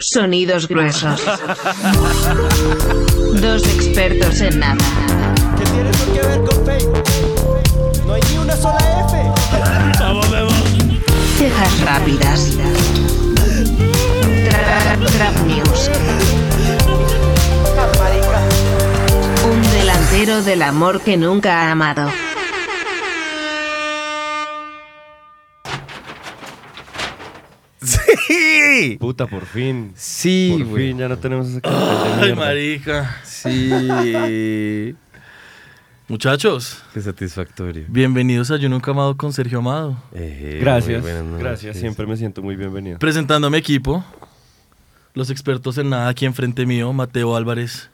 Sonidos gruesos. Dos expertos en nada. ¿Qué tiene por qué ver con Facebook? No hay ni una sola F. Vamos, vemos. Cejas rápidas. Tra- Trap News. Un delantero del amor que nunca ha amado. Sí. Puta, por fin. Sí, por güey. fin, ya no tenemos esa Ay, marica. Sí. Muchachos, Qué satisfactorio. bienvenidos a Yo Nunca Amado con Sergio Amado. Eh, Gracias. muy buenas noches. Gracias, siempre me siento muy bienvenido. Presentando a mi equipo, los expertos en nada aquí enfrente mío, Mateo Álvarez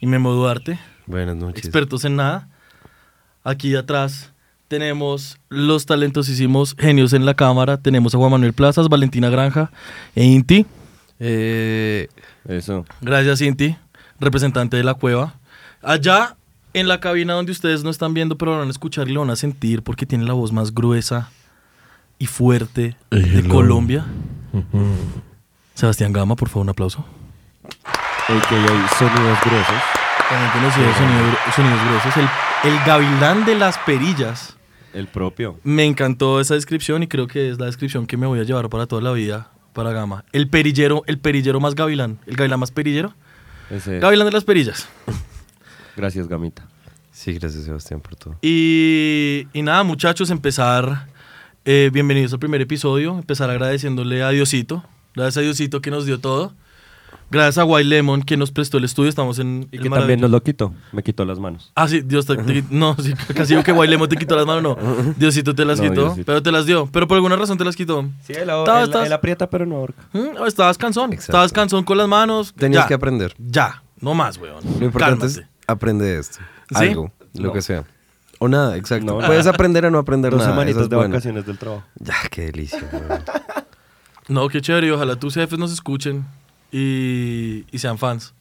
y Memo Duarte. Buenas noches. expertos en nada. Aquí atrás tenemos los talentosísimos genios en la cámara. Tenemos a Juan Manuel Plazas, Valentina Granja e Inti. Eh, Eso. Gracias, Inti, representante de la cueva. Allá en la cabina donde ustedes no están viendo, pero lo van a escuchar y lo van a sentir porque tiene la voz más gruesa y fuerte de Colombia. Sebastián Gama, por favor, un aplauso. AKA Sonidos Gruesos. También conocido Sonido- Sonidos Gruesos, el, el gavilán de las perillas. El propio. Me encantó esa descripción y creo que es la descripción que me voy a llevar para toda la vida para Gama. El perillero, el perillero más gavilán, el gavilán más perillero. Ese. Gavilán de las perillas. Gracias, Gamita. sí, gracias Sebastián por todo. Y, y nada, muchachos, empezar. eh, bienvenidos al primer episodio. Empezar agradeciéndole a Diosito. Gracias a Diosito que nos dio todo. Gracias a White Lemon que nos prestó el estudio. Estamos en. Y el que maravilloso- también nos lo quitó. Me quitó las manos. Ah, sí, Dios te, te- No, sí, casi digo que White Lemon te quitó las manos. No, Diosito te las No, quitó. Diosito. Pero te las dio. Pero por alguna razón te las quitó. Sí, él, Estabas- estabas- aprieta, pero no ahorca. Mm, no, estabas cansón. Exacto. Estabas cansón con las manos. Tenías ya, que aprender. Ya, no más, weón. Lo importante Cálmate. es aprende esto. ¿Sí? Algo, lo No. que sea. O nada, exacto. No, Puedes nada. aprender a no aprender Dos nada. semanitas eso es de bueno. vacaciones del trabajo. Ya, qué delicia. güey. No, qué chévere. y Ojalá tus jefes nos escuchen y, y sean fans.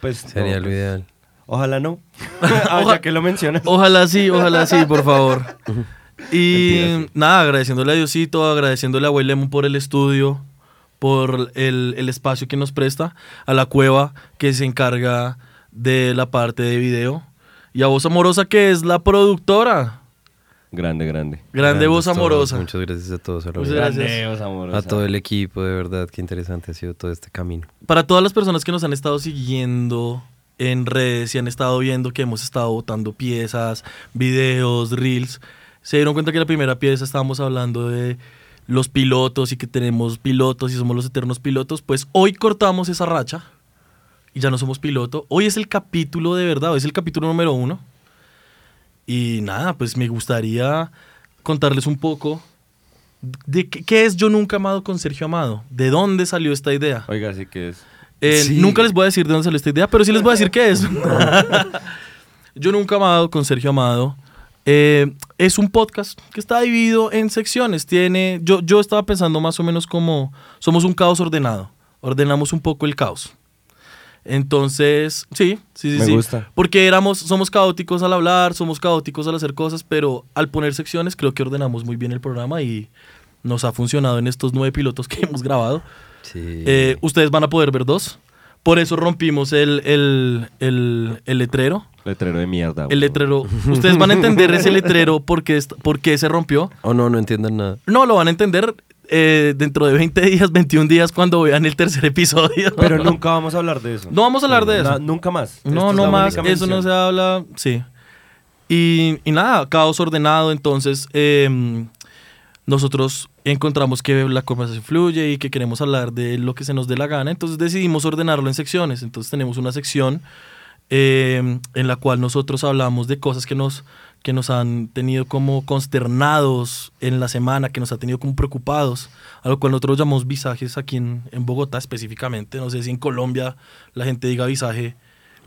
Pues Sería lo ideal. Ojalá no. Ah, Oja- ya que lo mencionas. Ojalá sí, ojalá sí, por favor. Y Mentira, sí. nada, agradeciéndole a Diosito, agradeciéndole a Way Lemon por el estudio, por el, el espacio que nos presta, a la cueva que se encarga de la parte de video, y a Voz Amorosa que es la productora. Grande, grande. Grande Voz Grandes todos. Amorosa. Muchas gracias a todos. A, la Muchas verdad. Gracias. Grande, amorosa. a todo el equipo, de verdad. Qué interesante ha sido todo este camino. Para todas las personas que nos han estado siguiendo en redes y han estado viendo que hemos estado votando piezas, videos, reels, se dieron cuenta que la primera pieza estábamos hablando de los pilotos y que tenemos pilotos y somos los eternos pilotos, pues hoy cortamos esa racha y ya no somos piloto. Hoy es el capítulo de verdad, hoy es el capítulo número uno. Y nada, pues me gustaría contarles un poco de qué, qué es Yo Nunca Amado con Sergio Amado, de dónde salió esta idea. Oiga, así que es. Eh, Sí. Nunca les voy a decir de dónde salió esta idea, pero sí les voy a decir qué es. Yo nunca amado con Sergio Amado. eh, es un podcast que está dividido en secciones. Tiene, yo, yo estaba pensando más o menos como somos un caos ordenado. Ordenamos un poco el caos. Entonces, sí, sí, sí, Me sí. gusta. Porque éramos, somos caóticos al hablar, somos caóticos al hacer cosas, pero al poner secciones creo que ordenamos muy bien el programa y nos ha funcionado en estos nueve pilotos que hemos grabado. Sí. Eh, ustedes van a poder ver dos. Por eso rompimos el, el- el- el letrero. Letrero de mierda. El weón. letrero. Ustedes van a entender ese letrero porque, porque se rompió. oh, no, no entiendan nada. No, lo van a entender eh, dentro de 20 días, 21 días, cuando vean el tercer episodio. Pero nunca vamos a hablar de eso. No vamos a hablar de eso. Na- nunca más. Esta No, es no la más, única eso no se mención. habla, sí. Y, y nada, caos ordenado, entonces eh, nosotros encontramos que la conversación fluye y que queremos hablar de lo que se nos dé la gana, entonces decidimos ordenarlo en secciones, entonces tenemos una sección eh, en la cual nosotros hablamos de cosas que nos, que nos han tenido como consternados en la semana, que nos ha tenido como preocupados, a lo cual nosotros llamamos visajes aquí en, en Bogotá específicamente, no sé si en Colombia la gente diga visaje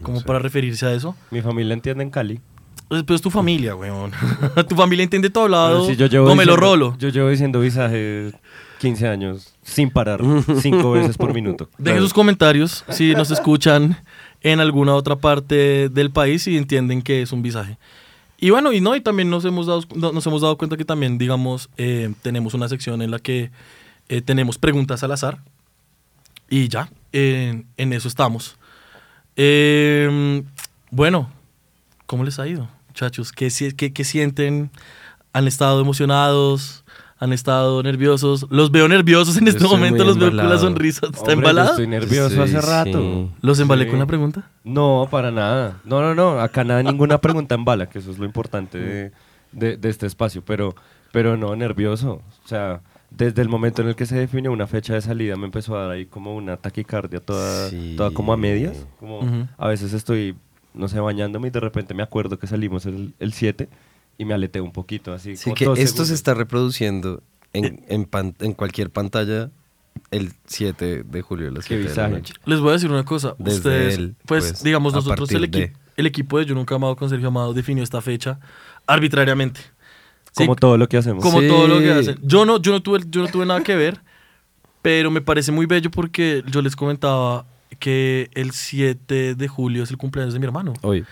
como para referirse a eso. Mi familia entiende en Cali. Pues, pero es tu familia, weón. tu familia entiende todo lado. Pero si no me diciendo- lo rolo. Yo llevo diciendo visaje 15 años sin parar, cinco veces por minuto. Dejen sus comentarios si nos escuchan en alguna otra parte del país y entienden que es un visaje. Y bueno, y no, y también nos hemos dado, no- nos hemos dado cuenta que también, digamos, eh, tenemos una sección en la que eh, tenemos preguntas al azar. Y ya, eh, en eso estamos. Eh, bueno, ¿cómo les ha ido, muchachos? ¿Qué, si- qué- qué sienten? ¿Han estado emocionados? ¿Han estado nerviosos? Los veo nerviosos en Yo este estoy muy momento, los veo con la embalado. sonrisa. ¿Está Hombre, yo embalado? Estoy nervioso Sí, hace rato. sí. ¿Los embalé Sí. con una pregunta? No, para nada. No, no, no. Acá nada, ninguna pregunta en bala, que eso es lo importante de, de- de este espacio. Pero, pero no, nervioso. O sea, desde el momento en el que se definió una fecha de salida me empezó a dar ahí como una taquicardia toda, Sí. toda como a medias. Como Ujú. A veces estoy, no sé, bañándome y de repente me acuerdo que salimos el el 7 y me aleteo un poquito. Así Sí, como que esto dos se segundos. está reproduciendo Eh. en, en, pan- en cualquier pantalla el 7 de julio a las Qué 7 de la visaje. noche. Les voy a decir una cosa. Desde Ustedes, él, pues, pues, digamos, a nosotros, el, partir equi- de. el equipo de Yo Nunca Amado con Sergio Amado definió esta fecha arbitrariamente. Sí, Como todo lo que hacemos. como Sí. todo lo que hacen. Yo no, yo, no tuve, yo no tuve nada que ver, pero me parece muy bello porque yo les comentaba que el 7 de julio es el cumpleaños de mi hermano. Hoy.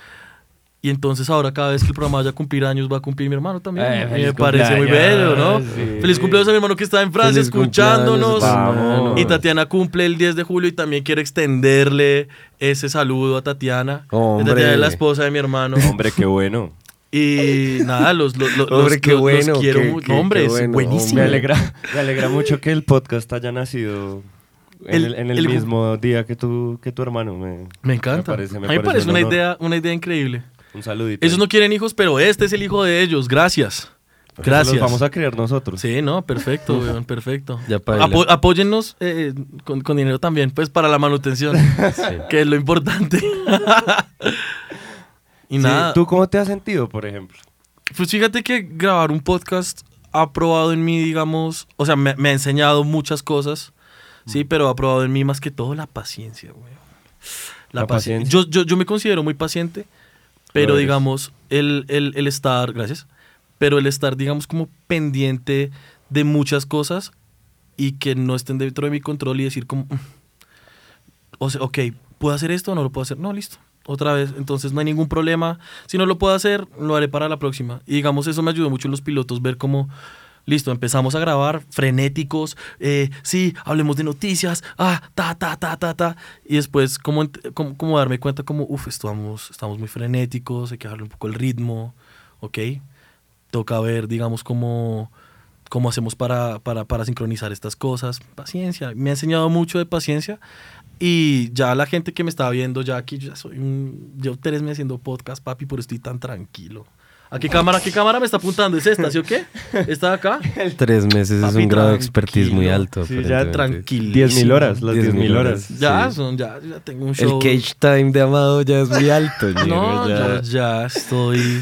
Y entonces ahora cada vez que el programa vaya a cumplir años va a cumplir mi hermano también. Eh, Y feliz me parece muy bello, cumpleaños, ¿no? sí. Feliz cumpleaños a mi hermano que está en Francia Feliz escuchándonos. cumpleaños, Vamos. Y Tatiana cumple el 10 de julio y también quiero extenderle ese saludo a Tatiana. Eh, Hombre. Tatiana es la esposa de mi hermano. Hombre, qué bueno. Y nada, los, los, los, Hombre, los- qué los- los bueno, quiero qué- mucho. qué- No, Hombre, qué es bueno, buenísimo. Me hombre. alegra, me alegra mucho que el podcast haya nacido en El- el, en el el ju- mismo día que tu, que tu hermano. Me, Me encanta. Me parece, me a mí me parece un una honor. idea, una idea increíble. Un saludito. Ellos no quieren hijos, pero este es el hijo de ellos. Gracias. Porque se Gracias. Los vamos a creer nosotros. Sí, no, perfecto, weón, perfecto. Ya paila. Apo- apóyennos eh, con, con dinero también, pues para la manutención, que es lo importante. y Sí, nada, ¿Tú cómo te has sentido, por ejemplo? pues fíjate que grabar un podcast ha probado en mí, digamos, o sea, me, me ha enseñado muchas cosas, sí, Mm. pero ha probado en mí más que todo la paciencia, güey. La, La paciencia. paciencia. Yo, yo, yo me considero muy paciente, pero eres. digamos, el, el- el estar, gracias, pero el estar, digamos, como pendiente de muchas cosas y que no estén dentro de mi control y decir como, "Mm". o sea, ok, ¿puedo hacer esto o no lo puedo hacer? No, listo. Otra vez, entonces no hay ningún problema. Si no lo puedo hacer, lo haré para la próxima. Y digamos, eso me ayudó mucho en los pilotos, ver cómo, listo, empezamos a grabar, frenéticos, eh, sí, hablemos de noticias, ah, ta, ta, ta, ta, ta. Y después, como, ent- como, como darme cuenta, como, uff, estamos, estamos muy frenéticos, hay que bajarle un poco el ritmo, ok. Toca ver, digamos, cómo, cómo hacemos para, para, para sincronizar estas cosas. Paciencia, me ha enseñado mucho de paciencia. Y ya la gente que me está viendo, ya aquí, yo ya soy un. Llevo tres meses haciendo podcast, papi, por eso estoy tan tranquilo. ¿A qué cámara, qué cámara me está apuntando? ¿Es esta, sí o qué? ¿Esta de acá? Tres meses es Papi, un grado tranquilo. de expertise muy alto. Sí, ya aparentemente. tranquilo. 10.000 horas, las 10.000 10.000 horas. horas. Ya, Sí. son, ya, ya tengo un El show. cage time de Amado ya es muy alto. No, ya, ñero, ya estoy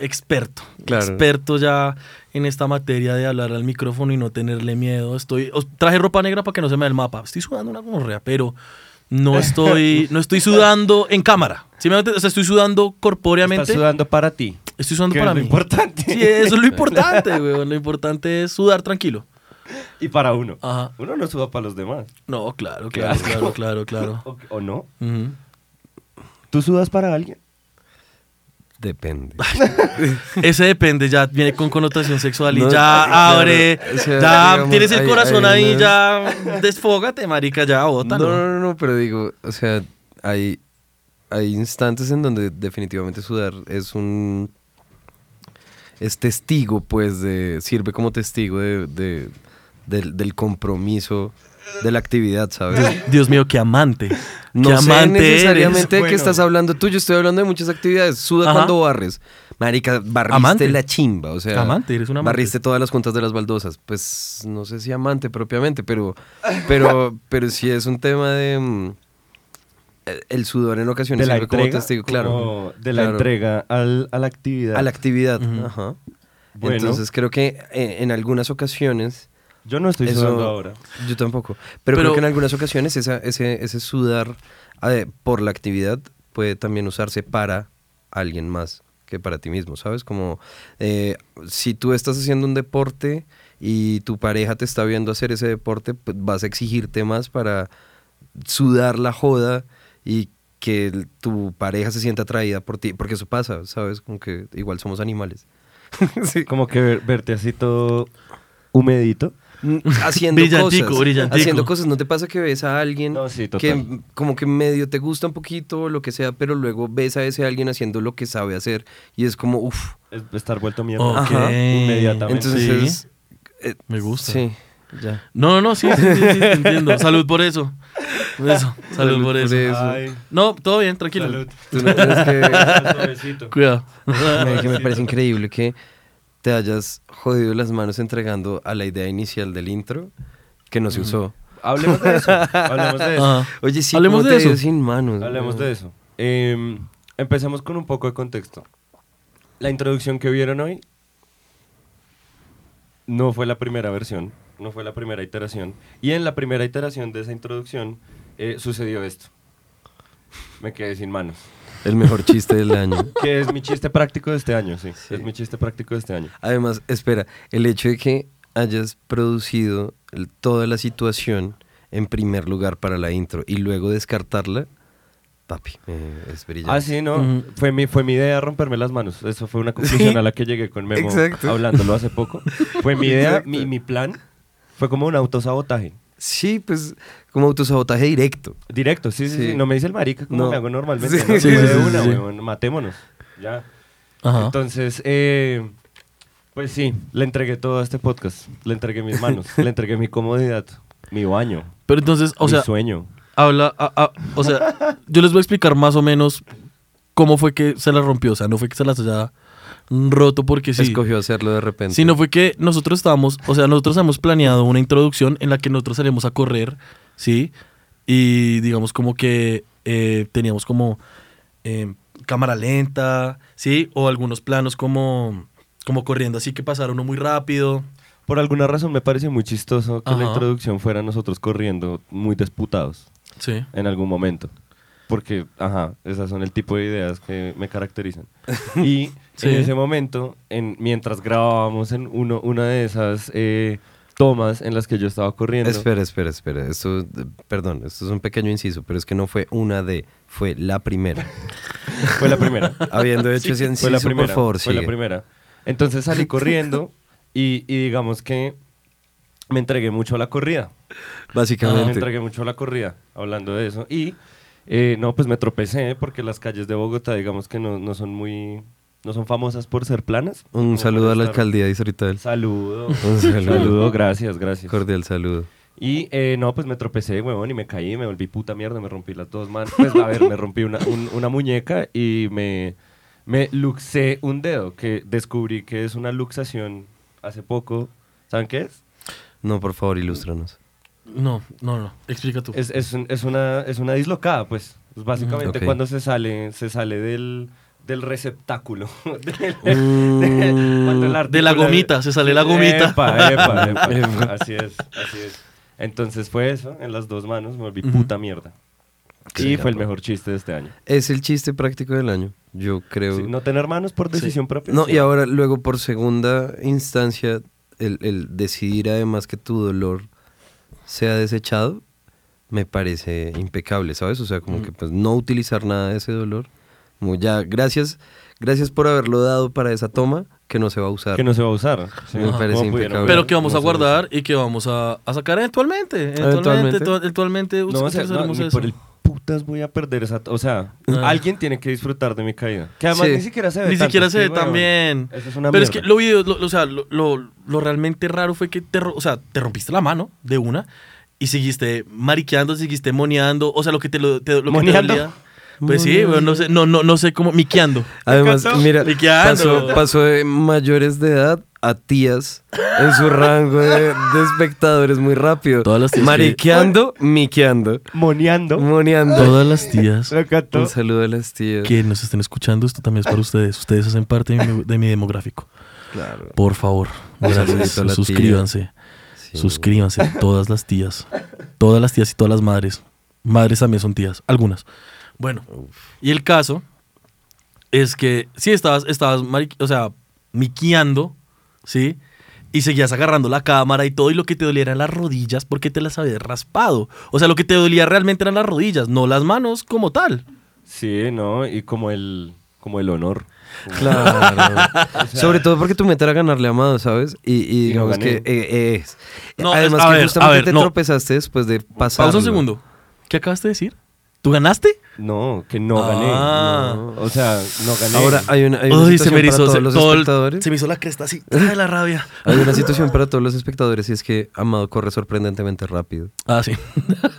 experto. Claro. Experto ya en esta materia de hablar al micrófono y no tenerle miedo. Estoy, os- traje ropa negra para que no se me vea el mapa. Estoy sudando una gonorrea, pero no estoy, no estoy sudando en cámara. ¿Sí me entiendes? o sea, estoy sudando corpóreamente. Estás sudando para ti. estoy sudando que para es lo mí. importante. Sí, eso es lo importante, weón. Lo importante es sudar tranquilo. Y para uno. Ajá. Uno no suda para los demás. No, claro, claro, claro, claro, claro. ¿O, o no? Ujú. ¿Tú sudas para alguien? Depende. Ese depende, ya viene con connotación sexual y No, ya claro, abre, o sea, ya digamos, tienes el hay- corazón hay ahí, unas- ya desfógate, marica, ya No, bótalo. no, no, pero digo, o sea, hay, hay instantes en donde definitivamente sudar es un... Es testigo, pues, de, sirve como testigo de, de- del, del compromiso de la actividad, ¿sabes? Dios mío, qué amante. qué No sé amante eres. necesariamente de qué Bueno. estás hablando tú, yo estoy hablando de muchas actividades. Suda Ajá. cuando barres. Marica, barriste Amante. la chimba, o sea. Amante, eres un amante. Barriste todas las juntas de las baldosas. Pues no sé si amante propiamente, pero pero pero sí es un tema de mm, el- el sudor en ocasiones de la sirve como entrega. testigo, claro. como de la Claro. entrega al- a la actividad. a la actividad, Ujú. ajá. Bueno. Entonces creo que eh, en algunas ocasiones Yo no estoy eso- sudando ahora. Yo tampoco. Pero, Pero- creo que en algunas ocasiones esa- ese, ese sudar eh, por la actividad puede también usarse para alguien más que para ti mismo, ¿sabes? Como eh, si tú estás haciendo un deporte y tu pareja te está viendo hacer ese deporte, pues, vas a exigirte más para sudar la joda y que el- tu pareja se sienta atraída por ti, porque eso pasa, ¿sabes? Como que igual somos animales. sí. Como que ver- verte así todo humedito. mm, haciendo Brillantico, cosas. brillantico. Haciendo cosas. ¿No te pasa que ves a alguien No, sí, que total. mm, como que medio te gusta un poquito, lo que sea, pero luego ves a ese alguien haciendo lo que sabe hacer y es como, uff. Es estar vuelto mierda. Ok. Ajá. Inmediatamente. Entonces sí. es- eh, Me gusta. Sí, ya. No, no, no, sí, sí, sí, sí, te entiendo. Salud por eso. Por eso. Salud, por eso. Ay, No, todo bien, tranquilo. salud. Tú no tienes que- Suavecito. Cuidado. me, que me parece increíble que te hayas jodido las manos entregando a la idea inicial del intro que no se usó. Hablemos de eso. Hablemos de eso. Ajá. Oye, sí, Hablemos ¿cómo de te ha ido eso. sin manos. Hablemos güey? de eso. Eh, empecemos con un poco de contexto. La introducción que vieron hoy no fue la primera versión, no fue la primera iteración. Y en la primera iteración de esa introducción eh, sucedió esto. Me quedé sin manos. El mejor chiste del año. Que es mi chiste práctico de este año, sí. Es mi chiste práctico de este año. Además, espera, el hecho de que hayas producido el- toda la situación en primer lugar para la intro y luego descartarla, papi, eh, es brillante. Ah, sí, no. fue, mi, fue mi idea romperme las manos. Eso fue una conclusión a la que llegué con Memo exacto. hablándolo hace poco. Fue mi idea, mi, mi plan. Fue como un autosabotaje. Sí, pues como autosabotaje directo. Directo, sí, sí, Sí. sí. No me dice el marica como No. me hago normalmente. Sí, ¿no? sí, Como de sí, sí, una, sí. weón, matémonos. Ya. Ajá. Entonces, eh, pues sí, le entregué todo a este podcast. Le entregué mis manos, le entregué mi comodidad, mi baño, Pero entonces, o mi sea, sueño. habla, a- a- o sea, yo les voy a explicar más o menos cómo fue que se la rompió. O sea, no fue que se las haya roto porque sí. Escogió hacerlo de repente. Sino fue que nosotros estábamos, o sea, nosotros hemos planeado una introducción en la que nosotros salimos a correr, ¿sí? Y digamos como que eh, teníamos como eh, cámara lenta, ¿sí? O algunos planos como, como corriendo, así que pasara uno muy rápido. Por alguna razón me parece muy chistoso que la Ajá. introducción fuera nosotros corriendo muy disputados Sí. en algún momento. Porque, ajá, esas son el tipo de ideas que me caracterizan. Y Sí. en ese momento, en, mientras grabábamos en uno, una de esas eh, tomas en las que yo estaba corriendo, Espera, espera, espera. Esto, eh, perdón, esto es un pequeño inciso, pero es que no fue una de, fue la primera. fue la primera. Habiendo hecho ese inciso, fue la primera. por favor, fue la sigue. primera. Entonces salí corriendo y, y digamos que me entregué mucho a la corrida. Me Básicamente. entregué mucho a la corrida, hablando de eso. Y eh, no, pues me tropecé porque las calles de Bogotá, digamos que no, no son muy, no son famosas por ser planas. un Como saludo por a la estar- alcaldía distrital. Saludo. Un saludo. saludo, gracias, gracias. Cordial saludo. Y eh, no, pues me tropecé, huevón, y me caí, me volví puta mierda, me rompí las dos manos. Pues a ver, me rompí una, un- una muñeca y me, me luxé un dedo, que descubrí que es una luxación hace poco. ¿Saben qué es? No, por favor, ilústranos. No, no, no. Explica tú. Es, es un- es una, es una dislocada, pues. Es básicamente Ok. cuando se sale, se sale del, del receptáculo. Del- Mm. cuando el De la artículo- gomita, se sale la gomita. Epa, epa, epa. así es, así es. Entonces fue eso, en las dos manos, me volví puta mierda. Sí, y fue el cabrón. mejor chiste de este año. Es el chiste práctico del año, yo creo. Sí, no, no tener manos por decisión propia. y ahora luego por segunda instancia, el, el decidir además que tu dolor sea desechado, me parece impecable, ¿sabes? O sea, Mm. como que pues no utilizar nada de ese dolor. Como ya, gracias, gracias por haberlo dado para esa toma que no se va a usar. Que no se va a usar. Sí, Me parece ¿cómo pudieron? impecable. Pero que vamos a Vamos a ver. guardar y que vamos a, a sacar eventualmente. Eventualmente. Eventualmente, to- eventualmente, No, o sea, no, utilizaremos ni eso. Ah. por el putas voy a perder esa... O sea, alguien tiene que disfrutar de mi caída. Que además Sí. ni siquiera se ve Ni tanto, siquiera se sí, ve weón. tan bien. Eso es una Pero es que mierda. lo video, lo- lo- o sea, lo, lo- lo realmente raro fue que te, ro- o sea, te rompiste la mano de una y seguiste mariqueando, seguiste moneando. O sea, lo que te lo, te- lo que te ¿Moneando? dolía. Pues sí, weón, no sé, no, no, no sé cómo, miqueando. Además, mira, Liqueando. pasó, pasó de mayores de edad a tías en su rango de, de espectadores muy rápido. Todas las tías que- Mariqueando, miqueando, Moneando. moneando. Todas las tías Me encantó. Un saludo a las tías. que nos estén escuchando, esto también es para ustedes. Ustedes hacen parte de mi, de mi demográfico. Claro. Por favor, Un gracias, saludito a la tía. suscríbanse. Sí. Suscríbanse, todas las tías. Todas las tías y todas las madres. Madres también son tías, algunas. Bueno, y el caso es que sí estabas, estabas mari- o sea, miqueando, ¿sí? Y seguías agarrando la cámara y todo, y lo que te dolía eran las rodillas porque te las habías raspado. O sea, lo que te dolía realmente eran las rodillas, no las manos como tal. Sí, ¿no? Y como el, como el honor. Claro. Sobre todo porque tu meta era ganarle a Amado, ¿sabes? Y, y Y lo digamos que gané. eh, es. No, Además es- a que ver, justamente a ver, te no. tropezaste después de pasar. Pausa un segundo. ¿Qué acabaste de decir? ¿Tú ganaste? No, que no gané. Ah. no. O sea, no gané. Ahora hay una, hay una Ay, se situación me erizó. para se- todos los todo el- espectadores. se me hizo la cresta así. Ay, la rabia. Hay una situación para todos los espectadores y es que Amado corre sorprendentemente rápido. Ah, sí.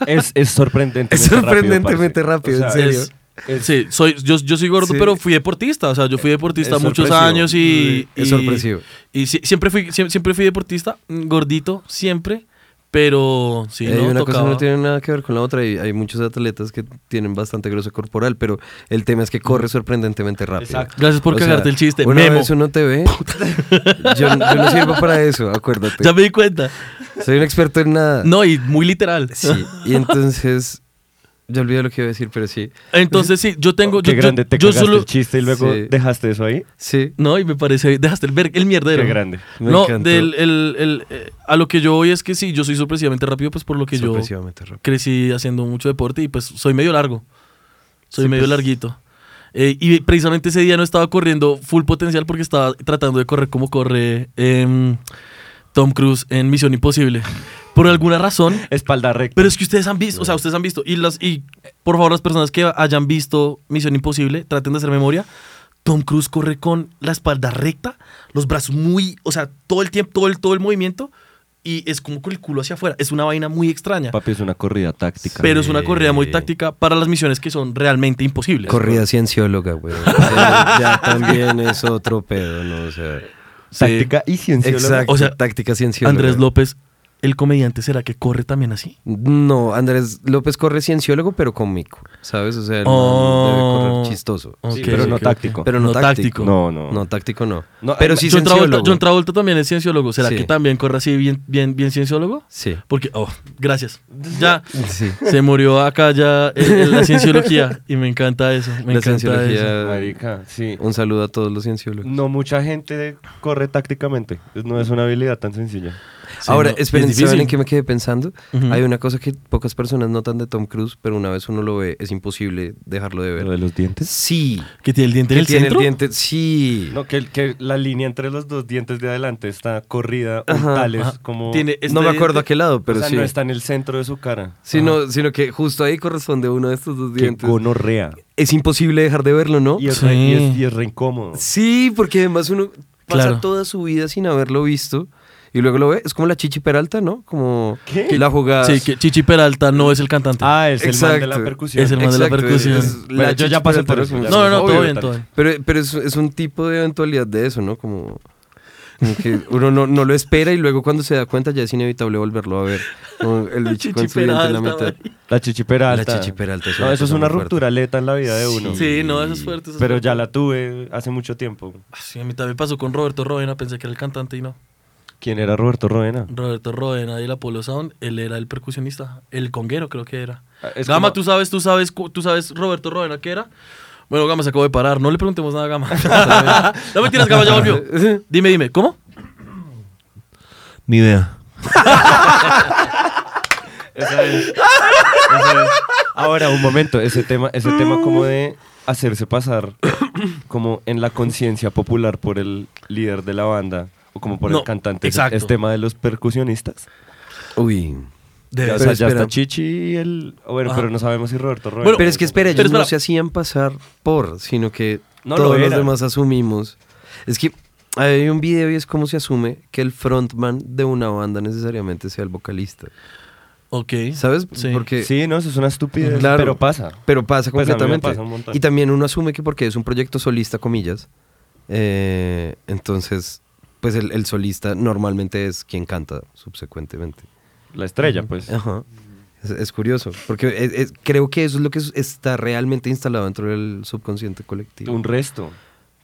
Es, es sorprendentemente Es rápido, sorprendentemente parce. rápido, en es- serio. es- Ah, Sí, soy, yo, yo soy gordo, Sí. Eh, pero fui deportista. O sea, yo fui deportista Es muchos sorpresivo. años y. Es y- sorpresivo. Y sí- siempre, fui, siem- siempre, fui deportista, mm, gordito, siempre. Pero sí, Eh, no una cosa tocaba. no tiene nada que ver con la otra y hay muchos atletas que tienen bastante grueso corporal, pero el tema es que corre sorprendentemente rápido. Exacto. Mm. Gracias por O sea, cagarte el chiste. Una Memo. vez uno te ve, yo, yo no sirvo para eso, acuérdate. Ya me di cuenta. Soy un experto en nada. No, y muy literal. Sí, y entonces yo olvidé lo que iba a decir, pero sí. Entonces sí, yo tengo. Qué yo, yo- grande, te yo cagaste solo. el chiste y luego Sí. dejaste eso ahí. Sí. No, y me parece. Dejaste el, ver- el mierdero. Qué grande. Me no, encantó. del, el, el- eh, a lo que yo voy es que sí, yo soy sorpresivamente rápido, pues por lo que yo Sorpresivamente rápido. crecí haciendo mucho deporte y pues soy medio largo. Soy Sí, medio pues. larguito. Eh, y precisamente ese día no estaba corriendo full potencial porque estaba tratando de correr como corre em, Tom Cruise en Misión Imposible. Por alguna razón. Espalda recta. Pero es que ustedes han visto, o sea, ustedes han visto. Y, las, y por favor, las personas que hayan visto Misión Imposible, traten de hacer memoria. Tom Cruise corre con la espalda recta, los brazos muy, o sea, todo el tiempo, todo el, todo el movimiento, y es como con el culo hacia afuera. Es una vaina muy extraña. Papi, es una corrida táctica. Pero es una corrida muy táctica para las misiones que son realmente imposibles. Corrida ciencióloga, güey. Eh, ya también es otro pedo, ¿no? O sea. Táctica y ciencióloga. Exacto. O sea, táctica ciencióloga. Andrés López, el comediante, ¿será que corre también así? No, Andrés López corre cienciólogo, pero cómico, ¿sabes? O sea, el man debe Oh. correr chistoso. Ok. Sí, pero no ok, ok. táctico. Pero no, No táctico. táctico. No, no. No, táctico no. No, pero eh, sí John, Travolta, cienciólogo. John Travolta también es cienciólogo. ¿Será Sí. que también corre así bien, bien, bien cienciólogo? Sí. Porque, oh, gracias. Ya, Sí. Se murió acá ya en, en la cienciología y me encanta eso. Me encanta La eso. cienciología. Marica, sí. Un saludo a todos los cienciólogos. No mucha gente corre tácticamente. No es una habilidad tan sencilla. Sí, Ahora, no, esperen, es ¿saben en difícil. qué me quedé pensando? Ujú. Hay una cosa que pocas personas notan de Tom Cruise, pero una vez uno lo ve, es imposible dejarlo de ¿Lo ver. de los dientes? Sí. Que tiene el diente en Que el tiene centro. el diente, sí. No, que, que la línea entre los dos dientes de adelante está corrida, Ajá, tales ajá. como... Tiene- no este me acuerdo diente- a qué lado, pero o sea, sí. no está en el centro de su cara. sino, sino que justo ahí corresponde uno de estos dos Que dientes. gonorrea. Es imposible dejar de verlo, ¿no? Y es, Sí. re, y es- y es re incómodo. Sí, porque además uno pasa Claro. toda su vida sin haberlo visto y luego lo ve. Es como la Chichi Peralta, ¿no? Como ¿Qué? la jugada. Sí, que Chichi Peralta no es el cantante. Ah, es el man de Exacto. la percusión. Es el man de la percusión. Bueno, yo Chichi ya pasé Peralta por eso, es- ya. no, no, no, obvio, todo bien, tal. todo bien. Pero, pero es, es un tipo de eventualidad de eso, ¿no? Como, como que uno no, no lo espera y luego cuando se da cuenta ya es inevitable volverlo a ver. Como el bicho con su diente en la mitad. La chichipera La alta. chichipera alta es No, una eso es cosa una muy ruptura aleta en la vida de uno. Sí, no, eso es fuerte. eso es Pero fuerte. ya la tuve hace mucho tiempo. Ah, Sí, a mí también pasó con Roberto Roena, pensé que era el cantante y no. ¿Quién era Roberto Roena? Roberto Roena del Apollo Sound, él era el percusionista, el conguero creo que era. Ah, es Gama, como- tú sabes, tú sabes, cu- tú sabes Roberto Roena qué era. Bueno, Gama se acabó de parar, no le preguntemos nada a Gama. no me tires, Gama, ya volvió. Dime, dime, ¿cómo? Ni idea. Esa es- esa es. Ahora, un momento, ese tema, ese tema como de hacerse pasar como en la conciencia popular por el líder de la banda o como por No, el cantante. Es, exacto. es tema de los percusionistas. Uy. De o Pero sea, ya espera. está Chichi y el... Bueno, Ajá. pero no sabemos si Roberto Roena. Bueno, Pero es que espera, ellos Pero espera. no se hacían pasar por, sino que No lo todos los eran. demás asumimos. Es que hay un video y es como se asume que el frontman de una banda necesariamente sea el vocalista. Ok. ¿Sabes? Sí. Porque Sí, no, eso es una estupidez, Claro. pero pasa. Pero pasa Pues a mí me completamente. pasa un montón. y también uno asume que porque es un proyecto solista, comillas, eh, entonces, pues el, el solista normalmente es quien canta subsecuentemente. La estrella, pues. Ajá. Es, es curioso, porque es- es- creo que eso es lo que es- está realmente instalado dentro del subconsciente colectivo. Un resto.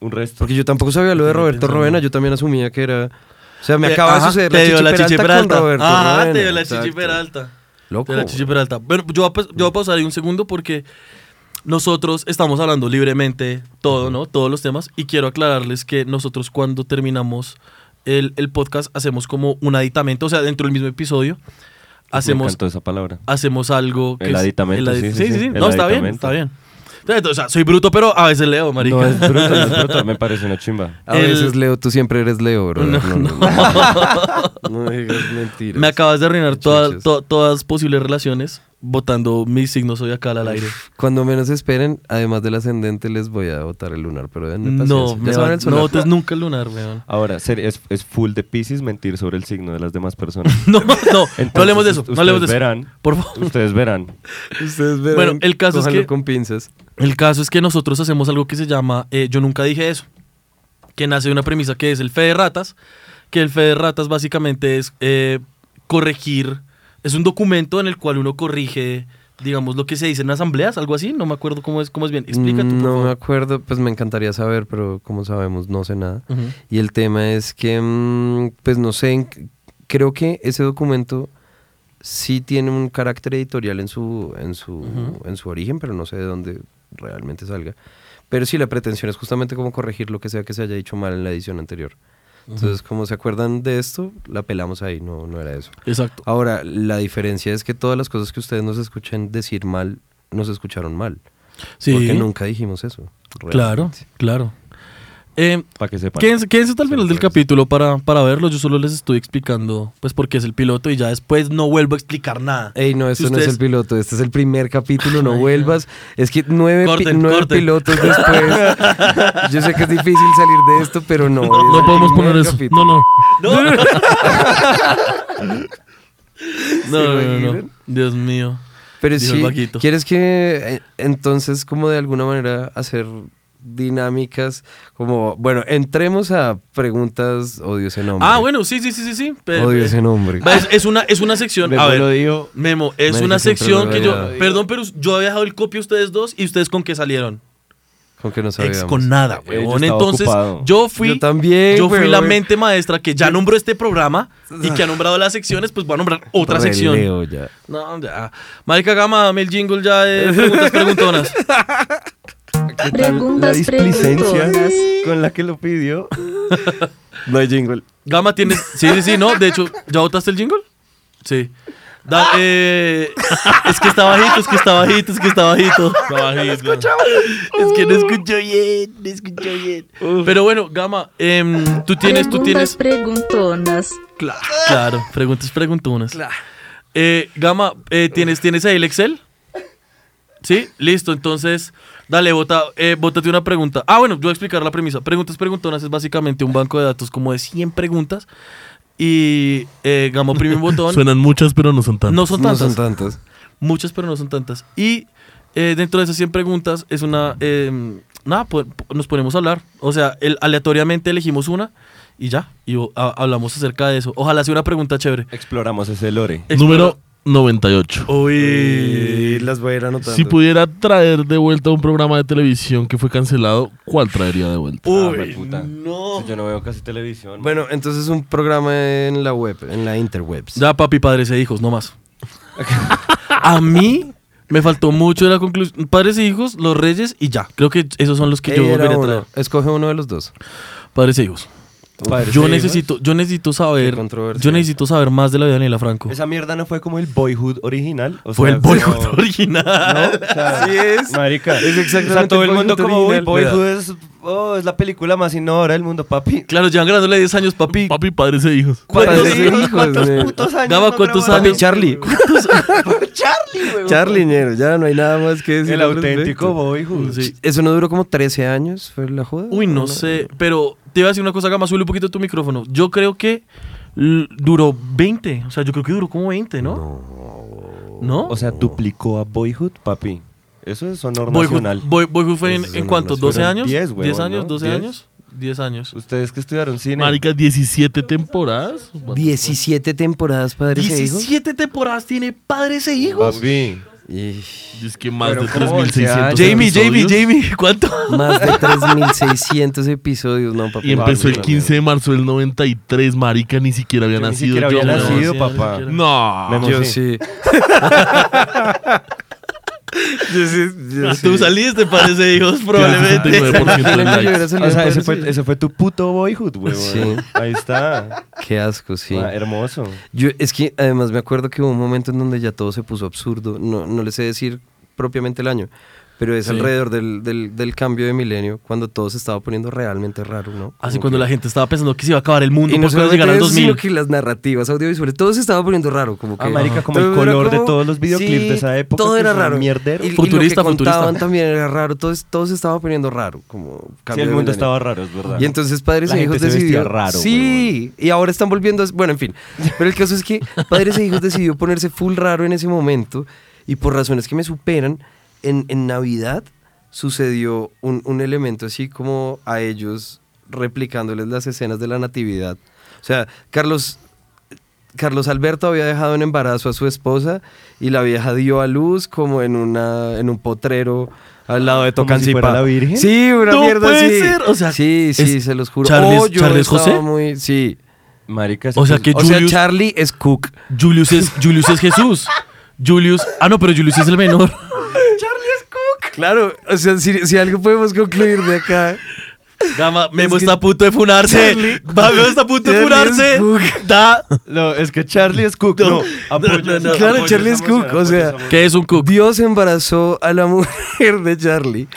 Un resto. Porque yo tampoco sabía lo de Roberto pensando. Roena, yo también asumía que era... O sea, me Te- acaba Eh, ajá, de suceder te la dio chichi, Peralta Peralta. con Roberto Ajá, Roena. te dio la chichi exacto. Peralta. Loco. Te dio la chichi Peralta. Bueno, yo voy, a, pas- yo voy a pausar ahí un segundo porque nosotros estamos hablando libremente todo, ¿no? Todos los temas. Y quiero aclararles que nosotros cuando terminamos el, el podcast hacemos como un aditamento, o sea, dentro del mismo episodio Me hacemos, encantó esa palabra. hacemos algo. El es- aditamento, adi- sí, sí, sí, sí, sí. sí. El No, está bien, aditamento. está bien. O sea, soy bruto, pero a veces leo, marica. No es bruto, no es bruto, me parece una chimba. A El- veces Leo, tú siempre eres Leo, bro. No, no, no. No digas mentiras. Me acabas de arruinar toda- Muchachos. to- todas posibles relaciones votando mis signos zodiacal al aire. Cuando menos esperen, además del ascendente, les voy a botar el lunar, pero denme No, paciencia. me ya va- saben el no solar. votes nunca el lunar, weón. Ahora, ser- es, es full de Pisces mentir sobre el signo de las demás personas. No, no, no hablemos de eso, Entonces, no hablemos de eso. ustedes verán. Por favor. Ustedes verán. Ustedes verán, Bueno, el caso es cójanlo que- con pinzas. El caso es que nosotros hacemos algo que se llama eh, Yo nunca dije eso, que nace de una premisa que es el fe de ratas, que el fe de ratas básicamente es eh, corregir, es un documento en el cual uno corrige, digamos, lo que se dice en asambleas, algo así, no me acuerdo cómo es, cómo es bien. Explica tú, por Mm, No favor. me acuerdo, pues me encantaría saber, pero como sabemos, no sé nada. Ujú. Y el tema es que, mm, pues no sé, en- creo que ese documento sí tiene un carácter editorial en su, en su, en su origen, pero no sé de dónde realmente salga. Pero sí, la pretensión es justamente como corregir lo que sea que se haya dicho mal en la edición anterior. Entonces, como se acuerdan de esto, la pelamos ahí, no, no era eso. Exacto. Ahora, la diferencia es que todas las cosas que ustedes nos escuchen decir mal, nos escucharon mal. Sí, Porque nunca dijimos eso. claro, realmente. claro. Eh, Para que sepan. Quédense, quédense hasta el final del capítulo para, para verlo. Yo solo les estoy explicando, pues, porque es el piloto y ya después no vuelvo a explicar nada. Ey, no, Si esto no ustedes- es el piloto, este es el primer capítulo, no vuelvas. Es que nueve, pi- Corten, nueve corten. pilotos después. Yo sé que es difícil salir de esto, pero no. es el No podemos primer poner eso. capítulo. No, no. No, no, no, no, no. imaginan? Dios mío. Pero Dijo el sí, vaquito. ¿quieres que eh, entonces como de alguna manera hacer dinámicas como, bueno, entremos a preguntas, odio ese nombre. Ah, bueno, sí, sí, sí, sí, sí. Pe- Odio eh, ese nombre. Es, es una, es una sección. A ver, digo. Memo, es Marica, una siempre sección lo que he yo. odiado. Perdón, pero yo había dejado el copio a ustedes dos y ustedes con qué salieron. Con que no Ex, sabíamos. con nada, Eh, yo weón. estaba Entonces, ocupado. yo fui. Yo también, Yo fui weón. la mente maestra que ya nombró este programa y que ha nombrado las secciones, pues voy a nombrar otra sección. Releo ya. No, ya. Marica Gama, dame el jingle ya de preguntas preguntonas. La Preguntas displicencia con la que lo pidió. No hay jingle. Gama, tienes. Sí, sí, sí, no. De hecho, ¿ya votaste el jingle? Sí. Da- eh, es que está bajito, es que está bajito, es que está bajito. Es que no escucho bien, no escucho bien. Pero bueno, Gama, em, tú tienes, tú tienes. preguntonas. Cla- Claro, preguntas preguntonas. Eh, Gama, eh, ¿tienes, ¿tienes ahí el Excel? Sí, listo. Entonces, dale, bota, eh, bótate una pregunta. Ah, bueno, yo voy a explicar la premisa. Preguntas preguntonas es básicamente un banco de datos como de 100 preguntas. Y eh, Gama oprime un botón. Suenan muchas, pero no son tantas. no son No tantas. son tantas. Muchas, pero no son tantas. Y eh, dentro de esas 100 preguntas es una... eh, nada, po- po- nos ponemos a hablar. O sea, el- aleatoriamente elegimos una y ya. Y o- a- hablamos acerca de eso. Ojalá sea una pregunta chévere. Exploramos ese lore. Número 98. Oh, Uy. Eh, las voy a ir anotando. Si pudiera traer de vuelta un programa de televisión que fue cancelado, ¿cuál traería de Ah, vuelta? Uy, hueputa. no. Si Yo no veo casi televisión. Bueno, entonces un programa en la web, en la interwebs. Ya, papi, padres e hijos, no más. a mí me faltó mucho de la conclusión. Padres e hijos, los reyes y ya. Creo que esos son los que yo Era volvería a uno. traer. Escoge uno de los dos. Padres e hijos. Padres Yo e hijos. necesito, yo necesito saber. Qué controversia. Yo necesito saber más de la vida de Daniela Franco. Esa mierda no fue como el boyhood original. o Fue sea, el boycott no- original. Así es. Marica. Es exactamente O sea, todo el Boyhood mundo como, uy, original". Boyhood es, oh, es la película más innovadora del mundo, papi. Claro, llevan ganándole 10 años, papi. Papi, padres e hijos. ¿Cuántos, Padres e hijos, hijos, cuántos güey. putos años? Gama, no ¿cuántos grabaron? Papi Charlie. Charlie, güey. Charlie, ñero, ya no hay nada más que decir. El al auténtico respecto. Boyhood. Sí. Eso no duró como 13 años, fue la joda. Uy, no sé. Pero te iba a decir una cosa, Gama, sube un poquito tu micrófono. Yo creo que l- duró 20. O sea, yo creo que duró como 20, ¿no? ¿No? O sea, duplicó a Boyhood, papi. Eso es honor Boyhood, nacional. Pues, Boy- Boyhood fue en, Eso es en una cuánto? nacional. ¿12 años? Diez, 10, huevón, años? ¿no? 12 Diez. años? 10 años. Ustedes que estudiaron cine. Marica, 17 temporadas. 17 temporadas, padres e hijos. 17 temporadas tiene padres e hijos. Papi. Y Es que más Pero de ¿cómo? 3.600. Ya, Jamie, Jamie, episodios. Jamie, ¿cuánto? más de 3.600 episodios, no, papá. Y empezó el Papi, 15 de marzo del 93, marica, ni siquiera había Yo ni nacido. siquiera había yo, weón. nacido, sí, papá. yo No. Me- Yo Yo sí. sí. yo sí. yo sí. Tú saliste padres e hijos, probablemente. 69% de Imagina que yo likes. hubiera salido O sea, padres ese e fue, hijos. ese fue tu puto Boyhood, güey. Sí. Ahí está. Qué asco, sí. Ah, hermoso. Yo, es que además me acuerdo que hubo un momento en donde ya todo se puso absurdo. No, no les sé decir propiamente el año, pero es Sí. alrededor del, del- del cambio de milenio, cuando todo se estaba poniendo realmente raro, ¿no? Ah, Así Como cuando que- la gente estaba pensando que se iba a acabar el mundo y no porque iba a llegar solamente al eso, 2000. sino que las narrativas audiovisuales, todo se estaba poniendo raro, como que... Ah, marica, como el Todo era color de todos los videoclips de esa época, Todo que era es una raro. mierdera. Y, y Futurista, lo que contaban futurista. también era raro, todo, es- todo se estaba poniendo raro, como... Sí, cambio el de mundo milenio. estaba raro, es verdad. Y entonces Padres La e gente Hijos se vestía decidió... raro, sí, y ahora están volviendo a... Bueno, en fin. Pero el caso es que Padres e Hijos decidió ponerse full raro en ese momento y por razones que me superan, en, en Navidad sucedió un, un elemento así como a ellos replicándoles las escenas de la Natividad. O sea, Carlos... Carlos Alberto había dejado en embarazo a su esposa y la vieja dio a luz como en una en un potrero al lado de Como si Tocancipá. fuera la Virgen. Sí, una No mierda puede así. ser, o sea, sí, sí, es se los juro. Charles- Oh, yo Charles estaba José. muy- sí. Marica, O sea entonces- que O sea, Julius, Charlie es Cook. Julius es, Julius es Jesús. Julius. Ah, no, pero Julius es el menor. Claro, o sea, si, si algo podemos concluir de acá. Gama, Memo que- está a punto de funarse. Va, Memo está a punto de Charlie es funarse. Da. No, es que Charlie es Cook. No, apoyo esa- claro, apoyo Charlie esa es Cook, moción, o apoyo sea, esa moción. ¿Qué es un cook? Dios embarazó a la mujer de Charlie.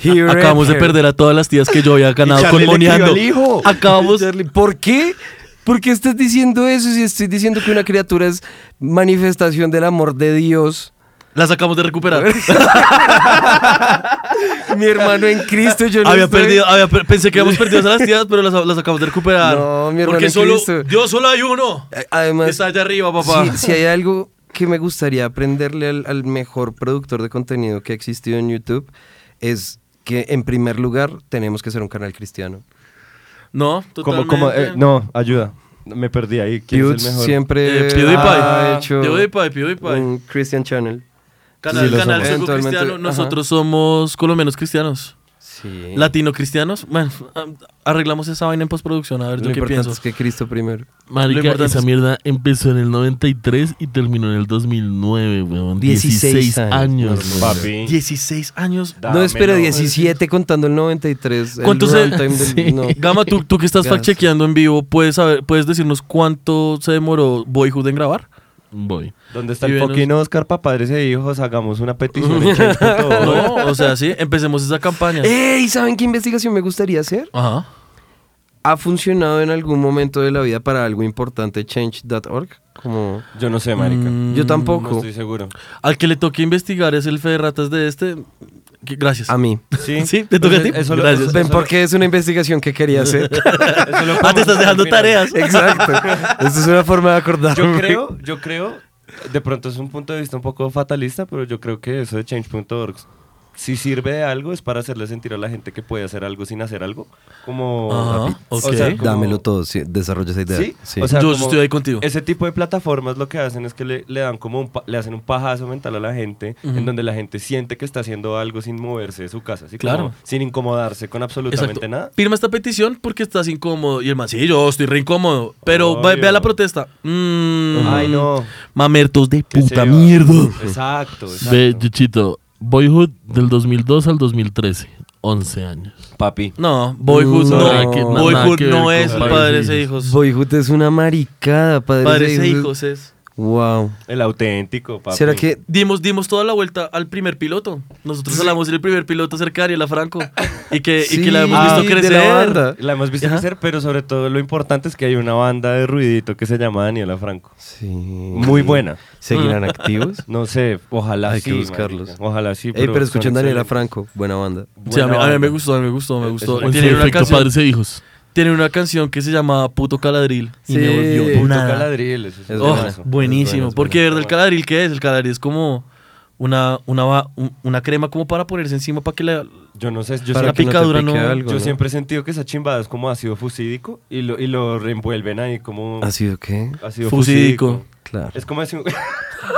He read Acabamos de her. perder a todas las tías que yo había ganado Charlie con le crió Moneando. al hijo. Acabamos. Charlie, ¿Por qué? ¿Por qué estás diciendo eso si estoy diciendo que una criatura es manifestación del amor de Dios? Las acabamos de recuperar. Mi hermano en Cristo, yo no Había estoy- perdido, había per- pensé que habíamos perdido a las tías, pero las, las acabamos de recuperar. No, mi hermano Porque en solo, Cristo. Dios solo hay uno. Eh, Además, Está allá arriba, papá. Si, si hay algo que me gustaría aprenderle al, al mejor productor de contenido que ha existido en YouTube, es que en primer lugar tenemos que ser un canal cristiano. No, Como, totalmente. como, eh, no, ayuda. Me perdí ahí. ¿Quién Pewds es el mejor? siempre Eh, PewDiePie. ha hecho PewDiePie, PewDiePie. un Christian Channel. Canal, Sí, lo canal somos. Circo Eventualmente, Cristiano, ajá. nosotros somos colombianos cristianos. Sí. Latino cristianos. Bueno, arreglamos esa vaina en postproducción, a ver, Lo yo qué importante pienso. es que Cristo primero. Lo Marica, importante esa es- mierda empezó en el 93 y terminó en el 2009, weón. 16 16 años, años. weón. Papi. 16 años. Da no, espera, Ah, menos. 17 contando el 93. el ¿Cuántos se- runtime del- Sí. no. Gama, tú, tú que estás Gas. fact-chequeando en vivo, ¿puedes, saber, ¿puedes decirnos cuánto se demoró Boyhood en grabar? Voy. ¿Dónde está Y el Venus. fucking Oscar para padres e hijos? Hagamos una petición. en change.org. No, o sea, sí, empecemos esa campaña. Eh. ¡Ey! ¿Saben qué investigación me gustaría hacer? Ajá. ¿Ha funcionado en algún momento de la vida para algo importante change.org? Como... Yo no sé, marica. Mm, Yo No tampoco. estoy seguro. Al que le toque investigar es el fe de ratas de este. que- Gracias. A mí. Sí, Sí, te toca a ti. Entonces, eso lo- Gracias. eso- Ven, porque es una investigación que quería hacer. eso lo Ah, te estás podemos dejando al final. tareas. Exacto. Esta es una forma de acordarme. Yo creo, yo creo, de pronto es un punto de vista un poco fatalista, pero yo creo que eso de change.org, si sirve de algo, es para hacerle sentir a la gente que puede hacer algo sin hacer algo. Como. Ajá, o ok. sea, como- Dámelo todo, sí, desarrolla esa idea. ¿Sí? O sea, Yo como estoy ahí contigo. Ese tipo de plataformas lo que hacen es que le, le dan como un pa- le hacen un pajazo mental a la gente, en donde la gente siente que está haciendo algo sin moverse de su casa, ¿sí? Como Claro. sin incomodarse con absolutamente Exacto. nada. Firma esta petición porque estás incómodo. Y el man, sí, yo estoy re incómodo. Pero ve, Obvio. vea la protesta. Mm, Ay, no. Mamertos de qué puta se va. mierda. Exacto, Ve, exacto. Yuchito, Boyhood del 2002 al 2013. 11 años. Papi. No, Boyhood No, no. nada que- nada Boyhood que ver no con es padres padres e e hijos. Boyhood es una maricada, padres, Padres e e hijos es. Wow. El auténtico, papi. ¿Será que Dimos, dimos toda la vuelta al primer piloto. Nosotros hablamos del primer piloto cerca de Ariela Franco. Y que, y que la Sí, ah, hemos visto de la crecer. banda. La hemos visto Ajá. crecer, pero sobre todo lo importante es que hay una banda de ruidito que se llama Daniela Franco. sí. Muy buena. seguirán activos? No sé, ojalá Hay sí. que buscarlos. marica. Ojalá sí. Ey, pero, son escuchen Daniela excelentes. Franco, buena banda. Sí, a mí, a Buena mí me banda. gustó, a mí me gustó, me Es- gustó. es- En su Tienen una, efecto, canción, padres e hijos. tienen una canción que se llama Puto Caladril. Y me Sí. volvió Puto nada. Caladril, eso es Es Oh, buena. buena. buenísimo. es buena. porque de verdad, el caladril, ¿qué es? El caladril es como una, una, va- un- una crema como para ponerse encima para que la... Yo no sé, yo, siempre, Para que no te picadura, pique no, algo, yo ¿no? siempre he sentido que esa chimbada es como ácido fusídico y lo, y lo reenvuelven ahí como ¿Ha sido qué? ácido Fusídico. fusídico. Claro. Es como así.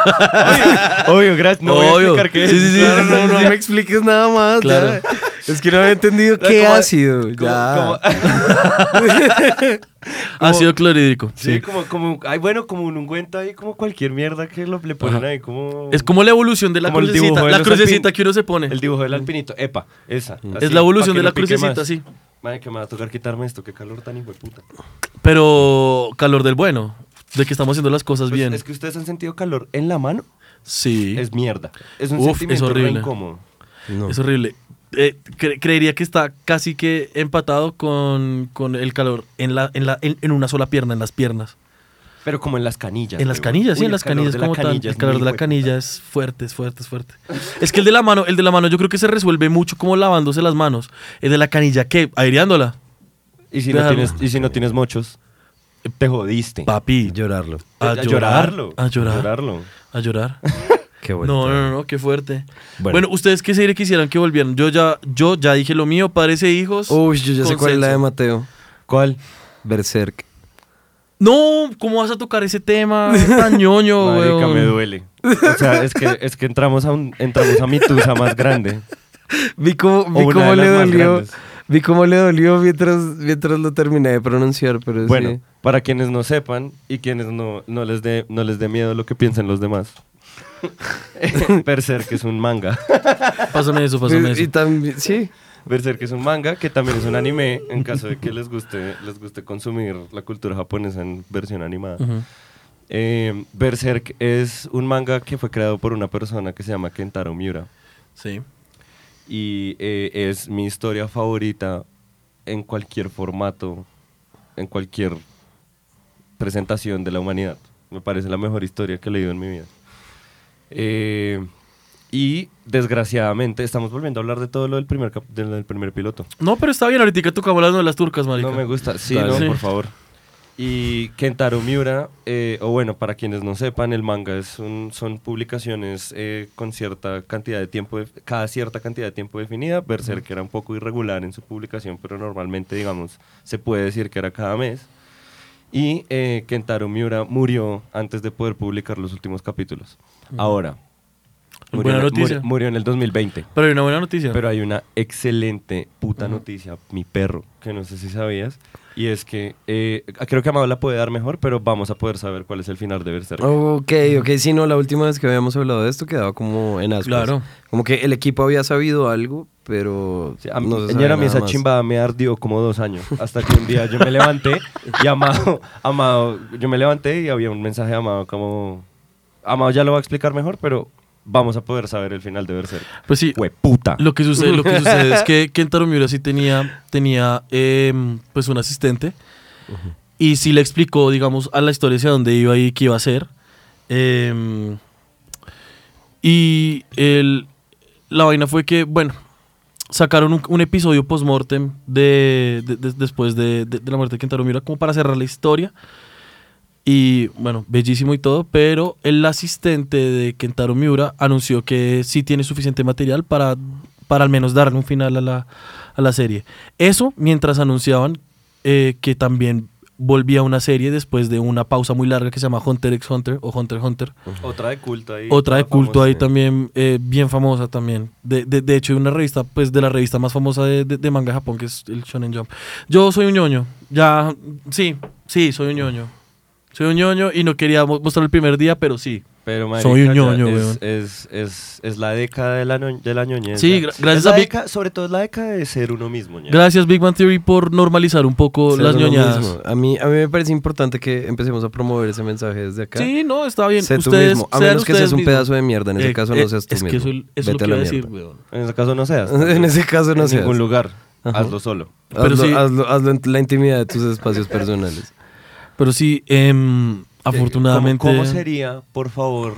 obvio, obvio, gracias. No voy a Obvio. explicar qué es. Sí, sí, sí. Claro, no, no, no no. me expliques nada más. Claro. ya. Es que no había entendido Como- qué ácido. como- ya. como- Ácido clorhídrico. Sí, Sí. como, como, ay, bueno, como un ungüento ahí, como cualquier mierda que lo, le ponen ahí, como... Es como la evolución de la Como el crucecita. dibujo de La los crucecita alpin- que uno se pone. El dibujo del alpinito, epa, esa. así, es la evolución pa' de que la no pique crucecita, más. sí. Madre que me va a tocar quitarme esto, qué calor tan hijo de puta. Pero calor del bueno. De que estamos haciendo las cosas Pues, bien. Es que ustedes han sentido calor en la mano, Sí. es mierda. Es un Uf, sentimiento es re horrible. incómodo. No. Es horrible. Eh, cre- creería que está casi que empatado con, con el calor en, la, en, la, en, en una sola pierna, en las piernas. Pero como en las canillas. En las weón. canillas, sí, Uy, en el las calor canillas de la como tal. canilla El es calor muy de la hijueputa. canilla es fuerte, es fuerte, es fuerte. Es que el de la mano, el de la mano yo creo que se resuelve mucho como lavándose las manos. El de la canilla, ¿qué? Aireándola. Y si, no Déjalo. tienes, y si no tienes mochos, te jodiste. Papi, Llorarlo. a, llorar, llorarlo. A llorar. llorarlo. A llorar. Qué bueno. No, no, no, qué fuerte. Bueno. Bueno, ¿ustedes qué serie quisieran que volvieran? Yo ya, yo ya dije lo mío, padres e hijos. Uy, yo ya sé cuál es la de Consenso. Mateo. ¿Cuál? Berserk. No, ¿cómo vas a tocar ese tema tan ñoño, Marica, weón? me duele. O sea, es que, es que entramos, a un, entramos a mi tusa más grande. Vi cómo, vi una cómo de le las más dolió. grandes. Vi cómo le dolió mientras, mientras lo terminé de pronunciar, pero sí. Bueno, para quienes no sepan y quienes no, no les dé no les dé miedo lo que piensen los demás. Berserk es un manga. Pásame eso, pásame Y, y eso. también, sí. Berserk es un manga que también es un anime en caso de que les guste les guste consumir la cultura japonesa en versión animada. Ujú. Eh, Berserk es un manga que fue creado por una persona que se llama Kentaro Miura. Sí. y eh, es mi historia favorita en cualquier formato, en cualquier presentación de la humanidad. Me parece la mejor historia que he leído en mi vida. Eh, y desgraciadamente estamos volviendo a hablar de todo lo del primer, cap- de lo del primer piloto. No, pero está bien, ahorita tocamos las novelas turcas, marica. No me gusta. Sí, Dale. no, Sí. por favor. Y Kentaro Miura, eh, o bueno, para quienes no sepan, el manga es un, son publicaciones eh, con cierta cantidad de tiempo, def- cada cierta cantidad de tiempo definida. Berserk era un poco irregular en su publicación, pero normalmente, digamos, se puede decir que era cada mes. Y eh, Kentaro Miura murió antes de poder publicar los últimos capítulos. Ahora, murió, Buena en- noticia. muri- murió en el 2020. Pero hay una buena noticia. Pero hay una excelente puta noticia, mi perro, que no sé si sabías. Y es que eh, creo que Amado la puede dar mejor, pero vamos a poder saber cuál es el final de Berserk. Oh, Ok, ok, sí, no, la última vez que habíamos hablado de esto quedaba como en ascuas. Claro. Como que el equipo había sabido algo, pero Sí, a mí, no ñera, se sabía a mí nada esa más. chimba me ardió como dos años. Hasta que un día yo me levanté y Amado, Amado, yo me levanté y había un mensaje de Amado como, Amado ya lo va a explicar mejor, pero vamos a poder saber el final de Berserk. Pues sí, Hueputa. Lo que sucede, lo que sucede es que Kentaro Miura sí tenía, tenía em, pues un asistente y sí le explicó, digamos, a la historia hacia dónde iba y qué iba a hacer. Em, y el, la vaina fue que, bueno, sacaron un, un episodio post-mortem de, de- de- después de, de- de la muerte de Kentaro Miura como para cerrar la historia. Y bueno, bellísimo y todo, pero el asistente de Kentaro Miura anunció que sí tiene suficiente material para, para al menos darle un final a la, a la serie. Eso mientras anunciaban eh, que también volvía una serie después de una pausa muy larga que se llama Hunter x Hunter o Hunter x Hunter. Otra de culto ahí. Otra de culto ahí famosa. también, eh, bien famosa también. De, de, de hecho, de una revista, pues de la revista más famosa de, de- de manga de Japón, que es el Shonen Jump. Yo soy un ñoño. Ya, sí, sí, soy un ñoño. Soy un ñoño y no quería mo- mostrar el primer día, pero sí. Pero Soy un ya ñoño, es, weón. es, es, es la década de la, ño- de la ñoñez. Sí, ya. gra- gracias Es la a Vic- década- sobre todo es la década de ser uno mismo. ña. Gracias, Big Bang Theory, por normalizar un poco Ser las uno ñoñadas. mismo. A mí, a mí me parece importante que empecemos a promover ese mensaje desde acá. Sí, no, está bien. Sé tú ustedes, mismo. A sean menos que ustedes seas un mismos. pedazo de mierda. En ese Eh, caso eh, no seas tú es mismo. Que eso, eso es lo Vete que a iba la a decir, mierda. weón. En ese caso no seas. En ese caso no en seas. ningún lugar. Ajá. Hazlo solo. Pero hazlo, sí- hazlo- hazlo en la intimidad de tus espacios personales. Pero sí, em, afortunadamente... ¿Cómo, cómo sería, por favor,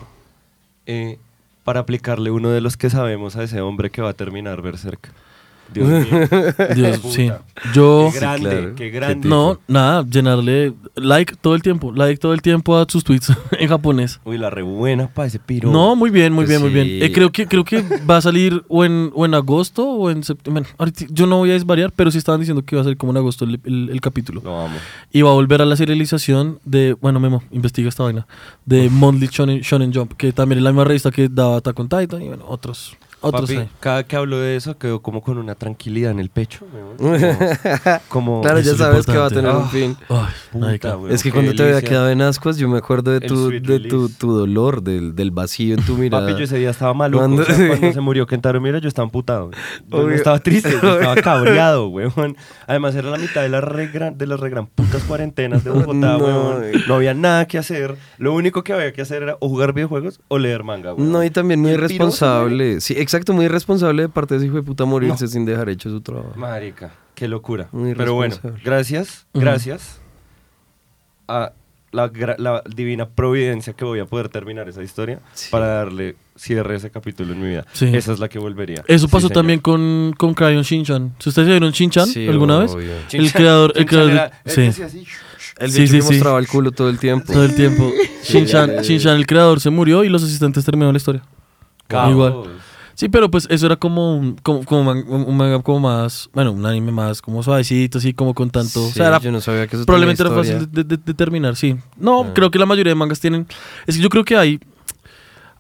eh, para aplicarle uno de los que sabemos a ese hombre que va a terminar Berserk? Dios mío. Dios, Puta. sí. Yo... Qué grande, claro. qué grande. No, nada, llenarle like todo el tiempo, like todo el tiempo a sus tweets en japonés. Uy, la rebuena para ese piro. No, muy bien, muy Pues bien, muy bien. sí. Eh, creo que creo que va a salir o en, o en agosto o en septiembre. Bueno, ahorita yo no voy a desvariar, pero sí estaban diciendo que iba a salir como en agosto el, el- el capítulo. Lo amo. Y va a volver a la serialización de, bueno, Memo, investiga esta vaina, de Monthly Shonen, Shonen Jump, que también es la misma revista que daba Attack on Titan y bueno, otros. otros Papi, ahí. cada que hablo de eso quedo como con una tranquilidad en el pecho. weón. Como, Claro, Eso ya es sabes que va a importante. tener un Ah. fin. Ay, marica. puta, weón, es que qué cuando te había delicia. quedado en ascuas, yo me acuerdo de El tu, sweet de tu, release. tu dolor, del, del vacío en tu mirada. Papi, yo ese día estaba maluco. Cuando- o sea, cuando se murió Kentaro Miura, yo estaba amputado. Yo no Obvio. estaba triste, yo estaba cabreado, weón. Además, era la mitad de las re gran- de las re gran putas cuarentenas de Bogotá, No, weón. eh. No había nada que hacer. Lo único que había que hacer era o jugar videojuegos o leer manga, weón. No, y también muy el piro se irresponsable. Sí, exacto, muy irresponsable de parte de ese hijo de puta morirse sin dejar hecho su trabajo. Marica, qué locura. Muy Pero bueno, irresponsable. gracias, gracias a la, gra- la divina providencia que voy a poder terminar esa historia Sí. para darle cierre a ese capítulo en mi vida. Sí. Esa es la que volvería. Eso Sí, pasó señor. también con, con Crayon Shin-chan. Si ustedes vieron Shin-chan Sí, alguna obvio. vez, el creador. El creador eh, sí. El Sí, bicho sí, sí. que mostraba el culo todo el tiempo. Todo el tiempo. eh, Shin-chan, Shin-chan, el creador, se murió y los asistentes terminaron la historia. Igual. Sí, pero pues eso era como un, como, como man- un manga como más, bueno, un anime más como suavecito, así como con tanto. o Sí, sea, era- yo no sabía que eso probablemente era tenía Ah. historia. fácil de, de- de terminar, sí. No, creo que la mayoría de mangas tienen. Es que yo creo que hay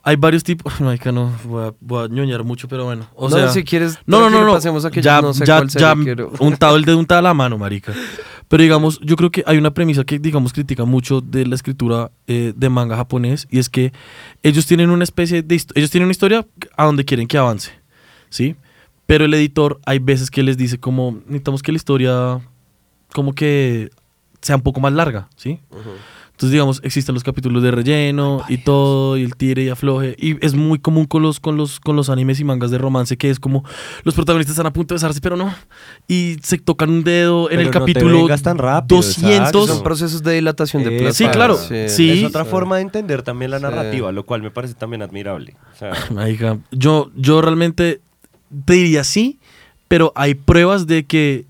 hay varios tipos. Marica, no, voy a, voy a ñoñar mucho, pero bueno. O no, sea, si quieres, no, no, no, tranquilo, no. pasemos a que ya, yo no sé ya, cuál serie ya quiero. untado el dedo untado a la mano, marica. Pero digamos, yo creo que hay una premisa que, digamos, critica mucho de la escritura eh, de manga japonés y es que ellos tienen una especie de... hist- Ellos tienen una historia a donde quieren que avance, ¿sí? Pero el editor hay veces que les dice como, necesitamos que la historia como que sea un poco más larga, ¿sí? Entonces, digamos, existen los capítulos de relleno y todo, y el tire y afloje. Y es muy común con los, con, los, con los animes y mangas de romance, que es como los protagonistas están a punto de besarse, pero no. Y se tocan un dedo en Pero el no te capítulo vengas tan rápido, 200. Son procesos de dilatación de Eh, placer. sí, claro, sí. Es otra forma de entender también la Sí. narrativa, lo cual me parece también admirable. O sea, Marica, yo, yo realmente te diría sí, pero hay pruebas de que.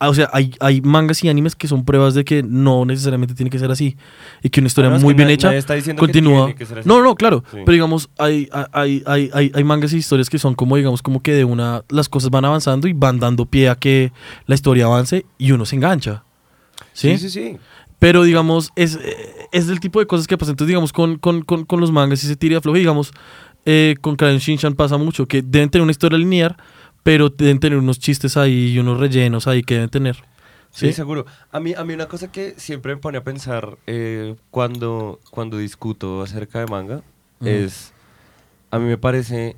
ah, O sea, hay, hay mangas y animes que son pruebas de que no necesariamente tiene que ser así. Y que una historia Ah, no, es muy que bien na- hecha nadie está diciendo que continúa. tiene que ser así. no, no, claro. Sí. Pero digamos, hay, hay, hay, hay, hay mangas y historias que son como, digamos, como que de una. Las cosas van avanzando y van dando pie a que la historia avance y uno se engancha. ¿Sí? sí, sí. Pero digamos, es, eh, es del tipo de cosas que pasa. Entonces, digamos, con, con, con, con los mangas y se tira afloje, digamos, eh, con Crayon Shinchan pasa mucho, que deben tener una historia lineal, pero deben tener unos chistes ahí y unos rellenos ahí que deben tener. Sí, ¿Sí? seguro. A mí, a mí una cosa que siempre me pone a pensar eh, cuando, cuando discuto acerca de manga es, a mí me parece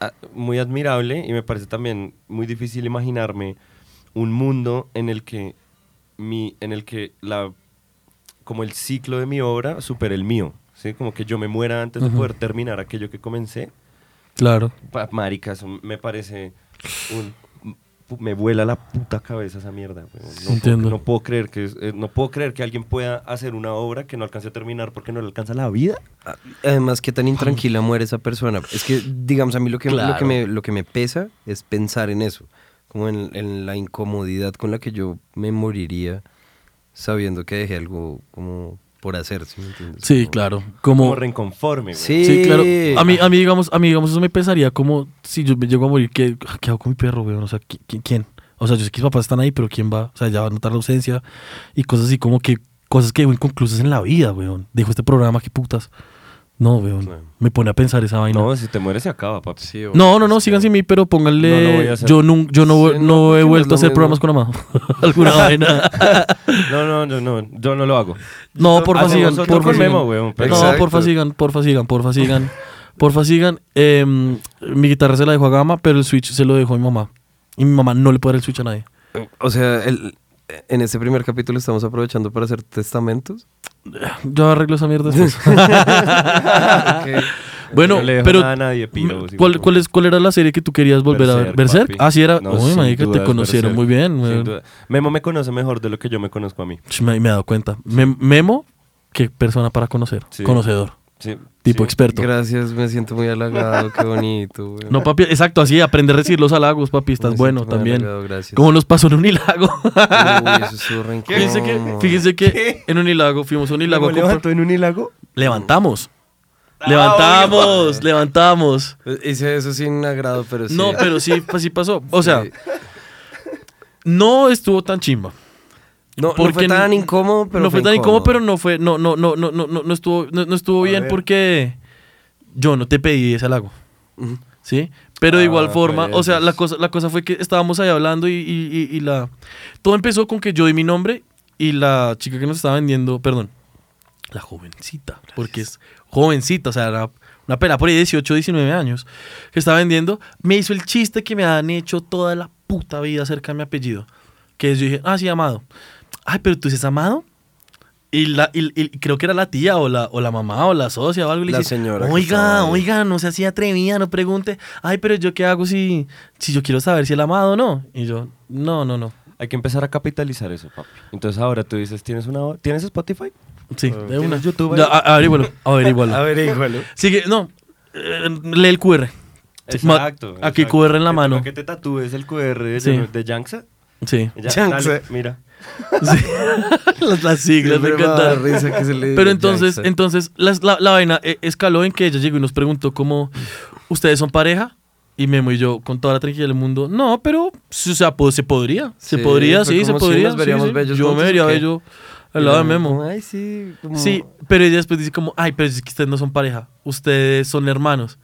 ah, muy admirable y me parece también muy difícil imaginarme un mundo en el que mi, en el que la, como el ciclo de mi obra supere el mío, ¿sí? Como que yo me muera antes de Ujú. poder terminar aquello que comencé. Claro. Pa- Marica, eso me parece un... pu- Me vuela la puta cabeza esa mierda. weón. No, Entiendo. Puedo, no puedo creer que es- eh, no puedo creer que alguien pueda hacer una obra que no alcance a terminar porque no le alcanza la vida. Ah, Además, qué tan intranquila muere esa persona. Es que, digamos, a mí lo que, lo que, me, lo que me pesa es pensar en eso. Como en, en la incomodidad con la que yo me moriría sabiendo que dejé algo como por hacer, ¿sí me entiendes? Sí, Como- claro. Como, Como. reconforme. weón. Sí, Sí, claro. Eh, A ah. mí, a mí, digamos, a mí, digamos, eso me pesaría como si yo me llego a morir, ¿qué, qué hago con mi perro, weón? O sea, ¿qui- qui- ¿quién? O sea, yo sé que mis papás están ahí, pero ¿quién va? O sea, ya va a notar la ausencia y cosas así como que, cosas que dejo inconclusas en la vida, weón. Dejo este programa, qué putas. No, weón. Claro. Me pone a pensar esa vaina. No, si te mueres se acaba, papi. Sí, obvio. No, no, no, sigan sin mí, pero No lo pónganle. voy a hacer. yo nun- yo no, Sí, no, no, porque he no vuelto es lo a hacer mismo. programas con Amado. Alguna vaina. No, no, no, no, yo no lo hago. No, porfa, Hacemos sigan. otro Porfa, con sigan. Memo, weón, pero- No, Exacto. porfa, sigan, porfa, sigan, porfa, sigan. Porfa, sigan. Eh, mi guitarra se la dejó a Gama, pero el Switch se lo dejó a mi mamá. Y mi mamá no le puede dar el Switch a nadie. O sea, el- en este primer capítulo estamos aprovechando para hacer testamentos. Yo arreglo esa mierda después. Bueno, No le dejo pero. nada a nadie, piro, me- sí, ¿cuál, weón. cuál es, ¿Cuál era la serie que tú querías volver a ver? ¿Berserk? papi. Ah, sí, era. No, Uy, sin marica, duda te es conocieron Berserk. muy bien. Sin weón. duda. Memo me conoce mejor de lo que yo me conozco a mí. Ch, Me, me he dado cuenta. Mem- Memo, qué persona para conocer. Sí. Conocedor. Sí, Tipo sí. experto. Gracias, me siento muy halagado, qué bonito. güey. No, papi, exacto, así, aprender a decir los halagos, papi, Me estás siento bueno muy también. halagado, gracias. Como nos pasó en Unilago. Uy, eso estuvo re fíjense que, incómodo. fíjense que en Unilago fuimos a Unilago a Ah, ¿Memo comprar. levantó en un hilago? Levantamos. Levantamos, levantamos. Hice eso sin agrado, pero sí. No, pero sí, pues, sí pasó. O sea, Sí. no estuvo tan chimba. No, no porque fue tan no- incómodo, pero no fue tan incómodo, pero no fue, no, no, no, no, no, no, no estuvo, no, no estuvo A bien ver. porque yo no te pedí ese halago. ¿sí? Pero de Ah, igual forma, pues. o sea, la cosa, la cosa fue que estábamos ahí hablando y, y- y- y la... Todo empezó con que yo di mi nombre y la chica que nos estaba vendiendo, perdón, la jovencita, porque es jovencita, o sea, era una pela por ahí de 18, 19 años, que estaba vendiendo, me hizo el chiste que me han hecho toda la puta vida acerca de mi apellido. Que es- yo dije, ah, sí, Amado. Ay, pero tú dices Amado. Y, la, y, y creo que era la tía o la, o la mamá o la socia o algo. y le La dice, señora que estaba Oiga, ahí". oiga, no sea así atrevida, no pregunte. Ay, pero yo qué hago si, si yo quiero saber si el amado o no. Y yo, no, no, no. Hay que empezar a capitalizar eso, papi. Entonces ahora tú dices, ¿tienes una hora? ¿Tienes Spotify? Sí, Ah, de una. ¿Tienes YouTube? Ya, a- averígualo, averígualo. Averígualo. Sigue, no, eh, lee el QR. Sí, ma- Exacto. Aquí exacto. QR en la Te mano. toca que te tatúes el QR de, Sí. de Yangtze. Sí. Ya, Yangtze. dale, mira. Sí. las, las siglas, me Siempre da encantaron. risa que se le diga Pero entonces, Jackson. entonces las- la, la vaina eh, escaló en que ella llegó y nos preguntó como, ¿ustedes son pareja? Y Memo y yo, con toda la tranquilidad del mundo, no, pero sí, o sea, po- se podría, se Sí, podría, fue sí, se como si podría. nos sí, veríamos sí. bellos Yo me juntos, vería ¿o qué? bello al lado de Y era como, Memo. Ay, sí. como- Sí, pero ella después dice como, ay, pero es que ustedes no son pareja, ustedes son hermanos.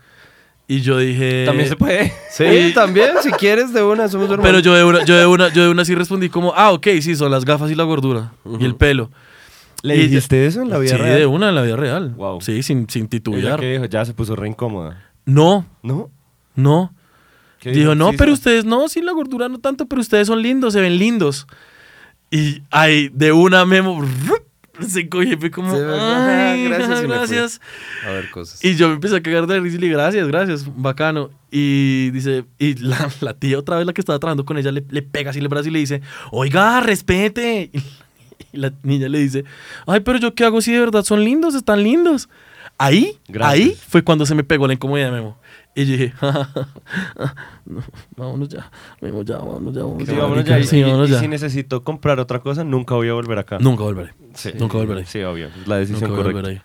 Y yo dije... También se puede. Sí, también, si quieres, de una, somos hermanos. Pero yo de, una, yo, de una, yo de una sí respondí como, ah, ok, sí, son las gafas y la gordura y el pelo. ¿Le Y ella- dijiste eso en la vida sí, real? de una en la vida real. Wow. Sí, sin, sin Ella titubear. que dijo, ya se puso re incómoda. No, ¿No? no. ¿Qué Dijo, no, Sí, pero sí. ustedes no, sin la gordura no tanto, pero ustedes son lindos, se ven lindos. Y ahí, de una memo, se cogió y fue como, Se me- ajá, "Ay, gracias", ajá, y me fui. gracias. A ver, cosas. Y yo me empecé a cagar de risa y le dije, gracias, gracias, bacano. Y dice, y la, la tía otra vez la que estaba trabajando con ella le, le pega así en el brazo y le dice, oiga, respete. Y la niña le dice, ay, pero yo qué hago si de verdad son lindos, están lindos. Ahí, Gracias. ahí fue cuando se me pegó la incomodidad de Memo. Y yo dije, "Ja, ja, ja, no, vámonos ya, Memo, ya, vámonos ya, vámonos Sí, ya. vámonos marica, ya. Y, sí, y- vámonos y ya". si necesito comprar otra cosa, nunca voy a volver acá. Nunca volveré. Sí. Nunca volveré. Sí, obvio. Es la Nunca decisión volveré correcta. ahí.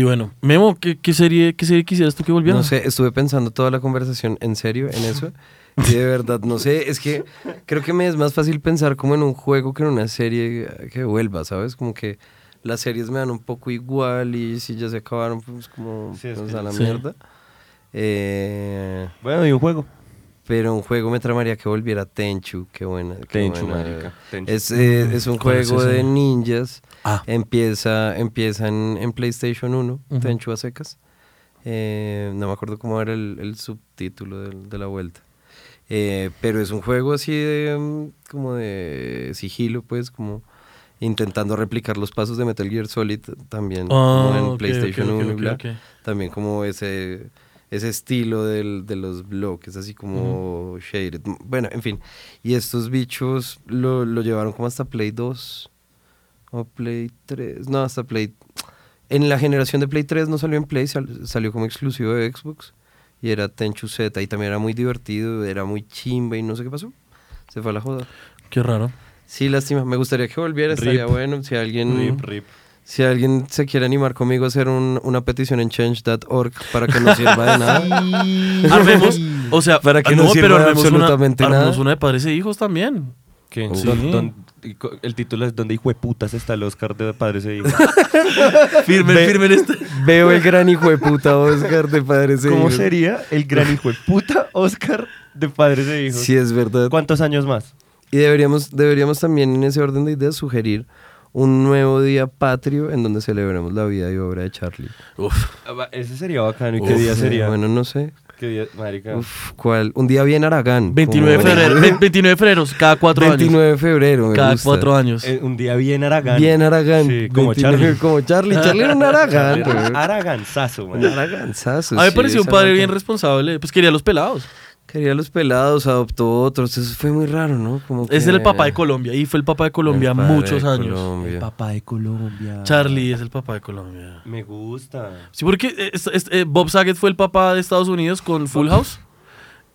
Y bueno, Memo, ¿qué, qué serie, ¿qué serie quisieras tú que volviera? No sé, estuve pensando toda la conversación en serio en eso. Y de verdad, no sé, es que creo que me es más fácil pensar como en un juego que en una serie que vuelva, ¿sabes? Como que las series me dan un poco igual y si ya se acabaron, pues como Sí, es pues, que- a la Sí. mierda. Eh, Bueno, y un juego. pero un juego me tramaría que volviera Tenchu, qué buena. qué Tenchu, buena. marica, Tenchu. Mm, Es, eh, es un ¿Cuál es juego ese? de ninjas. Ah. Empieza, empieza en, en PlayStation 1, Ujú. Tenchu a secas. Eh, no me acuerdo cómo era el, el subtítulo del- de, la vuelta. Eh, pero es un juego así de mm, como de sigilo, pues, como intentando replicar los pasos de Metal Gear Solid también como Ah, en ok, ok, PlayStation ok, 1 y ok, bla. ok. También como ese, ese estilo del- de los bloques, así como shaded. Bueno, en fin. Y estos bichos lo, lo llevaron como hasta Play 2 o Play 3. No, hasta Play... En la generación de Play 3 no salió en Play, sal- salió como exclusivo de Xbox. Y era Tenchu Z y también era muy divertido, era muy chimba y no sé qué pasó. Se fue a la joda. Qué raro. Sí, lástima. Me gustaría que volviera, estaría bueno. Si alguien... Rip, rip. Si alguien se quiere animar conmigo a hacer un- una petición en change.org para que no sirva de nada. Armemos, o sea, ah, Para que no, no sirva pero de armemos absolutamente una, nada. armemos una de padres e hijos también. ¿Qué? Sí. Don- don- y co- el título es ¿Dónde hijo de putas está el Oscar de Padres e Hijos? Firmen, Ve- firmen este. Veo el gran hijo de puta Oscar de Padres e ¿Cómo Hijos. sería el gran hijo de puta Oscar de Padres e Hijos? Sí, es verdad. ¿Cuántos años más? Y deberíamos, deberíamos también en ese orden de ideas sugerir un nuevo día patrio en donde celebremos la vida y obra de Charlie. Uf, Ah, Ese sería bacano. ¿Y qué Uf, día sería? Bueno, no sé. ¿Qué día? Marica. Uf, ¿cuál? Un día bien Aragán. 29 de como- febrero, ve- 29 de febrero, cada cuatro 29 de febrero, me años. Cada gusta. cuatro años. Eh, un día bien Aragán. Bien Aragán. Sí, como 29, Charlie. Como Charlie. Charlie era un Aragán. güey. Araganzazo, Un man. Araganzazo. A mí me sí, pareció un esa padre vaina. bien responsable. Pues quería a los pelados. Quería a los pelados, adoptó otros. Eso fue muy raro, ¿no? Como Ese que- era el papá de Colombia. Y fue el papá de Colombia El padre muchos de años. Colombia. Papá de Colombia. Charlie es el papá de Colombia. Me gusta. Sí, porque eh, es- es- eh, Bob Saget fue el papá de Estados Unidos con Full House.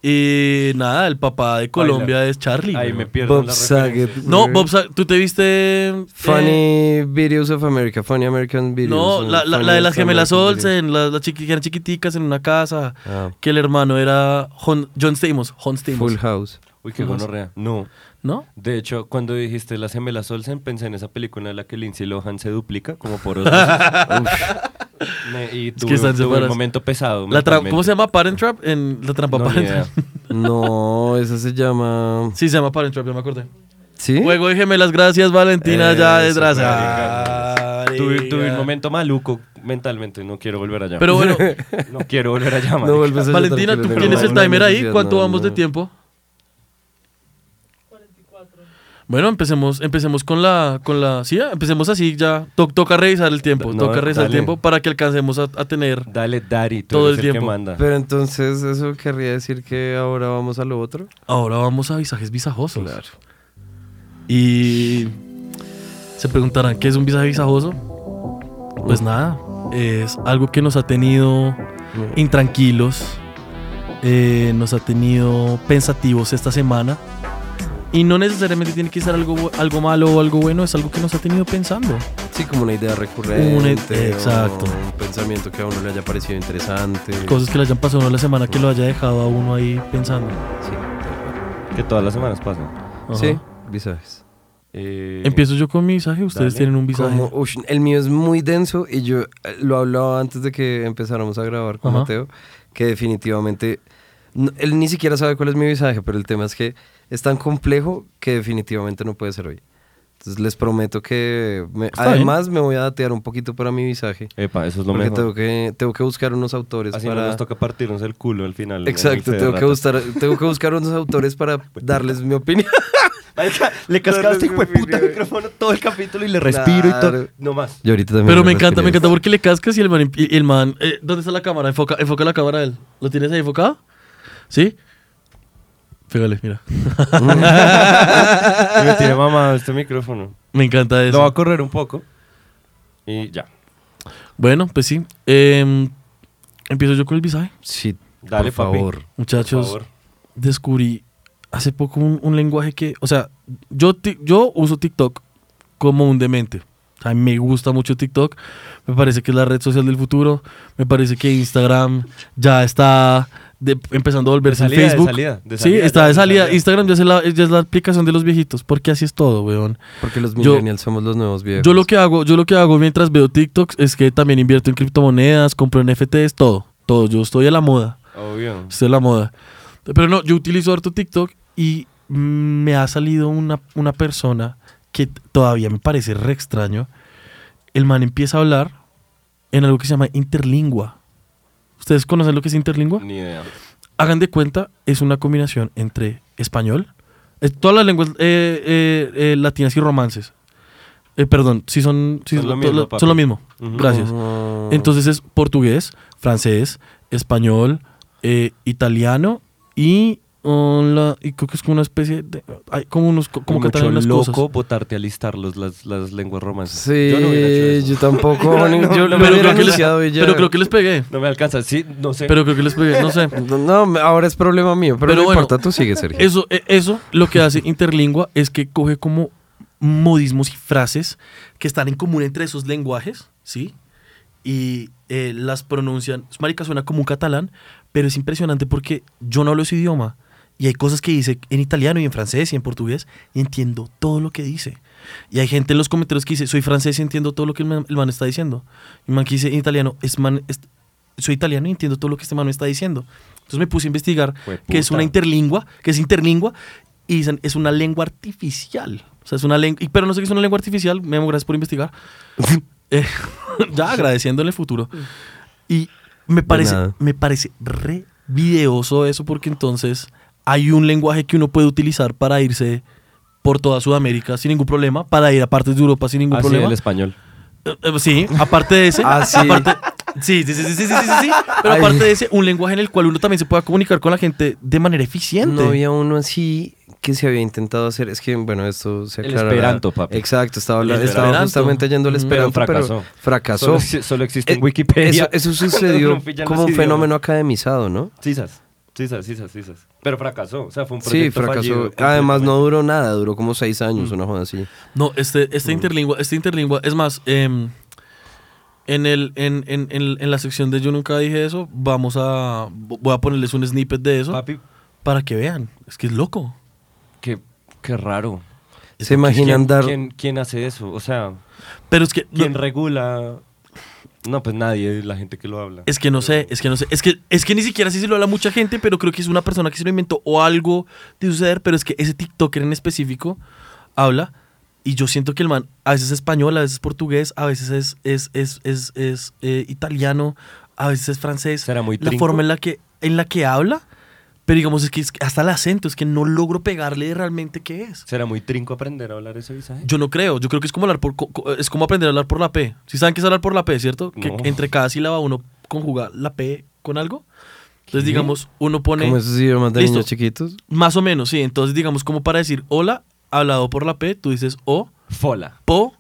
Y nada, el papá de Colombia es Charlie. Ahí güey. me pierdo Bob la Saget. referencia. No, güey. Bob Saget, ¿tú te viste? eh, Funny Videos of America, Funny American Videos. No, eh, la, la- la de Funniest las gemelas American Videos. Olsen, las, las chiqui- que eran chiquiticas en una casa, Ah, que el hermano era Hon- John Stamos, John Stamos. Full House. Uy, qué Algo así. gonorrea. No. ¿No? De hecho, cuando dijiste las gemelas Olsen, pensé en esa película en la que Lindsay Lohan se duplica, como por osmosis. Me- y tuve, están tuve un separadas. momento pesado. La tra- mentalmente. ¿Cómo se llama? Parent Trap. En la trampa No, ni Parent idea. Trap. No, esa se llama. Sí, se llama Parent Trap, ya me acordé. ¿Sí? Juego de gemelas, gracias Valentina, ya Eso, detrás. marica. Ah, Tuve, tuve un marica. momento maluco mentalmente. No quiero volver allá. Pero bueno, no quiero volver allá. marica. No vuelves a Valentina, tratar ¿tú que le tienes den el una timer ahí? necesidad, ¿Cuánto no, vamos de no. tiempo? 44. Bueno, empecemos, empecemos con la, con la, sí, ah, empecemos así ya. To- toca revisar el tiempo, No, toca revisar el dale. tiempo para que alcancemos a, a tener. Dale, Dari, tú Todo eres el el, que tiempo. manda. Pero entonces, ¿eso querría decir que ahora vamos a lo otro? Ahora vamos a visajes visajosos. Y se preguntarán qué es un visaje visajoso. Pues nada, es algo que nos ha tenido intranquilos, eh, nos ha tenido pensativos esta semana. Y no necesariamente tiene que ser algo, bu- algo malo o algo bueno, es algo que nos ha tenido pensando. Sí, como una idea recurrente. Una- o exacto. Un pensamiento que a uno le haya parecido interesante. Cosas que le hayan pasado a uno la semana que lo haya dejado a uno ahí pensando. Sí, Que todas las semanas pasan. Ajá. sí visajes. Eh, Empiezo yo con mi visaje, ustedes Dale. tienen un visaje. Como, ush, el mío es muy denso y yo eh, lo hablaba antes de que empezáramos a grabar con Ajá. Mateo, que definitivamente... no- él ni siquiera sabe cuál es mi visaje, pero el tema es que es tan complejo que definitivamente no puede ser hoy. Entonces les prometo que... me- Está bien. además me voy a datear un poquito para mi visaje. Epa, eso es lo Porque mejor. tengo que, tengo que buscar unos autores Así para... no nos toca partirnos el culo al final. en Exacto, el tengo que, Federata. buscar, tengo que buscar unos autores para Pues, darles mi opinión. Marica, le cascaste, hijo de puta, el micrófono todo el capítulo y le respiro y Claro. todo. No más. Yo ahorita también Pero lo me encanta, me respiré. encanta porque le cascas y el man. y el man eh, ¿Dónde está la cámara? Enfoca, enfoca la cámara a él. ¿Lo tienes ahí enfocado? ¿Sí? Pégale, mira. Y me tiene mamado este micrófono. Me encanta eso. Lo va a correr un poco. Y ya. Bueno, pues sí. Em, empiezo yo con el visaje. Sí, Dale, por favor. Por Muchachos, favor. descubrí hace poco un, un lenguaje que. O sea, yo, ti- yo uso TikTok como un demente. O sea, me gusta mucho TikTok. Me parece que es la red social del futuro. Me parece que Instagram ya está de- empezando a volverse De salida, el de Facebook. salida, de sí, salida, está ya, de de salida. salida. Instagram ya es, la, ya es la aplicación de los viejitos. Porque así es todo, weón. Porque los Yo- millennials somos los nuevos viejos. Yo lo pues. que hago, yo lo que hago mientras veo TikToks es que también invierto en criptomonedas, compro NFTs, todo. Todo. Yo estoy a la moda. Obvio. Esto es la moda. Pero no, yo utilizo harto TikTok y mm, me ha salido una, una persona que t- todavía me parece re extraño. El man empieza a hablar en algo que se llama interlingua. ¿Ustedes conocen lo que es interlingua? Ni idea. Hagan de cuenta, es una combinación entre español, es- todas las lenguas eh, eh, eh, latinas y romances. Eh, perdón, si son, sí Son lo to- mismo, lo- papi. son lo mismo. Ujú. Gracias. Ah, Entonces es portugués, francés, español, eh, italiano y, oh, la- y creo que es como una especie de... Hay como unos... co- Como que Mucho traen unas loco cosas. botarte a listar los- las, las lenguas romances. Sí, Yo yo, no hubiera hecho eso. tampoco. No, ni- no, yo no, lo Pero creo, hubiera que les, anunciado y ya. pero creo que les pegué. No me alcanza. Sí, no sé. Pero creo que les pegué, no sé. No, me- ahora es problema mío, pero, Pero no bueno, importa, tú sigue, Sergio. Eso, e- eso lo que hace Interlingua es que coge como modismos y frases que están en común entre esos lenguajes, ¿sí? Y eh, las pronuncian. Marica suena como un catalán, pero es impresionante porque yo no hablo ese idioma y hay cosas que dice en italiano y en francés y en portugués y entiendo todo lo que dice. Y hay gente en los comentarios que dice, soy francés y entiendo todo lo que el man, el man está diciendo. Y el man que dice en italiano, es man, es- soy italiano y entiendo todo lo que este man me está diciendo. Entonces me puse a investigar Jueputa. que es una interlingua, que es interlingua, y dicen, es una lengua artificial. O sea, es una lengua, pero no sé qué es una lengua artificial, Memo, gracias por investigar. Eh, ya agradeciendo en el futuro. Y me parece, nada. me parece re videoso eso, porque entonces hay un lenguaje que uno puede utilizar para irse por toda Sudamérica sin ningún problema, para ir a partes de Europa sin ningún Así problema. el español. Eh, eh, Sí, aparte de ese. Ah, sí. aparte- sí, sí, sí, sí, sí, sí, sí, sí. Pero Ay. aparte de ese, un lenguaje en el cual uno también se pueda comunicar con la gente de manera eficiente. No había uno así que se había intentado hacer. Es que, bueno, esto se El aclarará. esperanto, papi. Exacto, estaba, habla- El Mm. estaba esperanto. justamente yendo al Pero esperanto, pero fracasó. fracasó. Solo, exi- solo existe en Eh, Wikipedia. Eso, eso sucedió Rompían como los un idiomas. fenómeno academizado, ¿no? Sisas. Sisas, sisas, sisas. Pero fracasó. O sea, fue un Sí, proyecto fracasó. fallido Mm. Además, completamente. no duró nada, duró como seis años, una joda así. No, este, Mm. este interlingua, este interlingua, es más, em, en, el, en, en, en, en la sección de Yo Nunca Dije Eso, vamos a, voy a ponerles un snippet de eso Papi, para que vean. Es que es loco. qué, qué raro. ¿Se imaginan ¿Quién, dar quién- quién hace eso? O sea, Pero es que... ¿quién no- regula? No, pues nadie, la gente que lo habla. Es que no sé, es que no sé. Es que, es que ni siquiera sí se lo habla mucha gente, pero creo que es una persona que se lo inventó o algo de suceder, pero es que ese TikToker en específico habla y yo siento que el man a veces es español, a veces es portugués, a veces es, es, es, es, es, eh, italiano, a veces es francés. ¿Será muy La trinco? forma en la que, en la que habla, pero digamos es que es que hasta el acento, es que no logro pegarle realmente qué es. ¿Será muy trinco aprender a hablar ese visaje? Yo no creo, yo creo que es como hablar por co- co- es como aprender a hablar por la P. Si saben que es hablar por la P, ¿cierto? Que No. entre cada sílaba uno conjuga la P con algo. Entonces, ¿Qué? digamos, uno pone como esos idiomas de Listo. niños chiquitos? más o menos, sí. Entonces, digamos, como para decir hola, hablado por la P, tú dices o, Fola. po,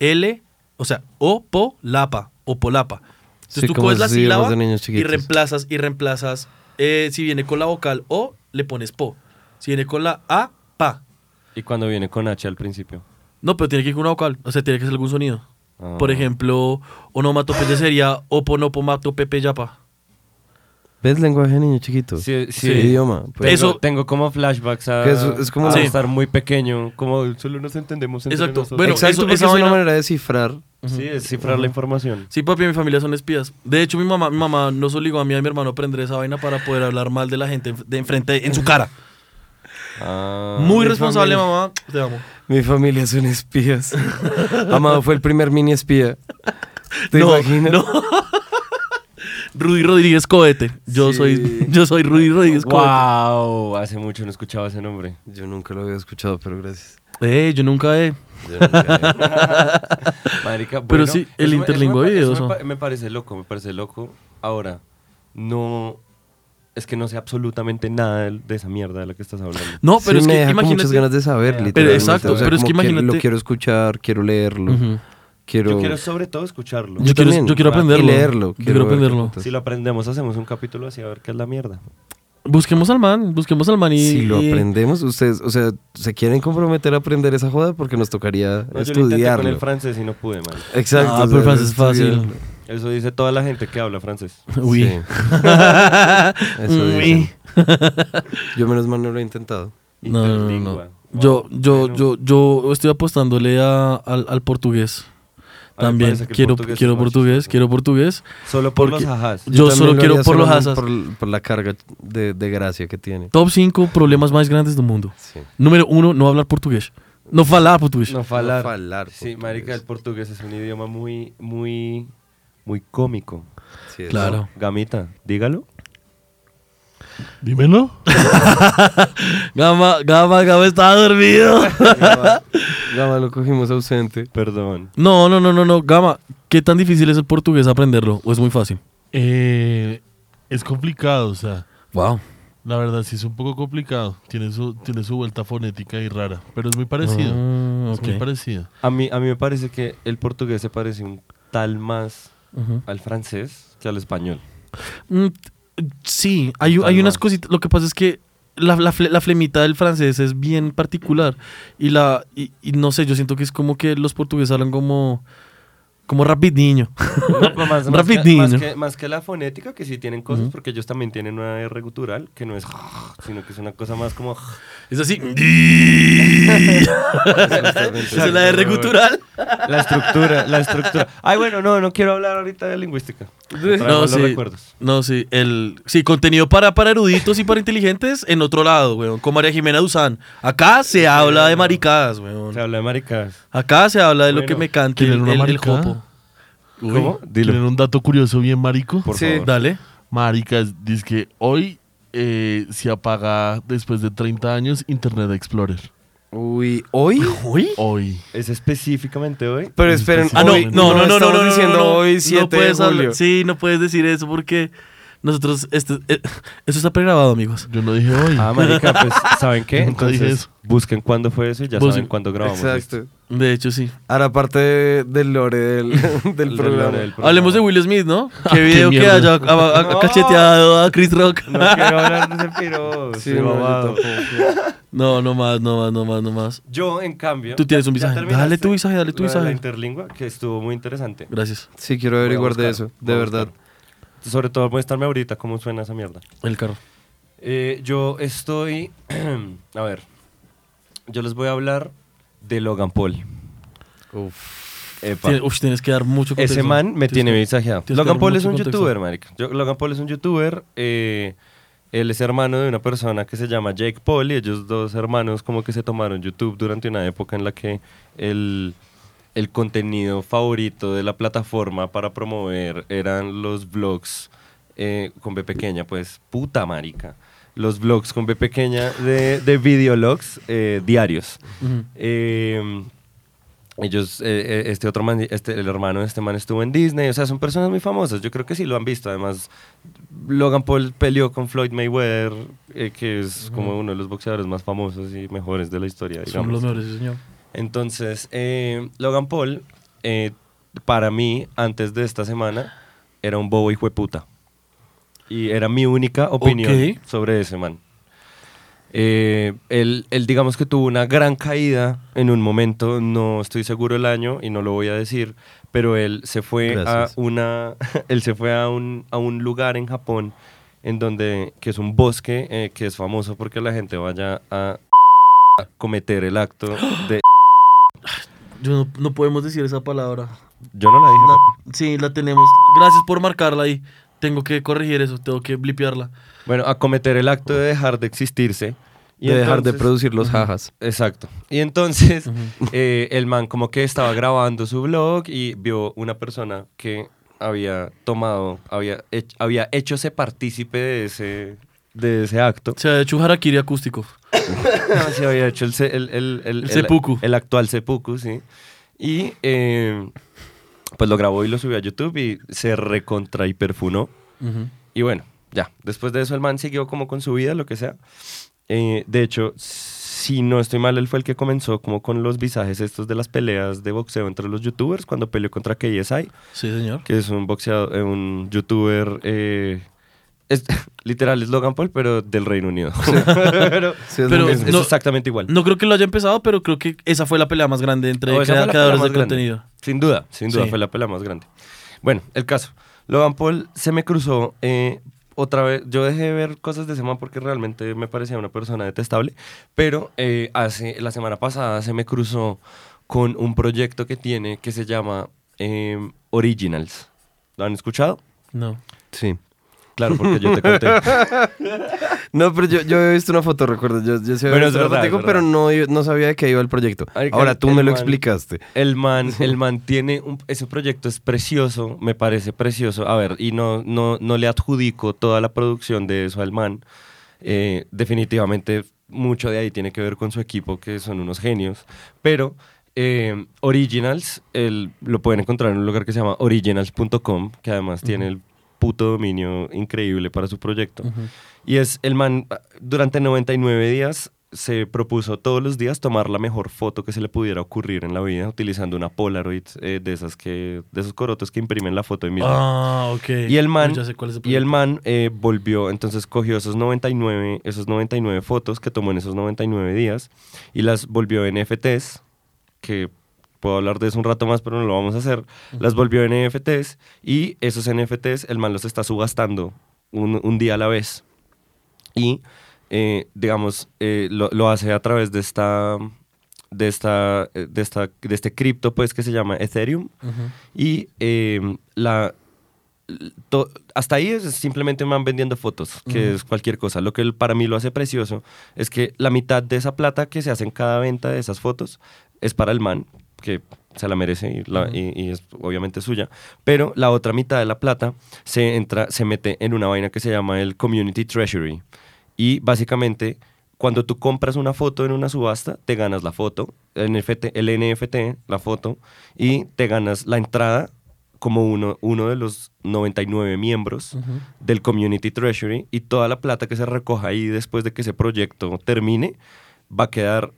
L, o sea, o, po, lapa, o polapa. Entonces Sí, tú como coges la esos idiomas sílaba de niños y chiquitos. reemplazas, y reemplazas, eh, si viene con la vocal o, le pones po. Si viene con la A, pa. Y cuando viene con H al principio. No, pero tiene que ir con una vocal, o sea, tiene que ser algún sonido. Ah. Por ejemplo, onomatopeya sería oponopomato pepe yapa. ¿Ves lenguaje de niño chiquito? Sí, sí. El idioma. Tengo- pues. Eso- Tengo como flashbacks a, Que es- es como a la- estar muy pequeño, como solo nos entendemos entre Exacto. nosotros. Bueno, Exacto, eso- porque esa es vaina- una manera de cifrar. Sí, es cifrar la información. Sí, papi, mi familia son espías. De hecho, mi mamá, mi mamá nos obligó a mí y a mi hermano a aprender esa vaina para poder hablar mal de la gente en- de enfrente, en su cara. Ah, Muy mi responsable, familia. mamá. Te amo. Mi familia son espías. Amado fue el primer mini espía. ¿Te No, imaginas? no. Rudy Rodríguez Cohete. Yo Sí. soy yo soy Rudy Rodríguez Cohete. Wow, hace mucho no escuchaba ese nombre. Yo nunca lo había escuchado, pero gracias. Eh, yo nunca he. Yo nunca- Marica, bueno, Pero sí, el eso me- eso interlingüe me pa- eso videoso. me, pa- me parece loco, me parece loco. Ahora, no es que no sé absolutamente nada de, de esa mierda de la que estás hablando. No, pero Sí, es me que deja con muchas imagínate. ganas de saber, Pero literalmente. exacto, pero es como que imagínate- Lo quiero escuchar, quiero leerlo, Ujú. quiero... Yo quiero sobre todo escucharlo. Yo, quiero, también. yo quiero Y aprenderlo. leerlo, Yo quiero quiero ver qué aprenderlo. putas. Si lo aprendemos, hacemos un capítulo así a ver qué es la mierda. Busquemos al man, busquemos al man y. Si lo y- aprendemos, ustedes, o sea, ¿se quieren comprometer a aprender esa joda? Porque nos tocaría No, yo lo intenté con el estudiarlo. francés y no pude, man. Exacto. Ah, o sea, pero francés es fácil. estudiarlo. Eso dice toda la gente que habla francés. Uy. Sí, eso Uy. dicen. Yo menos mal no lo he intentado. No, no, no, no. Interlingua. Yo, Wow, yo, bueno. yo, yo estoy apostándole a- al, al portugués. A mí me También parece que el quiero portugués portugués, es quiero más portugués, chistoso. quiero portugués. Solo por Porque- los ajás. Yo también solo lo quiero haría por los solamente asas. Por, por la carga de, de gracia que tiene. Top 5 problemas más grandes del mundo. Sí. Número 1, no hablar portugués. No falar portugués. No falar. No falar Sí, portugués. marica, el portugués es un idioma muy, muy, muy cómico. sí, es- Claro. Gamita, dígalo. Dímelo. Gama, Gama, Gama está dormido. Gama- Gama lo cogimos ausente. Perdón. No, no, no, no, no. Gama, ¿qué tan difícil es el portugués aprenderlo? ¿O es muy fácil? Eh, es complicado, o sea, Wow. la verdad sí es un poco complicado. Tiene su, tiene su vuelta fonética y rara, pero es muy parecido. Ah, Ah, Es muy parecido. A mí, a mí me parece que el portugués se parece un tal más al francés que al español. Mm, t- Sí, hay, Tal hay unas cual. cositas. Lo que pasa es que la, la, fle- la flemita del francés es bien particular. Y la y, y no sé, yo siento que es como que los portugueses hablan como, como rapidinho. No, pero más, más que, Rapidinho. más, que, más que la fonética, que sí tienen cosas, porque ellos también tienen una R gutural, que no es sino que es una cosa más como... Es así. Esa es la R gutural. La estructura, la estructura. Ay, bueno, no, no quiero hablar ahorita de lingüística. Me trae No, malos sí. recuerdos. No, sí. El, sí, contenido para, para eruditos y para inteligentes en otro lado, weón. Con María Jimena Duzán. Acá se habla de maricadas, Se weón. habla de maricas. Acá se habla de lo que Bueno, me cante ¿quieren el, una el- el maricada? jopo. ¿Cómo? ¿Tienen un dato curioso bien marico? Por Sí, favor. Dale. Marica, dice que hoy eh, se apaga después de 30 años Internet Explorer. Uy, ¿hoy? ¿Uy? Hoy. ¿Es específicamente hoy? Pero esperen, Ah, no, hoy- no, estamos diciendo hoy no 7 puedes de hablar- julio. sí, no puedes decir eso porque nosotros este- eh, eso está pregrabado, amigos. Yo no dije hoy. Ah, marica, pues, ¿saben qué? Nunca dije Entonces, eso. busquen cuándo fue eso y ya Busquen- saben cuándo grabamos. esto. Exacto. De hecho, sí. Ahora parte de- del lore del, del El programa. del programa. Hablemos de Will Smith, ¿no? Ah, Qué Qué video que mierda. haya a- a- a- No. cacheteado a Chris Rock. No quiero hablar de ese piro. Sí, soy no, yo babado. tampoco. No, no más, no más, no más, no más. Yo, en cambio... Tú tienes un ¿ya visaje. terminaste Dale tu visaje, dale tu lo de La visaje. interlingua, que estuvo muy interesante. Gracias. Sí, quiero Voy a averiguar de buscar, eso, voy de a verdad. buscar. Sobre todo, muéstrame ahorita cómo suena esa mierda. El carro. Eh, yo estoy... a ver. yo les voy a hablar de Logan Paul. Epa. Tiene- Uf, tienes que dar mucho contexto. Ese man me Tienes tiene que- visajeado. tienes que Logan dar Paul mucho es un contexto. youtuber, marica. Yo- Logan Paul es un youtuber. eh, él es hermano de una persona que se llama Jake Paul y ellos dos hermanos como que se tomaron YouTube durante una época en la que el, el contenido favorito de la plataforma para promover eran los vlogs eh, con B pequeña, pues puta marica. Los vlogs con B pequeña de, de videologs eh, diarios. Eh, ellos, eh, eh, este otro man, este, el hermano de este man estuvo en Disney, o sea, son personas muy famosas, yo creo que sí lo han visto, además Logan Paul peleó con Floyd Mayweather, eh, que es como uno de los boxeadores más famosos y mejores de la historia, Son los digamos. mejores, sí, señor. Entonces, eh, Logan Paul, eh, para mí, antes de esta semana, era un bobo hijo de puta. Y era mi única opinión Ok. sobre ese man. Eh, él, él, digamos que tuvo una gran caída en un momento, no estoy seguro el año y no lo voy a decir, pero él se fue Gracias. a una, él se fue a un, a un lugar en Japón en donde, que es un bosque, eh, que es famoso porque la gente vaya a cometer el acto de... Yo no, no podemos decir esa palabra. Yo no la dije, La- papi. sí, la tenemos. Gracias por marcarla ahí. Tengo que corregir eso, tengo que blipearla. Bueno, a cometer el acto de dejar de existirse. Y de dejar de entonces- producir los jajas. Exacto. Y entonces eh, el man como que estaba grabando su blog y vio una persona que había tomado, había, hech- había hecho ese partícipe de ese, de ese acto. Se ha hecho un harakiri acústico. Se había hecho el, se- el, el, el, El seppuku. el actual seppuku, sí. Y eh, pues lo grabó y lo subió a YouTube y se recontra hiperfunó. Y bueno, ya. Después de eso, el man siguió como con su vida, lo que sea. Eh, de hecho, si no estoy mal, él fue el que comenzó como con los visajes estos de las peleas de boxeo entre los youtubers cuando peleó contra KSI, Sí, señor. que es un boxeador, eh, un youtuber. eh, es- literal, es Logan Paul, pero del Reino Unido. pero Sí, es Pero muy- es, es no- exactamente igual. No creo que lo haya empezado, pero creo que esa fue la pelea más grande entre No, esa crea- fue la creadores de pelea más grande. contenido. Sin duda, sin duda Sí. fue la pelea más grande. Bueno, el caso. Logan Paul se me cruzó eh, otra vez. Yo dejé de ver cosas de ese man porque realmente me parecía una persona detestable. Pero eh, hace, la semana pasada se me cruzó con un proyecto que tiene que se llama eh, Originals. ¿Lo han escuchado? No. Sí. Claro, porque yo te conté. No, pero yo, yo he visto una foto, recuerdo. Yo, yo sí había Bueno, es visto una verdad, es fotico, verdad. pero no, no sabía de qué iba el proyecto. Ay, Ahora el- tú el me lo man- explicaste. El man, el man tiene un- ese proyecto es precioso, me parece precioso. A ver, y no, no, no le adjudico toda la producción de eso al man. Eh, definitivamente mucho de ahí tiene que ver con su equipo, que son unos genios. Pero eh, Originals, el- lo pueden encontrar en un lugar que se llama originals.com, que además tiene el puto dominio increíble para su proyecto. Y es el man, ah, durante 99 días se propuso todos los días tomar la mejor foto que se le pudiera ocurrir en la vida utilizando una Polaroid eh, de esas que de esos corotos que imprimen la foto de mismo. Ah, ok. Y el man, Ya sé cuál es el y el proyecto. man eh, volvió, entonces cogió esos 99, esos 99 fotos que tomó en esos 99 días y las volvió en NFTs, que puedo hablar de eso un rato más, pero no lo vamos a hacer. Las volvió en NFTs y esos NFTs el man los está subastando un, un día a la vez. Y, eh, digamos, eh, lo, lo hace a través de esta... De, esta, eh, de, esta, de este cripto pues que se llama Ethereum y eh, la, to- hasta ahí es simplemente me van vendiendo fotos, que es cualquier cosa. Lo que el- para mí lo hace precioso es que la mitad de esa plata que se hace en cada venta de esas fotos es para el man, que se la merece y, la- y- y es obviamente suya, pero la otra mitad de la plata se, entra, se mete en una vaina que se llama el Community Treasury. Y básicamente, cuando tú compras una foto en una subasta, te ganas la foto, NFT, el NFT, la foto, y te ganas la entrada como uno, uno de los 99 miembros del Community Treasury y toda la plata que se recoja ahí después de que ese proyecto termine va a quedar...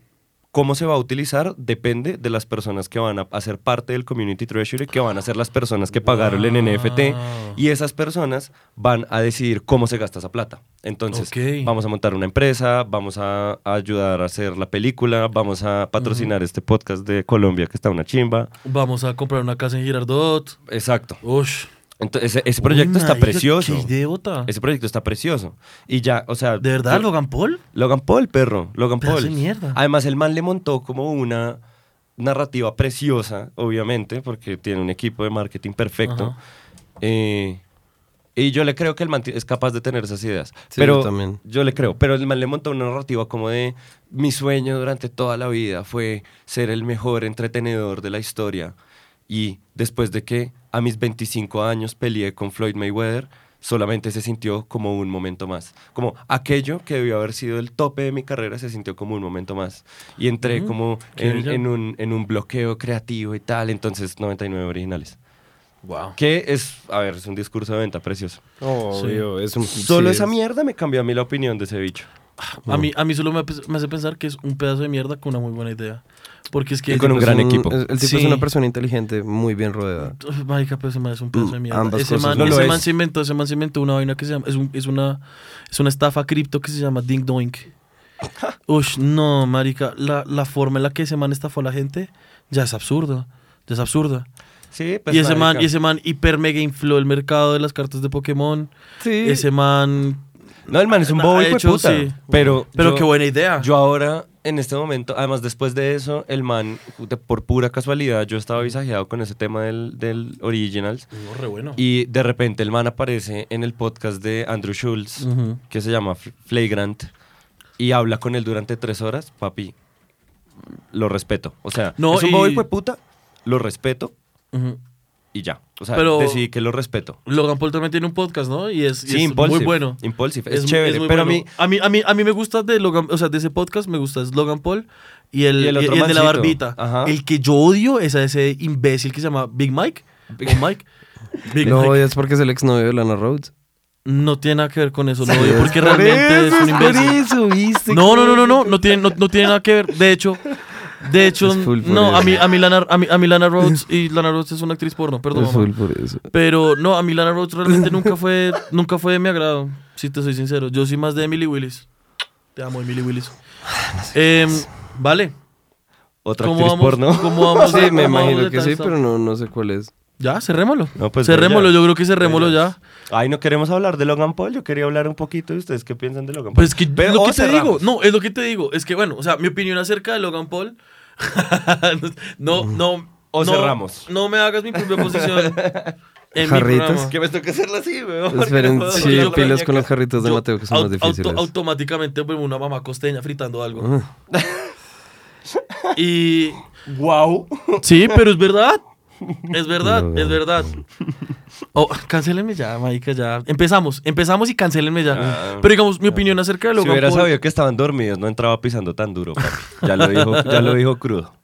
¿Cómo se va a utilizar? Depende de las personas que van a hacer parte del Community Treasury, que van a ser las personas que pagaron el NFT. Y esas personas van a decidir cómo se gasta esa plata. Entonces, Ok. vamos a montar una empresa, vamos a, a ayudar a hacer la película, vamos a patrocinar este podcast de Colombia que está una chimba. Vamos a comprar una casa en Girardot. Exacto. Ush. Entonces, ese, ese proyecto Uy, está marica, precioso. Qué idiota. Ese proyecto está precioso. Y ya, o sea. ¿De verdad, yo- Logan Paul? Logan Paul, perro. Logan Pedazo Paul. de mierda. Además, el man le montó como una narrativa preciosa, obviamente, porque tiene un equipo de marketing perfecto. Ajá. Eh, y yo le creo que el man ti- es capaz de tener esas ideas. Sí, pero yo también. yo le creo. Pero el man le montó una narrativa como de mi sueño durante toda la vida fue ser el mejor entretenedor de la historia. Y después de que a mis 25 años peleé con Floyd Mayweather, solamente se sintió como un momento más. Como aquello que debió haber sido el tope de mi carrera se sintió como un momento más. Y entré como qué en, bello. en un, en un bloqueo creativo y tal. Entonces, 99 originales. Wow. Que es, a ver, es un discurso de venta precioso. Obvio, es un- Solo sí, esa es- mierda me cambió a mí la opinión de ese bicho. A mí, a mí solo me, me hace pensar que es un pedazo de mierda con una muy buena idea. Porque es que. Y con un es gran equipo. es- El tipo es Sí. una persona inteligente, muy bien rodeada. Uf, Marica, pero ese man es un pedazo de Mm, mierda. ambas Ese, cosas, man, ¿no? No lo ese es. man se inventó, ese man se inventó una vaina que se llama. Es, un- es una, es una estafa cripto que se llama Ding Doink. Ush, no, marica. La, la forma en la que ese man estafó a la gente ya es absurdo. Ya es absurda. Sí, y, ese man, y ese man hiper mega infló el mercado de las cartas de Pokémon. Ese man. No, el man es un bobo Ha hijo de Ah, hecho, puta. sí. Pero, Pero yo, qué buena idea. Yo ahora, en este momento, además después de eso, el man, de- por pura casualidad, yo estaba visajeado con ese tema del, del Originals. No, re bueno. Y de repente el man aparece en el podcast de Andrew Schultz, Ujú. que se llama F- Flagrant, y habla con él durante tres horas. Papi, lo respeto. O sea, No, es un y- bobo hijo de puta, lo respeto Ujú. y ya. O sea, Pero- decidí que lo respeto. Logan Paul también tiene un podcast, ¿no? Y es, y Sí, es Impulsive. muy bueno. Impulsive, es chévere, muy pero a mí- a mí, a mí, a mí me gusta de Logan, o sea, de ese podcast me gusta es Logan Paul y el, Y el y- otro y el de la mancito. barbita. Ajá. El que yo odio es a ese imbécil que se llama Big Mike. Big- o Mike. Big No, Mike. es porque es el exnovio de Lana Rhodes. No tiene nada que ver con eso, lo odio Es porque por realmente eso, es un es por imbécil. eso, este ¿viste? No, no, no, no, no, no tiene, no, no tiene nada que ver. De hecho, de hecho, Es full por no, a eso. mí, a mí Lana, a mí, a mí Lana Rhodes y Lana Rhodes es una actriz porno, perdón. Es mamá. full por eso. Pero no, a mí Lana Rhodes realmente nunca fue, nunca fue de mi agrado, si te soy sincero. Yo soy más de Emily Willis. Te amo, Emily Willis. Em, vale. Otra ¿Cómo actriz vamos, porno. ¿Cómo vamos? Sí, me cómo vamos de imagino que sí, tanto? pero no, no sé cuál es. Ya, cerrémoslo. No, pues, cerrémoslo, ya. yo creo que cerrémoslo Pues ya. Ay, no queremos hablar de Logan Paul. Yo quería hablar un poquito de ustedes qué piensan de Logan Paul. Pues es que Pero lo o que te oh, cerramos. digo, no, es lo que te digo, es que bueno, o sea, mi opinión acerca de Logan Paul no no O no- cerramos. No me hagas mi propia posición. En mi Jarritas. programa. Que me toca hacerlo así, weón. Esperen, porque no puedo con la sí, pilas con los muñeca. jarritos de Yo Mateo que son au- más difíciles. auto- automáticamente vuelvo una mamá costeña fritando algo. Ah. y. Guau. Sí, pero es verdad. Es verdad, No, no, es verdad. Oh, cancelenme ya, marica, ya. Empezamos, empezamos y cancelenme ya. Ah. pero digamos, mi opinión acerca de Si Logan hubiera Paul, sabido que estaban dormidos, no entraba pisando tan duro, papi. Ya lo dijo, ya lo dijo crudo.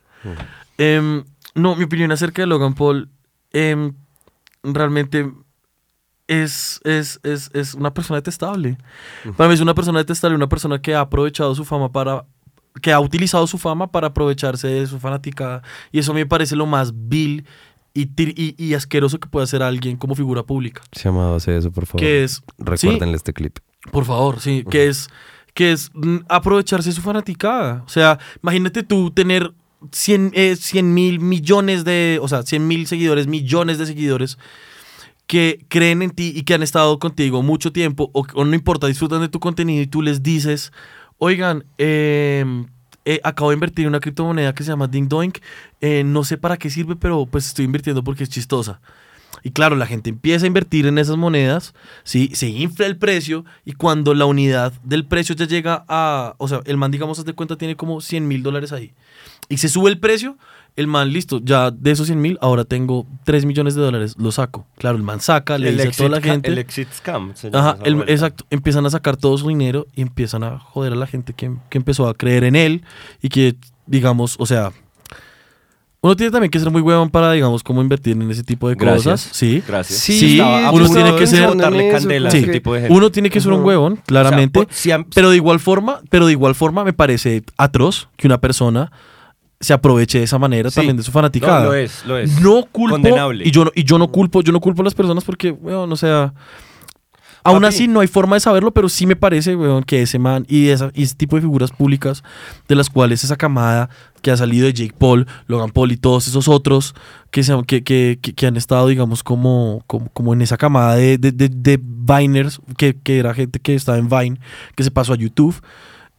em, no, mi opinión acerca de Logan Paul em, realmente es, es, es, es una persona detestable. Para mí es una persona detestable, una persona que ha aprovechado su fama para que ha utilizado su fama para aprovecharse de su fanaticada. Y eso me parece lo más vil y, tir- y, y asqueroso que puede hacer alguien como figura pública. Se llamaba hace eso, por favor. Que es... sí, Recuérdenle este clip. por favor, sí, que es que es mm, aprovecharse de su fanaticada. O sea, imagínate tú tener 100, eh, 100 mil millones de, o sea, 100 mil seguidores, millones de seguidores que creen en ti y que han estado contigo mucho tiempo o, o no importa, disfrutan de tu contenido y tú les dices, oigan, em, eh, acabo de invertir en una criptomoneda que se llama Ding Doink, eh, no sé para qué sirve, pero pues estoy invirtiendo porque es chistosa. Y claro, la gente empieza a invertir en esas monedas, ¿sí? se infla el precio y cuando la unidad del precio ya llega a, o sea, el man, digamos, haz de cuenta, tiene como 100 mil dólares ahí. Y se sube el precio, el man, listo, ya de esos 100 mil, ahora tengo 3 millones de dólares, lo saco. Claro, el man saca, le dice a toda la ca- gente. el exit scam. se llama Ajá, esa el- vuelta. exacto. Empiezan a sacar todo su dinero y empiezan a joder a la gente que, que empezó a creer en él y que, digamos, o sea, uno tiene también que ser muy huevón para, digamos, cómo invertir en ese tipo de Gracias. cosas. Sí. Gracias. Sí, uno tiene que ser- botarle candela a Sí. ese tipo de gente. Uno tiene que ser un Ujú. huevón, O sea, claramente. por- si am- pero de igual forma, pero de igual forma me parece atroz que una persona se aproveche de esa manera Sí. también de su fanaticada. No, lo es, lo es. No culpo Condenable. y yo no y yo no culpo, yo no culpo a las personas porque, weón, o sea, Aún Papi. así, no hay forma de saberlo, pero sí me parece, weón, que ese man y, esa, y ese tipo de figuras públicas, de las cuales esa camada que ha salido de Jake Paul, Logan Paul y todos esos otros que, se, han- que, que, que- que han estado, digamos, como, como, como en esa camada de, de, de, de Viners, que, que era gente que estaba en Vine, que se pasó a YouTube,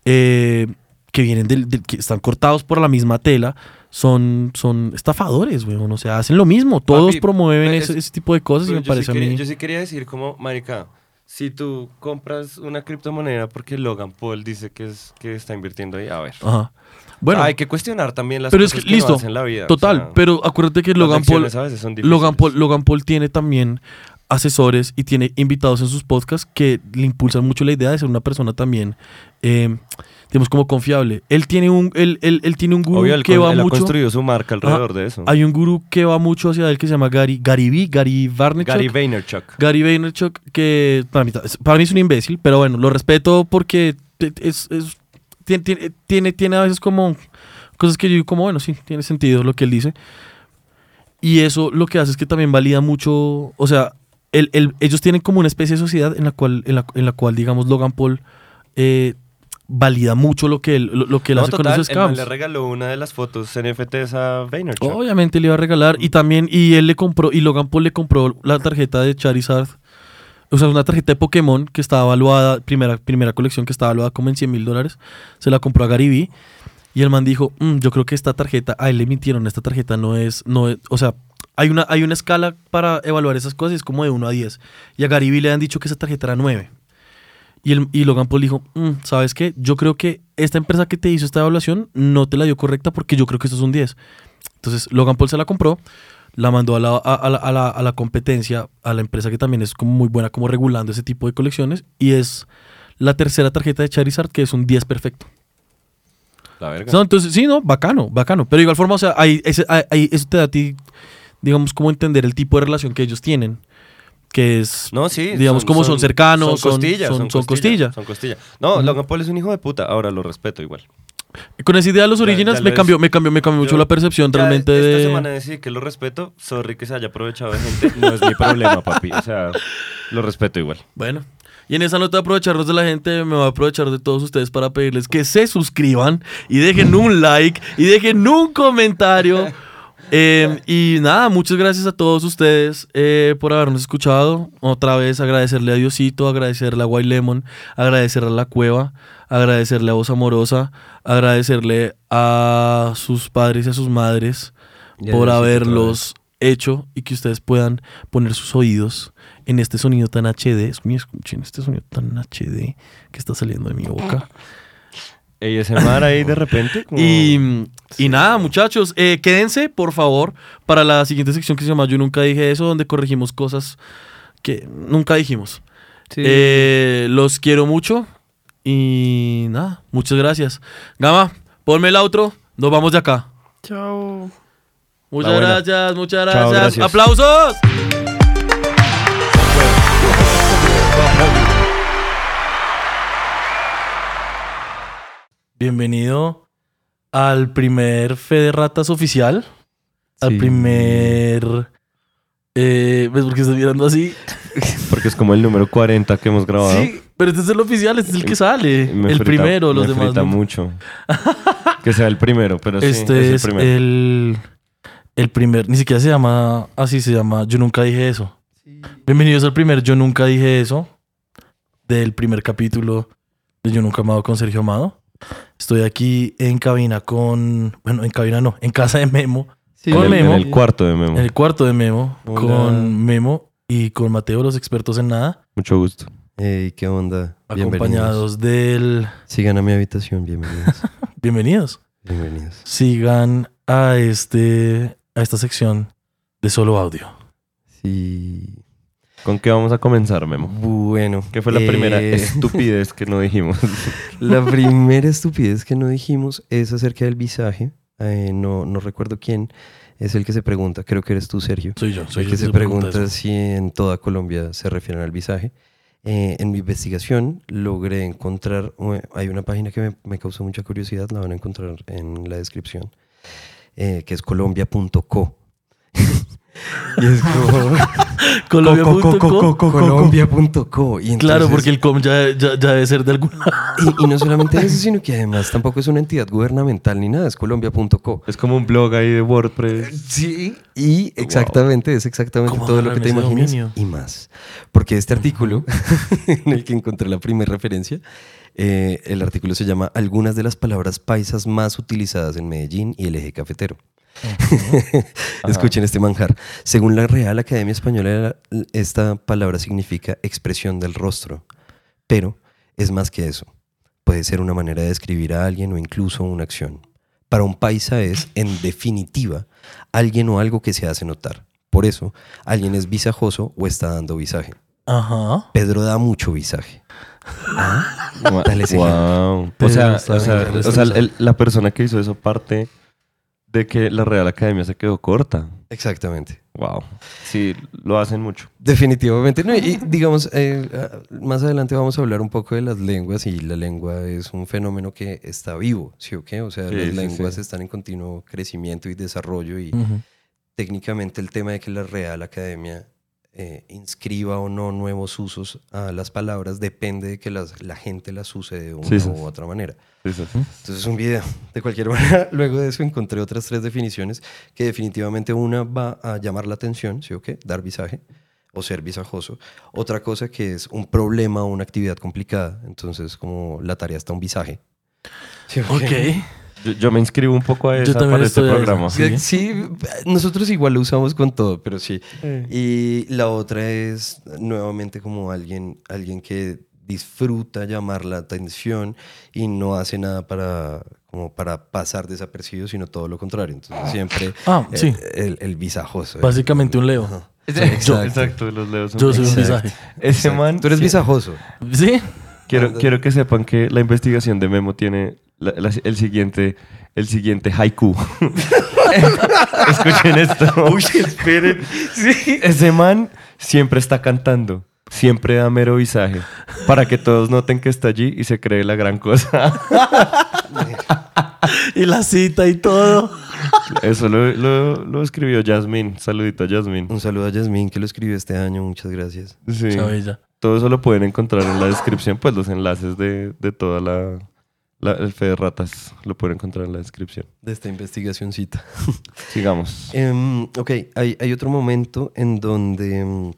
eh, que vienen del, del- que están cortados por la misma tela. Son, son estafadores, weón. O sea, hacen lo mismo. Todos Papi, promueven es- ese, ese tipo de cosas y Pero me parece sí quería, a mí. yo sí quería decir como, marica, si tú compras una criptomoneda porque Logan Paul dice que, es, que está invirtiendo ahí, a ver. Ajá. Bueno, hay que cuestionar también las pero es cosas que, no listo. hacen en la vida. o total, sea, pero acuérdate que las Logan Paul, lecciones a veces son difíciles. Logan Paul, Logan Paul tiene también asesores y tiene invitados en sus podcasts que le impulsan mucho la idea de ser una persona también, eh, digamos, como confiable. Él tiene un, él, él- él tiene un gurú Obvio, él, que con- va él ha mucho. construido su marca alrededor de eso. Hay un gurú que va mucho hacia él que se llama Gary, Gary V, Gary Varnechuk. Gary Vaynerchuk. Gary Vaynerchuk, que para mí, para mí es un imbécil, pero bueno, lo respeto porque te- es, es- tiene, tiene- tiene, tiene a veces como cosas que yo digo como, bueno, sí, tiene sentido lo que él dice. Y eso lo que hace es que también valida mucho, o sea, el- el- ellos tienen como una especie de sociedad en la cual, en la, en la cual digamos, Logan Paul eh, valida mucho lo que él, lo, lo que él No, hace total, con esos el man scams. le regaló una de las fotos NFTs a Vaynerchuk. Obviamente le iba a regalar y también y él le compró y Logan Paul le compró la tarjeta de Charizard. O sea, una tarjeta de Pokémon que estaba evaluada, primera, primera colección que estaba evaluada como en 100 mil dólares. Se la compró a Gary Vee. Y el man dijo, "Mm, yo creo que esta tarjeta, a él le mintieron, esta tarjeta no es, no es- o sea, hay una, hay una escala para evaluar esas cosas y es como de 1 a 10. Y a Gary Vee le han dicho que esa tarjeta era 9. Y, el, y Logan Paul dijo, "Mm, ¿sabes qué? Yo creo que esta empresa que te hizo esta evaluación no te la dio correcta porque yo creo que esto es un 10. Entonces Logan Paul se la compró, la mandó a la, a- a la- a la- a la competencia, a la empresa que también es como muy buena como regulando ese tipo de colecciones y es la tercera tarjeta de Charizard que es un 10 perfecto. La verga. No, entonces sí, no, bacano, bacano. Pero de igual forma, o sea, ahí, ese- ahí- ahí eso te da a ti, digamos, como entender el tipo de relación que ellos tienen, que es... No, sí. Digamos, como son cercanos, son- costillas, son- son costilla. Son costilla. No, Logan Paul es un hijo de puta. Ahora lo respeto igual. Con esa idea de los Ya- originals ya me, lo cambió, es. me cambió, me cambió mucho Yo- la percepción Ya realmente esta de... semana decir que lo respeto, sorry que se haya aprovechado de gente, no es mi problema, papi. O sea, lo respeto igual. Bueno. Y en esa nota de aprovecharnos de la gente, me voy a aprovechar de todos ustedes para pedirles que se suscriban y dejen un like y dejen un comentario. Eh, y nada, muchas gracias a todos ustedes eh, por habernos escuchado. Otra vez agradecerle a Diosito, agradecerle a White Lemon, agradecerle a La Cueva, agradecerle a Voz Amorosa, agradecerle a sus padres y a sus madres Y por a Diosito otra haberlos hecho y que ustedes puedan poner sus oídos en este sonido tan HD. Es- mira, Escuchen este sonido tan HD que está saliendo de mi boca. Ey, ese mar ahí de repente. como- Y, y nada, muchachos, eh, quédense, por favor, para la siguiente sección que se llama Yo Nunca Dije Eso, donde corregimos cosas que nunca dijimos. Sí. Eh, los quiero mucho y nada, muchas gracias. Gama, ponme el outro, nos vamos de acá. Chao. Muchas buena. gracias, muchas gracias. Chao, gracias. ¡Aplausos! Bienvenido al primer Fede Ratas oficial. Al Sí. primer. eh, ¿Ves por qué estás mirando así? Porque es como el número 40 que hemos grabado. Sí, pero este es el oficial, este es el que sale. Y me el frita- primero, los me demás. frita no. mucho. que sea el primero, pero sí, Este es eh, es el el, primero. el primer, ni siquiera se llama así, se llama Yo nunca dije eso. Bienvenidos al primer Yo nunca dije eso del primer capítulo de Yo nunca amado con Sergio Amado. Estoy aquí en cabina con, bueno, en cabina no, en casa de Memo, Sí. En con el, en Memo. el cuarto de Memo. en el cuarto de Memo, Hola. con Memo y con Mateo, los expertos en nada, Mucho gusto. Ey, qué onda. Bienvenidos. acompañados del Sigan a mi habitación, bienvenidos. bienvenidos. bienvenidos. Sigan a este a esta sección de solo audio. Sí. ¿Con qué vamos a comenzar, Memo? Bueno. ¿Qué fue la eh, primera estupidez que no dijimos? La primera estupidez que no dijimos es acerca del visaje. Eh, no, no recuerdo quién es el que se pregunta. Creo que eres tú, Sergio. Soy yo, soy el yo que el se pregunta pregunta eso. si en toda Colombia se refieren al visaje. Eh, en mi investigación logré encontrar, eh, hay una página que me, me causó mucha curiosidad, la van a encontrar en la descripción, eh, que es colombia.co. y es como... Colombia.co. Co- co- co- co- co- Colombia.co. Y Claro, entonces- porque el com ya, ya- ya debe ser de algún lado. Y, y no solamente eso, sino que además tampoco es una entidad gubernamental ni nada, es colombia.co. Es como un blog ahí de WordPress. Sí, y exactamente, es exactamente ¿Cómo todo agarran lo que te ese imaginas dominio? y más. Porque este artículo, en el que encontré la primera referencia, eh, el artículo se llama Algunas de las palabras paisas más utilizadas en Medellín y el eje cafetero. Escuchen este manjar. Según la Real Academia Española, la- esta palabra significa expresión del rostro, pero es más que eso. Puede ser una manera de describir a alguien o incluso una acción. Para un paisa es, en definitiva, alguien o algo que se hace notar. Por eso, alguien es visajoso o está dando visaje. Ajá. Pedro da mucho visaje. Gua- Dale ese Wow. O sea, Pedro o sea, Sánchez. o sea, el- la persona que hizo eso parte de que la Real Academia se quedó corta. Exactamente. Wow. Sí, lo hacen mucho. Definitivamente. No, y digamos, eh, ah, más adelante vamos a hablar un poco de las lenguas y la lengua es un fenómeno que está vivo, ¿sí o qué? O sea, Sí, las sí, lenguas sí. están en continuo crecimiento y desarrollo y Ujú. técnicamente el tema de que la Real Academia eh, inscriba o no nuevos usos a las palabras depende de que las- la gente las use de una Sí, sí. u otra manera. Sí, sí. ¿Mm? Entonces un video. De cualquier manera, luego de eso encontré otras tres definiciones que definitivamente una va a llamar la atención, ¿sí o qué? Dar visaje o ser visajoso. Otra cosa que es un problema o una actividad complicada. Entonces como la tarea está un visaje. ¿Sí o qué? Ok. Yo, yo me inscribo un poco a Yo esa también para este estoy a esa. programa. Sí. Sí, sí, nosotros igual lo usamos con todo, pero sí. Y la otra es nuevamente como alguien, alguien que disfruta llamar la atención y no hace nada para, como para pasar desapercibido, sino todo lo contrario. Entonces siempre Ah, eh, sí. el, el visajoso. Básicamente un leo. Exacto. Exacto, los leos son- Yo soy un Exacto. visaje. Ese man. Tú eres visajoso. ¿Sí? Quiero, quiero que sepan que la investigación de Memo tiene la- la- el siguiente el siguiente haiku. Escuchen esto. esperen. Ese man siempre está cantando. Siempre da mero visaje para que todos noten que está allí y se cree la gran cosa. Y la cita y todo. Eso lo, lo- lo escribió Jasmine. Saludito a Jasmine. Un saludo a Yasmín que lo escribió este año, muchas gracias. Sí. Chavilla. Todo eso lo pueden encontrar en la descripción, pues los enlaces de, de toda la, la- el fe de ratas lo pueden encontrar en la descripción. De esta investigacioncita. Sigamos. Em, ok, hay, hay otro momento en donde em,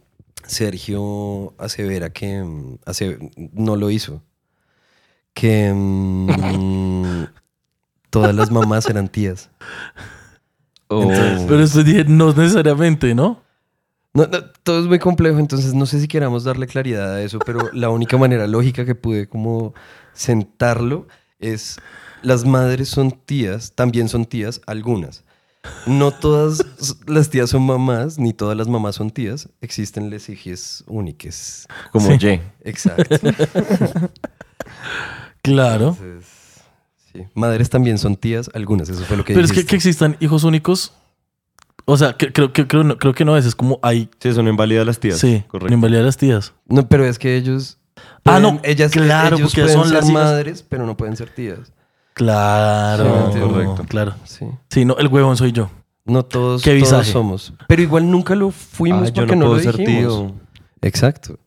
Sergio asevera que em, ase- no lo hizo. Que em, todas las mamás eran tías. Oh. Pero después dije, no necesariamente, ¿no? No, no, todo es muy complejo, entonces no sé si queramos darle claridad a eso, pero la única manera lógica que pude como sentarlo es las madres son tías, también son tías algunas. No todas s- las tías son mamás, ni todas las mamás son tías. Existen lesigies únicas. Como Sí. Ye. Exacto. Claro. Entonces, sí. Madres también son tías algunas, eso fue lo que Pero es que, dijiste. que existan hijos únicos. O sea, que- creo, que, creo, no- creo que no es. Es como hay. Sí, eso no invalida a las tías. Sí, correcto. en realidad las tías. No, pero es que ellos... Ah, pueden- no, Ellas, claro, ellos porque pueden son ser las hijas. madres, pero no pueden ser tías. Claro. Sí, correcto. Claro. Sí. Sí, no, el huevón soy yo. No todos, Qué todos visaje. somos. Pero igual nunca lo fuimos Ah, yo porque no no, puedo lo ser dijimos. tío. Exacto.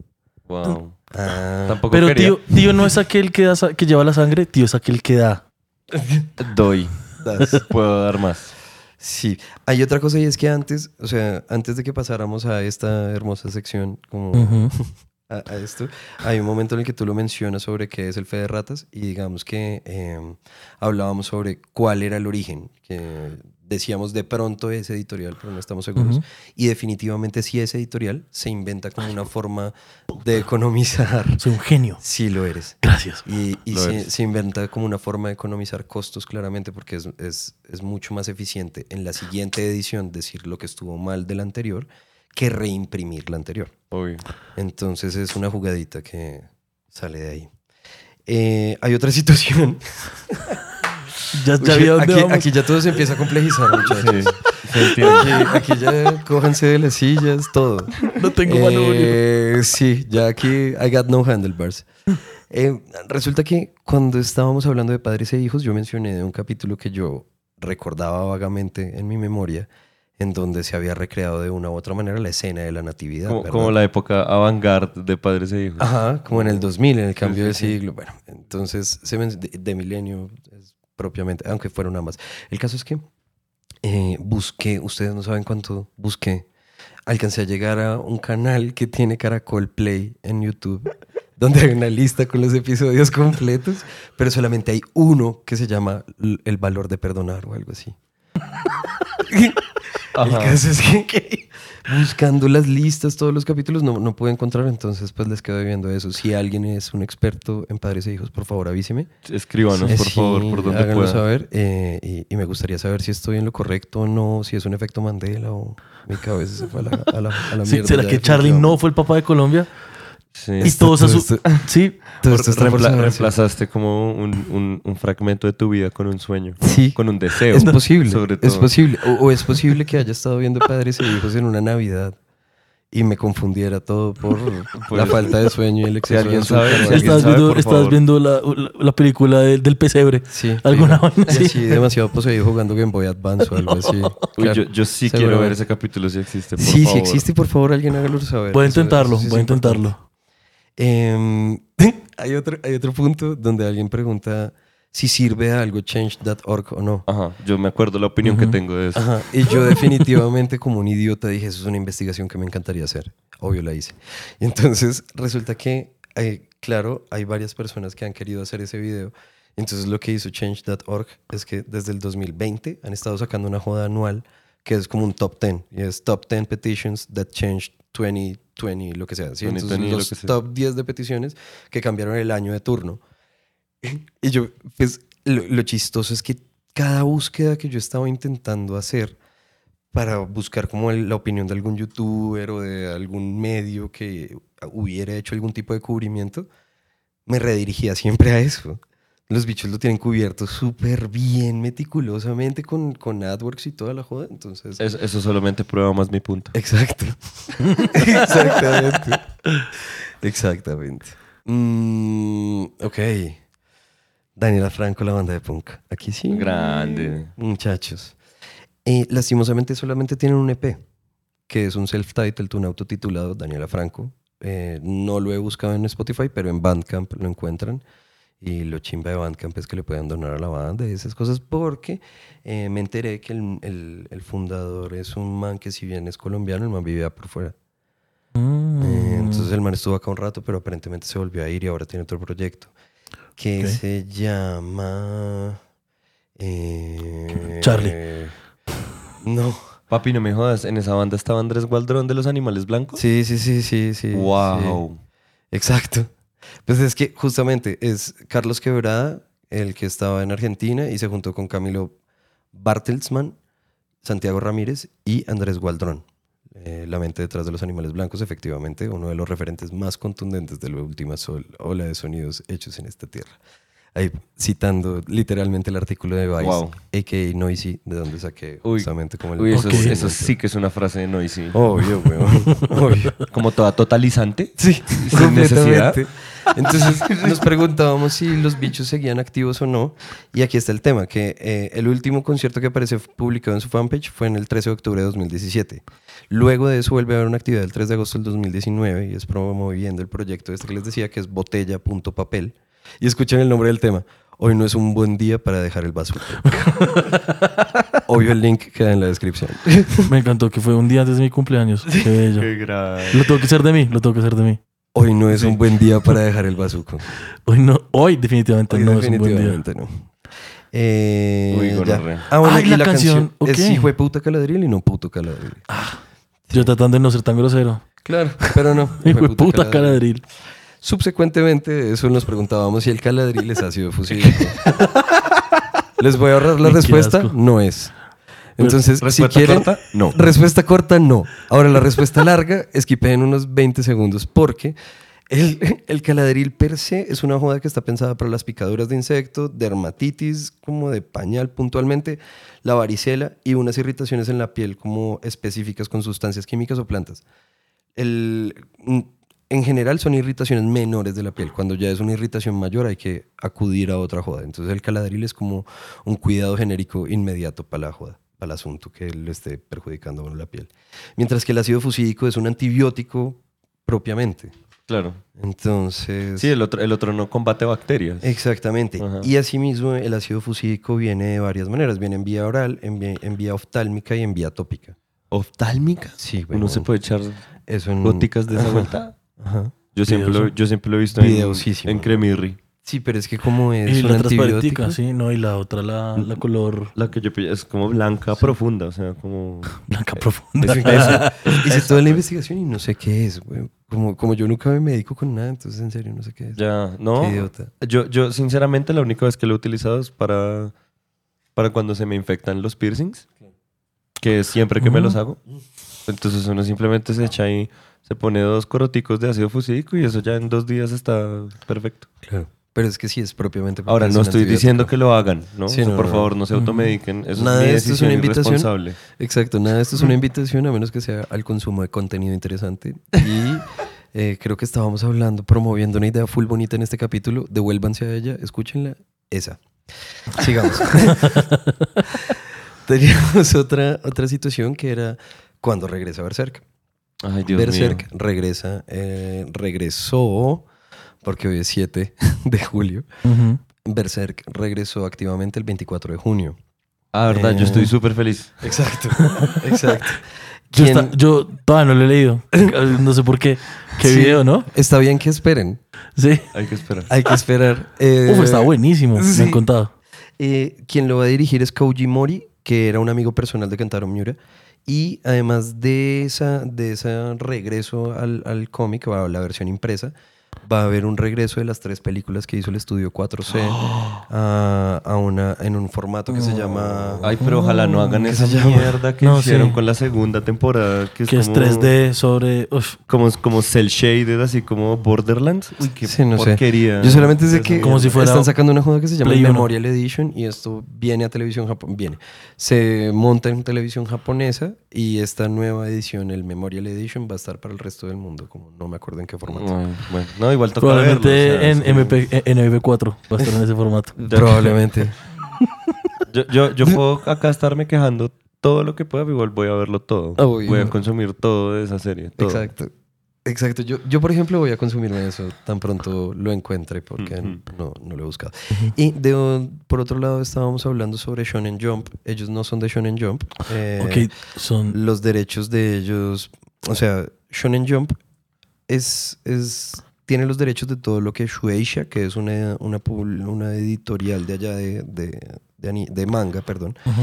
Wow. Ah, Tampoco Pero quería. tío, tío no es aquel que, da sa- que lleva la sangre, tío es aquel que da. Doy. Puedo dar más. sí. Hay otra cosa y es que antes, o sea, antes de que pasáramos a esta hermosa sección, como a, a esto, hay un momento en el que tú lo mencionas sobre qué es el fe de ratas y digamos que eh, hablábamos sobre cuál era el origen, que decíamos de pronto es editorial, pero no estamos seguros. Y definitivamente si es editorial, se inventa como una forma de economizar. Soy un genio. Sí lo eres. Gracias. Y, y Lo se, eres. se inventa como una forma de economizar costos, claramente, porque es, es- es mucho más eficiente en la siguiente edición decir lo que estuvo mal del anterior que reimprimir la anterior. Obvio. Entonces es una jugadita que sale de ahí. Eh, hay otra situación. Ya, ya vi a dónde aquí, vamos. aquí ya todo se empieza a complejizar, muchachos. Se entiende. Aquí, aquí ya cójanse de las sillas, todo. No tengo mano bonita. Eh, Sí, ya aquí I got no handlebars. Eh, resulta que cuando estábamos hablando de padres e hijos, yo mencioné de un capítulo que yo recordaba vagamente en mi memoria, en donde se había recreado de una u otra manera la escena de la natividad. Como, ¿verdad? como la época avant-garde de Padres e Hijos. Ajá, como en el 2000, en el cambio de siglo. Bueno, entonces, Seven de, de milenio es propiamente, aunque fueron ambas. El caso es que eh, busqué, ustedes no saben cuánto busqué, alcancé a llegar a un canal que tiene Caracol Play en YouTube, donde hay una lista con los episodios completos, pero solamente hay uno que se llama L- El valor de perdonar o algo así. El caso es que, buscando las listas, todos los capítulos, no, no pude encontrar, entonces pues les quedo viendo eso. Si alguien es un experto en padres e hijos, por favor avíseme. Escríbanos, Eh, por sí, favor, por donde háganlo pueda. saber. eh, y, y me gustaría saber si estoy en lo correcto o no, si es un efecto Mandela o mi cabeza se fue a la, a la- a la Sí, mierda. ¿Será ya Este, que Charlie no definitivamente. fue el papá de Colombia? Sí. Y todos a todo su... esto- Sí, Todo esto está Reempla- por saber, sí. reemplazaste como un, un- un fragmento de tu vida con un sueño. Sí. Con un deseo. Es posible. Sobre Es todo. posible. O, o es posible que haya estado viendo padres e hijos en una Navidad y me confundiera todo por la falta de sueño y el exceso alguien de azúcar sabe, o si algo alguien así. estás sabe, viendo, por estabas favor? viendo la, la- la película de- del pesebre. Sí. Alguna sí. vaina Y así. así demasiado poseído jugando Game Boy Advance o algo así. Uy, Claro. yo, yo sí quiero Seguramente. ver ese capítulo si existe. Por Sí, favor. si existe, por favor, alguien hágalo saber. Voy a Eso- eso intentarlo, sí es voy a importante. intentarlo. Em, hay, otro, hay otro punto donde alguien pregunta si sirve a algo change.org o no. Ajá, yo me acuerdo la opinión que tengo de eso. Ajá, Y yo definitivamente como un idiota dije, eso es una investigación que me encantaría hacer. Obvio la hice. Y entonces resulta que, eh, claro, hay varias personas que han querido hacer ese video. Entonces lo que hizo change.org es que desde el 2020 han estado sacando una joda anual que es como un top 10. Y es top 10 petitions that changed 2020, lo que sea. 2020, ¿sí? Entonces lo los que sea. top 10 de peticiones que cambiaron el año de turno. Y yo, pues, lo, lo chistoso es que cada búsqueda que yo estaba intentando hacer para buscar como el- la opinión de algún youtuber o de algún medio que hubiera hecho algún tipo de cubrimiento, me redirigía siempre a eso. Los bichos lo tienen cubierto súper bien, meticulosamente, con, con AdWorks y toda la joda. Entonces, Es- eso solamente prueba más mi punto. Exacto. Exactamente. Exactamente. Mm, ok. Daniela Franco, la banda de punk. Aquí sí. Grande. Muchachos. Eh, lastimosamente solamente tienen un E EP, que es un self-titled, un autotitulado, Daniela Franco. Eh, no lo he buscado en Spotify, pero en Bandcamp lo encuentran. Y lo chimba de Bandcamp es que le pueden donar a la banda y esas cosas, porque eh, me enteré que el, el- el fundador es un man que, si bien es colombiano, el man vivía por fuera. Mm. Eh, entonces el man estuvo acá un rato, pero aparentemente se volvió a ir y ahora tiene otro proyecto que Ok. se llama... eh, Charlie. no. Papi, no me jodas, en esa banda estaba Andrés Gualdrón de los Animales Blancos. Sí, sí, sí, sí, sí. wow. sí. Exacto. Pues es que justamente es Carlos Quebrada, el que estaba en Argentina y se juntó con Camilo Bartelsman, Santiago Ramírez y Andrés Gualdrón. Eh, la mente detrás de los animales blancos, efectivamente, uno de los referentes más contundentes de la última sol- ola de sonidos hechos en esta tierra. Ahí citando literalmente el artículo de Vice, Wow. a.k.a. Noisy, de donde saqué Uy, justamente como el... Uy, eso, es- Ok. eso sí que es una frase de Noisy. Obvio, weón. Obvio. Como toda totalizante. Sí, Sin necesidad. completamente. Entonces nos preguntábamos si los bichos seguían activos o no. Y aquí está el tema, que eh, el último concierto que aparece publicado en su fanpage fue en el 13 de octubre de 2017. Luego de eso vuelve a haber una actividad el 3 de agosto del 2019 y es promoviendo el proyecto este que les decía que es botella.papel. Y escuchen el nombre del tema. Hoy no es un buen día para dejar el vaso. Obvio el link queda en la descripción. Me encantó que fue un día antes de mi cumpleaños. Qué bello. grave. Lo tengo que hacer de mí, lo tengo que hacer de mí. Hoy no es un buen día para dejar el bazuco. Hoy no, hoy definitivamente Hoy no es un buen día. definitivamente no. Eh, Uy, ya. gonorrea. Ah, bueno, Ay, y la la, canción, canción, es ok. Ah, hijo de puta caladril y no puto caladril. Yo tratando de no ser tan grosero. Claro, pero no. Hijo de puta caladril. Subsecuentemente, de eso nos preguntábamos si el caladril es ácido fusilado. Les voy a ahorrar la Qué respuesta. asco. No es. Entonces, si ¿respuesta quieren. corta? No. Respuesta corta, no. Ahora, la respuesta larga, esquipeen unos 20 segundos porque. El, el caladril per se es una joda que está pensada para las picaduras de insecto, dermatitis como de pañal puntualmente, la varicela y unas irritaciones en la piel como específicas con sustancias químicas o plantas el, mm, en general son irritaciones menores de la piel. Cuando ya es una irritación mayor hay que acudir a otra joda. Entonces el caladril es como un cuidado genérico inmediato para la joda. al asunto que le esté perjudicando a uno la piel. Mientras que el ácido fusídico es un antibiótico propiamente. Claro. Entonces... Sí, el otro, el otro no combate bacterias. Exactamente. Ajá. Y asimismo, el ácido fusídico viene de varias maneras. Viene en vía oral, en vía, en vía oftálmica y en vía tópica. ¿Oftálmica? Sí, Uno se puede echar Eso en... goticas de esa Mm. Ajá, vuelta. ajá. Yo siempre, lo, Videoso. yo siempre lo he visto en, Videosísimo. en Cremirri. Sí, pero es que como es Y un la antibiótico... transparentica, sí, no, y la otra, la, la color La que yo pillé es como blanca profunda, o sea, como... blanca pues profunda. Hice toda la investigación y no sé qué es, güey. Como, como yo nunca me medico con nada, entonces en serio no sé qué es. Ya, no. Qué idiota. Yo, yo, sinceramente, la única vez que lo he utilizado es para, para cuando se me infectan los piercings, que es siempre que me los hago. Entonces uno simplemente se echa ahí, se pone dos coroticos de ácido fusídico y eso ya en dos días está perfecto. Claro. Pero es que sí es propiamente. porque Ahora, es no un estoy antibiótico. diciendo que lo hagan, ¿no? Sí, O sea, no, por no. favor, no se automediquen. Eso Nada es mi de esto es decisión una invitación. irresponsable. Exacto, nada de esto es una invitación, a menos que sea al consumo de contenido interesante. Y eh, creo que estábamos hablando, promoviendo una idea full bonita en este capítulo. Devuélvanse a ella, escúchenla. Esa. Sigamos. Teníamos otra, otra situación que era cuando regresa Berserk. Ay, Dios mío. Berserk regresa, eh, regresó, porque hoy es 7 de julio. Ujú. Berserk regresó activamente el 24 de junio. Ah, verdad, Eh. yo estoy súper feliz. Exacto, exacto. Yo, ¿Quién- esta- yo todavía no lo he leído. No sé por qué. Qué Sí. video, ¿no? Está bien que esperen, Sí. Hay que esperar. hay que esperar. Eh, Uf, está buenísimo. sí. Me han contado. eh, quien lo va a dirigir es Koji Mori, que era un amigo personal de Kentaro Miura. Y además de esa, de ese regreso al, al cómic, o a la versión impresa, va a haber un regreso de las tres películas que hizo el estudio 4C a, a una, en un formato que se llama... Ay, pero ojalá no hagan ¿Qué esa se llama? mierda que No, hicieron sí. con la segunda temporada. Que es, Que es como- 3D sobre. Uf, Como, como cel shaded, así como Borderlands. Uy, qué Sí, no sé. porquería. Yo solamente sé Esa que Como si fuera están sacando una joda que se llama Play uno. Memorial Edition y esto viene a televisión japonesa. Viene. Se monta en televisión japonesa y esta nueva edición, el Memorial Edition, va a estar para el resto del mundo. Como no me acuerdo en qué formato. Ah, Ay, bueno, no, igual toca probablemente verlo, o sea, es en, que- MP, en MP4 va a estar en ese formato. Ya- Probablemente. Yo, yo, yo puedo acá estarme quejando todo lo que pueda, pero igual voy a verlo todo. Obvio. Voy a consumir todo de esa serie. todo. Ah, Exacto. Exacto. Yo, yo, por ejemplo, voy a consumirme eso tan pronto lo encuentre porque no, no lo he buscado. Y de, o- por otro lado, estábamos hablando sobre Shonen Jump. Ellos no son de Shonen Jump. Eh, ok, son. los derechos de ellos. O sea, Shonen Jump es, es, tiene los derechos de todo lo que Shueisha, que es una, una, pub- una editorial de allá de, de, de ani- de manga, perdón. Ujú.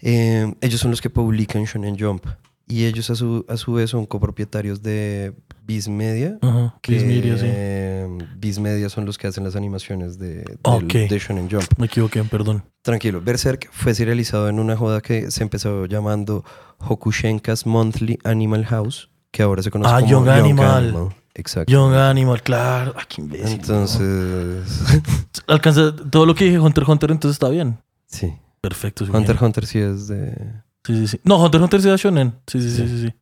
Eh, ellos son los que publican Shonen Jump. Y ellos a su, a su vez son copropietarios de Viz Media. Ajá. que, Chris Miria, sí. eh, Viz Media son los que hacen las animaciones de, del- Ok. de Shonen Jump. Me equivoqué, perdón. Tranquilo, Berserk fue serializado en una joda que se empezó llamando Hokushenka's Monthly Animal House, que ahora se conoce Ah, como Young Animal. Exacto. Young Animal, claro. Ay, qué imbécil. Entonces, Alcanza todo lo que dije Hunter x Hunter, entonces está bien. sí. Perfecto. sí, bien. Hunter x Hunter sí es de... Sí, sí, sí. No, Hunter x Hunter sí da shonen. Sí, sí, sí, sí, sí.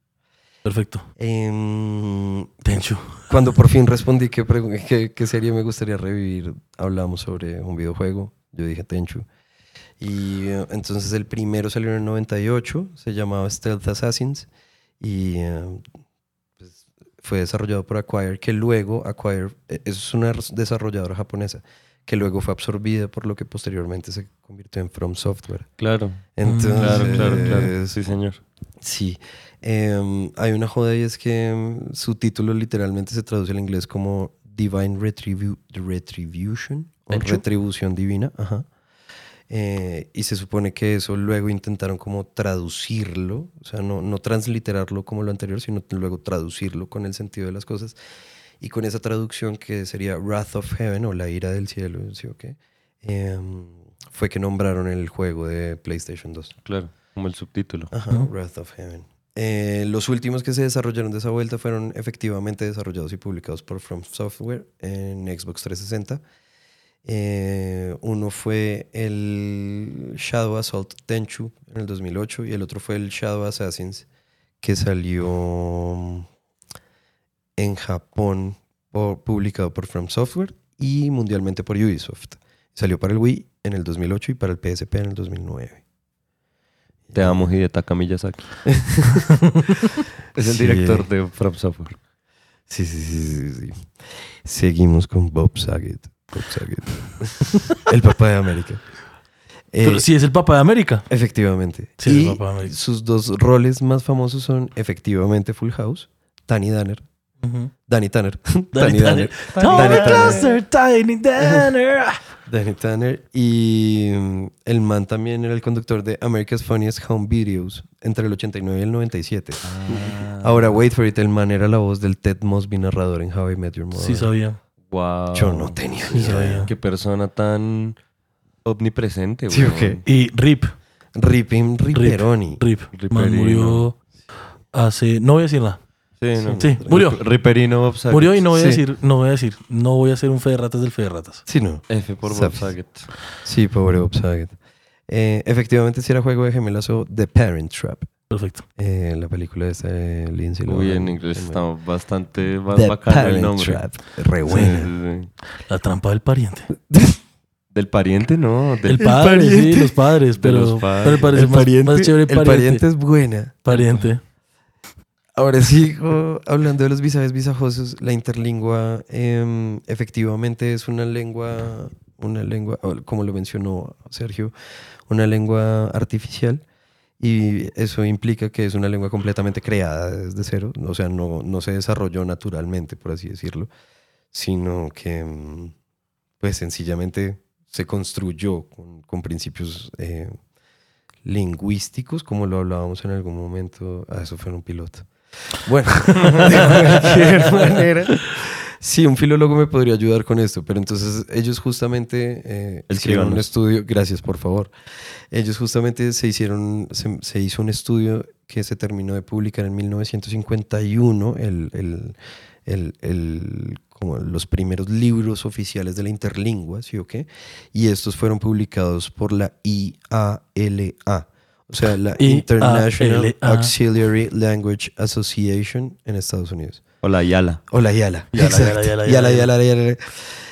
Perfecto. Em, Tenchu. cuando por fin respondí qué, pregu- qué- qué serie me gustaría revivir, hablamos sobre un videojuego. Yo dije Tenchu. Y eh, entonces el primero salió en el 98, se llamaba Stealth Assassins y eh, pues, fue desarrollado por Acquire, que luego Acquire eh, es una res- desarrolladora japonesa que luego fue absorbida por lo que posteriormente se convirtió en From Software. Claro, Entonces, Mm, claro, claro, claro. Sí, señor. Sí, Em, hay una joda y es que em, su título literalmente se traduce al inglés como Divine Retribu- Retribution o ¿Tenchu? Retribución Divina. Ajá. Eh, y se supone que eso luego intentaron como traducirlo, o sea, no, no transliterarlo como lo anterior, sino t- luego traducirlo con el sentido de las cosas. Y con esa traducción que sería Wrath of Heaven o la ira del cielo, ¿sí o qué? Em, fue que nombraron el juego de PlayStation 2. Claro, como el subtítulo. Ajá, Wrath of Heaven. Eh, los últimos que se desarrollaron de esa vuelta fueron efectivamente desarrollados y publicados por From Software en Xbox 360. Eh, uno fue el Shadow Assault Tenchu en el 2008 y el otro fue el Shadow Assassins que salió mm, en Japón por- publicado por From Software y mundialmente por Ubisoft. Salió para el Wii en el 2008 y para el PSP en el 2009. Te amo, Hidetaka Miyazaki. es el Sí, director eh. de From Software. Sí, sí, sí, sí, sí, sí. Seguimos con Bob Saget. Bob Saget. el papá de América. Eh, Pero sí es el Papa de América. Efectivamente. Sí, y el Papá América. sus dos roles más famosos son efectivamente Full House, Danny Danner. Danny Tanner. Danny Danner. Danny Tony Tanner. Cluster, Tiny Danner. Danny Tanner. Y mm, el man también era el conductor de America's Funniest Home Videos entre el 89 y el 97. Ah. Ahora, wait for it, el man era la voz del Ted Mosby narrador en How I Met Your Mother. Sí sabía. Wow. Yo no tenía ni idea. sabía. Qué persona tan omnipresente, Sí, weón. ok. Y Rip, Ripim Riperoni. Rip. Ripperino. Man murió hace. No voy a decirla. Sí, no. Sí, murió. Rip- Riperino Bob Saget. Murió y no voy a Sí. decir, no voy a decir, no voy a hacer un fe de ratas del fe de ratas. Sí, no. F por Bob Sabes. Saget. Sí, pobre Bob Saget. Eh, efectivamente, si era juego de gemelas o The Parent Trap. Perfecto. Eh, la película de eh, Lindsay Uy, Lohan. en inglés Eh, está bastante ba- The bacano el Parent nombre. Trap. Re Sí, buena. sí, sí. La trampa del pariente. Del pariente, no. Del El padre, sí, pariente. los padres, pero, los padres. pero el padre es más, más chévere el el pariente. pariente es buena. Pariente. Ahora sí, jo, hablando de los visajes visajosos, la interlingua em, efectivamente es una lengua, una lengua, o como lo mencionó Sergio, una lengua artificial y eso implica que es una lengua completamente creada desde cero, o sea, no, no se desarrolló naturalmente, por así decirlo, sino que em, pues sencillamente se construyó con, con principios eh, lingüísticos, como lo hablábamos en algún momento, ah, eso fue en un piloto. Bueno, de cualquier manera. Sí, un filólogo me podría ayudar con esto, pero entonces ellos justamente eh, hicieron un Escríbanos. estudio, gracias por favor. Ellos justamente se hicieron, se, se hizo un estudio que se terminó de publicar en 1951, el, el- el- el- como los primeros libros oficiales de la interlingua, ¿sí o qué? Y estos fueron publicados por la IALA, o sea, la International IALA. Auxiliary Language Association en Estados Unidos. Hola, Yala. Hola, Yala. Yala, Exacto. Yala, Yala, Yala. Yala, Yala, Yala, Yala.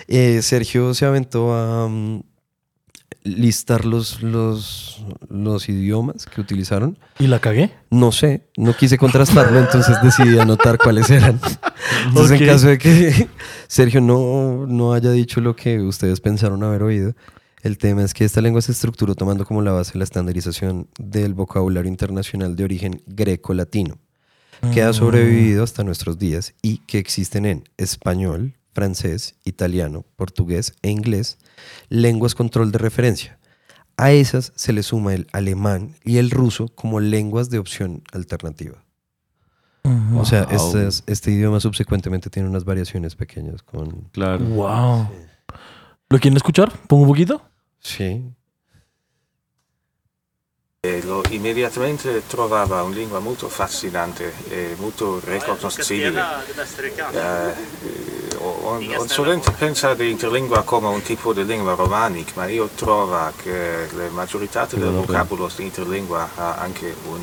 Eh, Sergio se aventó a mm, listar los, los, los idiomas que utilizaron. ¿Y la cagué? No sé, no quise contrastarlo, entonces decidí anotar cuáles eran. Entonces, Ok. en caso de que Sergio no, no haya dicho lo que ustedes pensaron haber oído, el tema es que esta lengua se estructuró tomando como la base la estandarización del vocabulario internacional de origen greco-latino, que ha sobrevivido hasta nuestros días y que existen en español, francés, italiano, portugués e inglés, lenguas control de referencia. A esas se le suma el alemán y el ruso como lenguas de opción alternativa. O sea, Wow. estas- este idioma subsecuentemente tiene unas variaciones pequeñas con... Claro. Wow. ¿Lo quieren escuchar? ¿Pongo un poquito? Sí. E lo immediatamente trovava una lingua molto affascinante e molto riconoscibile. Eh, eh, on, on solamente pensa di interlingua come un tipo di lingua romanica, ma io trovo che la maggiorità dei vocaboli di interlingua ha anche un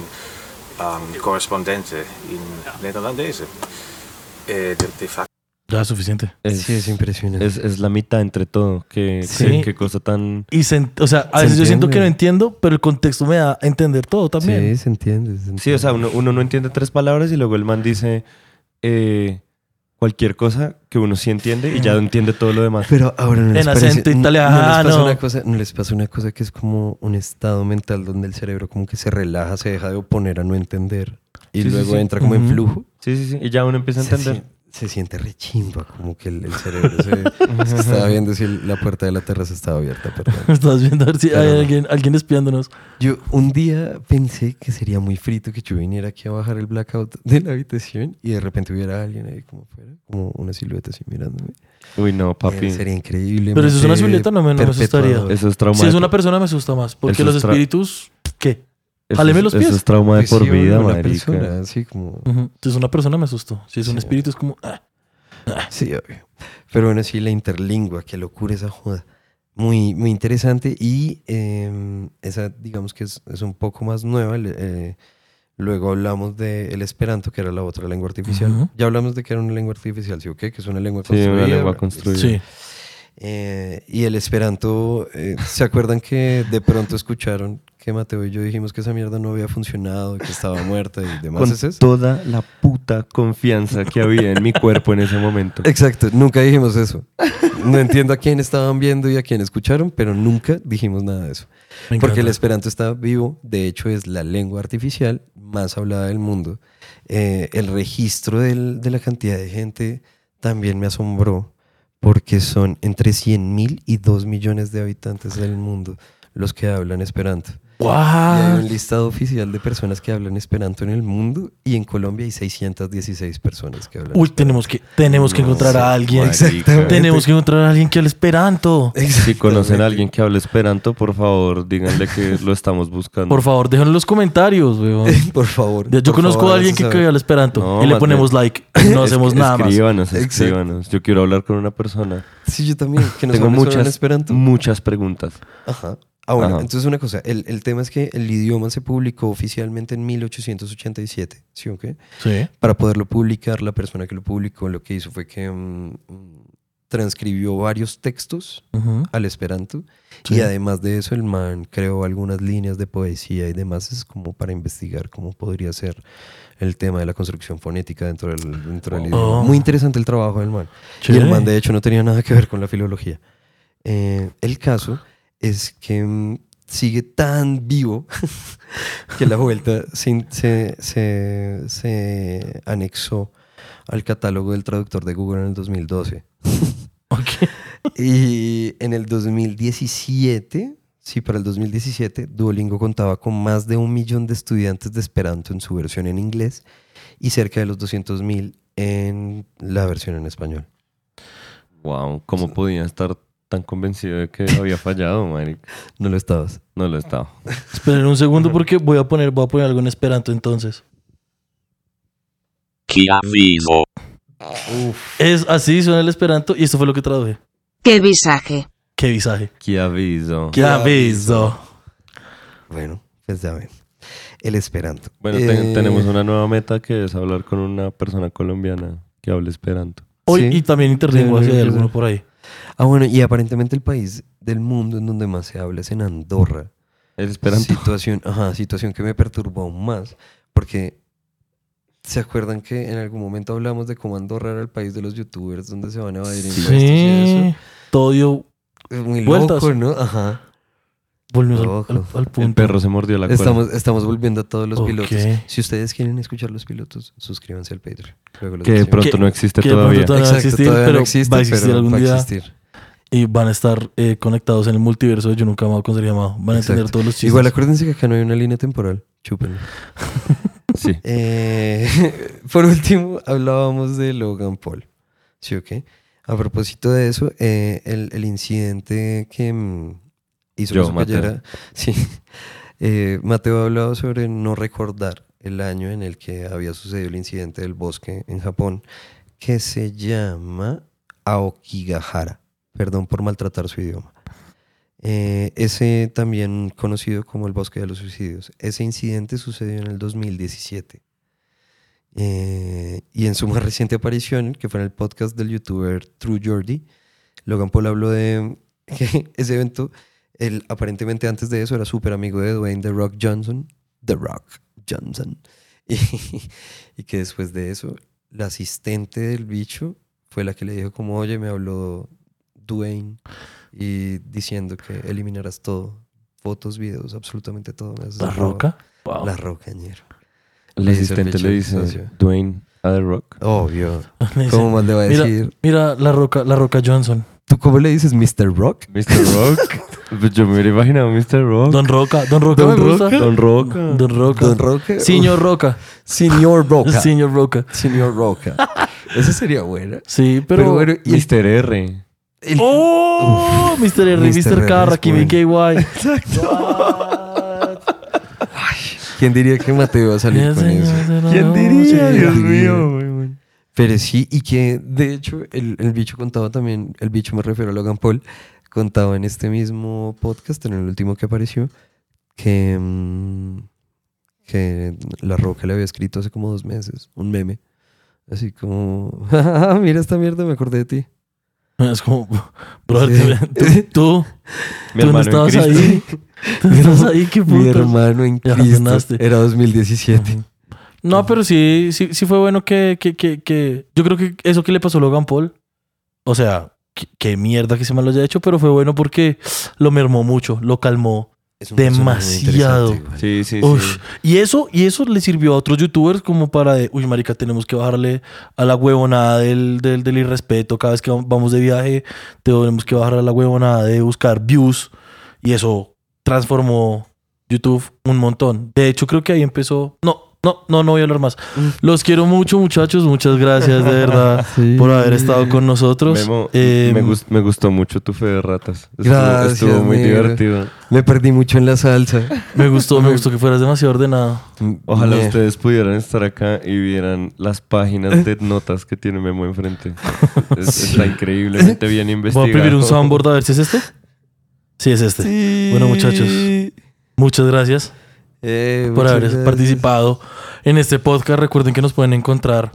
um, corrispondente in neerlandese. E di- di fatto Ya es suficiente. Es, sí, es impresionante. es, es la mitad entre todo. Qué, Sí. qué- qué cosa tan. Y se en- o sea, a Se veces yo siento que entiende. no entiendo, pero el contexto me da a entender todo también. Sí, se entiende. se Sí, o sea, uno, uno no entiende tres palabras y luego el man dice eh, cualquier cosa que uno sí entiende y ya entiende todo lo demás. Pero ahora no les En acento parece- no- No, les italiano. pasa una cosa, no les pasa una cosa que es como un estado mental donde el cerebro como que se relaja, se deja de oponer a no entender y Sí, sí, luego sí. entra como en Ujú. flujo. Sí, sí, sí. Y ya uno empieza a Se, entender. sien- se siente re chimba, como que el, el cerebro se, es que estaba viendo si el- la puerta de la terraza estaba abierta, perdón. Estás viendo a ver si Pero hay no. alguien, alguien espiándonos. Yo un día pensé que sería muy frito que yo viniera aquí a bajar el blackout de la habitación y de repente hubiera alguien ahí como fuera, como una silueta así mirándome. Uy, no, Eh, papi. Sería increíble. Pero si es una silueta, no me- no me asustaría. Eso es trauma. Si es de- una persona me asusta más, porque Eso los es tra- espíritus, ¿qué? eso jáleme es- los Eso pies. es trauma de por vida, una marica. persona, así como... Ujú. Si es una persona me asustó. Si es un Sí. espíritu es como... ah. Sí, obvio. Pero bueno, sí, la interlingua, qué locura esa joda. Muy, muy interesante y eh, esa, digamos que es, es un poco más nueva. le- eh, luego hablamos del esperanto, que era la otra lengua artificial. Ujú. Ya hablamos de que era una lengua artificial, ¿sí o qué? Que es una lengua Sí, una lengua construida. bueno, listo. construida. Sí. Eh, y el esperanto, eh, ¿se acuerdan que de pronto escucharon que que Mateo y yo dijimos que esa mierda no había funcionado, que estaba muerta y demás. Con ¿Es eso? toda la puta confianza que había en mi cuerpo en ese momento. Exacto, nunca dijimos eso. No entiendo a quién estaban viendo y a quién escucharon, pero nunca dijimos nada de eso. Me Porque el encanta. esperanto está vivo, de hecho es la lengua artificial más hablada del mundo. Eh, el registro del- de la cantidad de gente también me asombró porque son entre 100 mil y 2 millones de habitantes del mundo los que hablan esperanto. Y Ah. hay un listado oficial de personas que hablan esperanto en el mundo y en Colombia hay 616 personas que hablan Uy, tenemos que, tenemos que No encontrar sé, a alguien. marica. Exactamente. Tenemos que encontrar a alguien que hable esperanto. Si conocen a alguien que hable esperanto, por favor, díganle que lo estamos buscando. Por favor, déjenlo en los comentarios, weón. Por favor. Yo por conozco favor, a alguien que, haznos que saber. hable esperanto No, y le más ponemos bien. like. No hacemos nada más. Escríbanos, Exacto. escríbanos. Yo quiero hablar con una persona. Sí, yo también. Que nos Tengo hable sobre el muchas, Esperanto. muchas preguntas. Ajá. Ah, bueno, Ajá. entonces una cosa. El, el tema es que el idioma se publicó oficialmente en 1887. ¿Sí o qué? Sí. Para poderlo publicar, la persona que lo publicó lo que hizo fue que mm, mm, transcribió varios textos Ujú. al Esperanto. Sí. Y además de eso, el man creó algunas líneas de poesía y demás. Es como para investigar cómo podría ser el tema de la construcción fonética dentro del, dentro del idioma. Oh. Muy interesante el trabajo del man. Y el man, de hecho, no tenía nada que ver con la filología. Eh, el caso es que mm, sigue tan vivo que la vuelta se, se- se- se anexó al catálogo del traductor de Google en el 2012. Ok. Y en el 2017, sí, para el 2017, Duolingo contaba con más de un millón de estudiantes de Esperanto en su versión en inglés y cerca de los 200 mil en la versión en español. Wow, ¿cómo podía estar tan convencido de que había fallado, marica? No lo estabas. No lo estaba. Esperen un segundo porque voy a poner, voy a poner algo en esperanto entonces. Ki aviso. Es así suena el esperanto y esto fue lo que traduje. ¡Qué visaje! Qué visaje. ¿Qué aviso? Qué aviso. Bueno, pues ya ven. El Esperanto. Bueno, Eh, ten- tenemos una nueva meta que es hablar con una persona colombiana que hable esperanto. Hoy Sí. y también interlingua Sí, si hay sí, sí. alguno por ahí. Ah, bueno, y aparentemente el país del mundo en donde más se habla es en Andorra. El esperanto. Situación, ajá, situación que me perturbó aún más. Porque, ¿se acuerdan que en algún momento hablamos de cómo Andorra era el país de los youtubers donde se van a evadir impuestos y Sí. Todo dio eso? Muy Vueltas. loco, ¿no? Ajá. volvemos al- Ojo. al, al El punto. perro se mordió la cola. Estamos, estamos volviendo a todos los Ok. pilotos. Si ustedes quieren escuchar los pilotos, suscríbanse al Patreon. Luego los Que de decimos. pronto Que- no existe que de pronto todavía. todavía no va a Exacto, existir, todavía pero no existe, va a existir pero algún va a día. existir. Y van a estar eh, conectados en el multiverso de Yo Nunca Amado con Ser Llamado. Van a entender Exacto. todos los chistes. Igual acuérdense que acá no hay una línea temporal. Chúpenlo. Sí. Eh, por último, hablábamos de Logan Paul. ¿Sí o qué? A propósito de eso, eh, el, el incidente que mm, hizo Yo, que se Mateo. cayera- Sí. Eh, Mateo ha hablado sobre no recordar el año en el que había sucedido el incidente del bosque en Japón, que se llama Aokigahara. Perdón por maltratar su idioma. Eh, ese también conocido como el bosque de los suicidios. Ese incidente sucedió en el 2017. Eh, y en su más reciente aparición, que fue en el podcast del youtuber True Jordi, Logan Paul habló de que ese evento, él aparentemente antes de eso era súper amigo de Dwayne The Rock Johnson, The Rock Johnson, y, y que después de eso, la asistente del bicho fue la que le dijo como, oye, me habló Dwayne y diciendo que eliminarás todo, fotos, videos, absolutamente todo. me haces La un favor". roca. Wow. La roca, ñero. El Le dice asistente el le bicho, dice, socio. Dwayne, a The Rock. Obvio. Le dice, ¿Cómo más le va a Mira. decir? Mira, la roca, la roca Johnson. ¿Tú cómo le dices Mr. Rock? Mr. Rock. Pues Yo me hubiera imaginado Mr. Rock. Don Roca. Don Roca Don me gusta. Roca. Don Rock. Don Roca. Don Roca. Señor Roca. Señor Roca. Señor Roca. Señor Roca. Esa sería buena. Sí, pero... Pero, bueno, y el- Mr. R. el- ¡Oh! Mr. R, Mr. R Mr. es Carra, Kimi bueno. KY. ¿Quién diría que Mateo iba a salir con eso? ¿Quién diría? Dios mío, Pero sí, y que de hecho el, el bicho contaba también, el bicho me refiero a Logan Paul, contaba en este mismo podcast, en el último que apareció, que, mm, que La Roca le había escrito hace como dos "Ah, meses, un meme. Así como, "Ja, ja, ja, mira esta mierda, me acordé de ti. Es como, brother, tú, tú, Mi tú no hermano en estabas ahí. Tú no estabas ahí, qué Mi puto. hermano en Ya Cristo. ganaste. Era 2017. No, pero sí, sí, sí fue bueno que, que, que, que- Yo creo que eso que le pasó a Logan Paul. O sea, qué, qué mierda que se me lo haya hecho, pero fue bueno porque lo mermó mucho, lo calmó. Es un personaje muy Demasiado. interesante, güey. Sí, sí, Ush. sí. Y eso, y eso le sirvió a otros youtubers como para de, uy, marica, tenemos que bajarle a la huevonada del, del, del irrespeto. Cada vez que vamos de viaje, tenemos que bajar a la huevonada de buscar views. Y eso transformó YouTube un montón. De hecho, creo que ahí empezó. No, no, no, no voy a hablar más. Mm. Los quiero mucho, muchachos. Muchas gracias, de verdad, por haber estado con nosotros. Memo, Eh, me, gust- me gustó mucho tu fe de ratas. Estuvo, Gracias, estuvo muy negro. divertido. Me perdí mucho en la salsa. Mm, me gustó, me gustó que fueras demasiado ordenado. Ojalá Me- ustedes pudieran estar acá y vieran las páginas de notas que tiene Memo enfrente. Es- Está increíblemente bien investigado. Voy a imprimir un soundboard a ver si es este. Sí, es este. Bueno, muchachos, muchas gracias Eh, por muchas haber gracias. participado en este podcast. Recuerden que nos pueden encontrar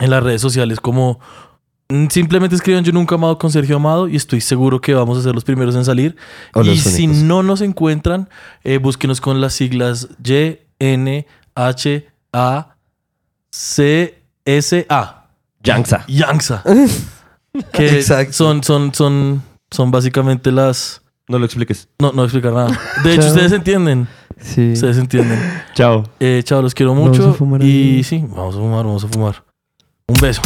en las redes sociales como mm, simplemente escriban yo nunca amado con Sergio Amado y estoy seguro que vamos a ser los primeros en salir. O y los si únicos. no nos encuentran, eh, búsquenos con las siglas Y, N, H, A, C, S, A. Yangsa. Yangsa. que Exacto. son, son, son, son básicamente las. No lo expliques. No, no voy a explicar nada. De hecho, Chao. ustedes entienden. Sí. Ustedes entienden. Chao. Eh, chao, los quiero Vamos mucho. a fumar y algo. sí, vamos a fumar, vamos a fumar. Un beso.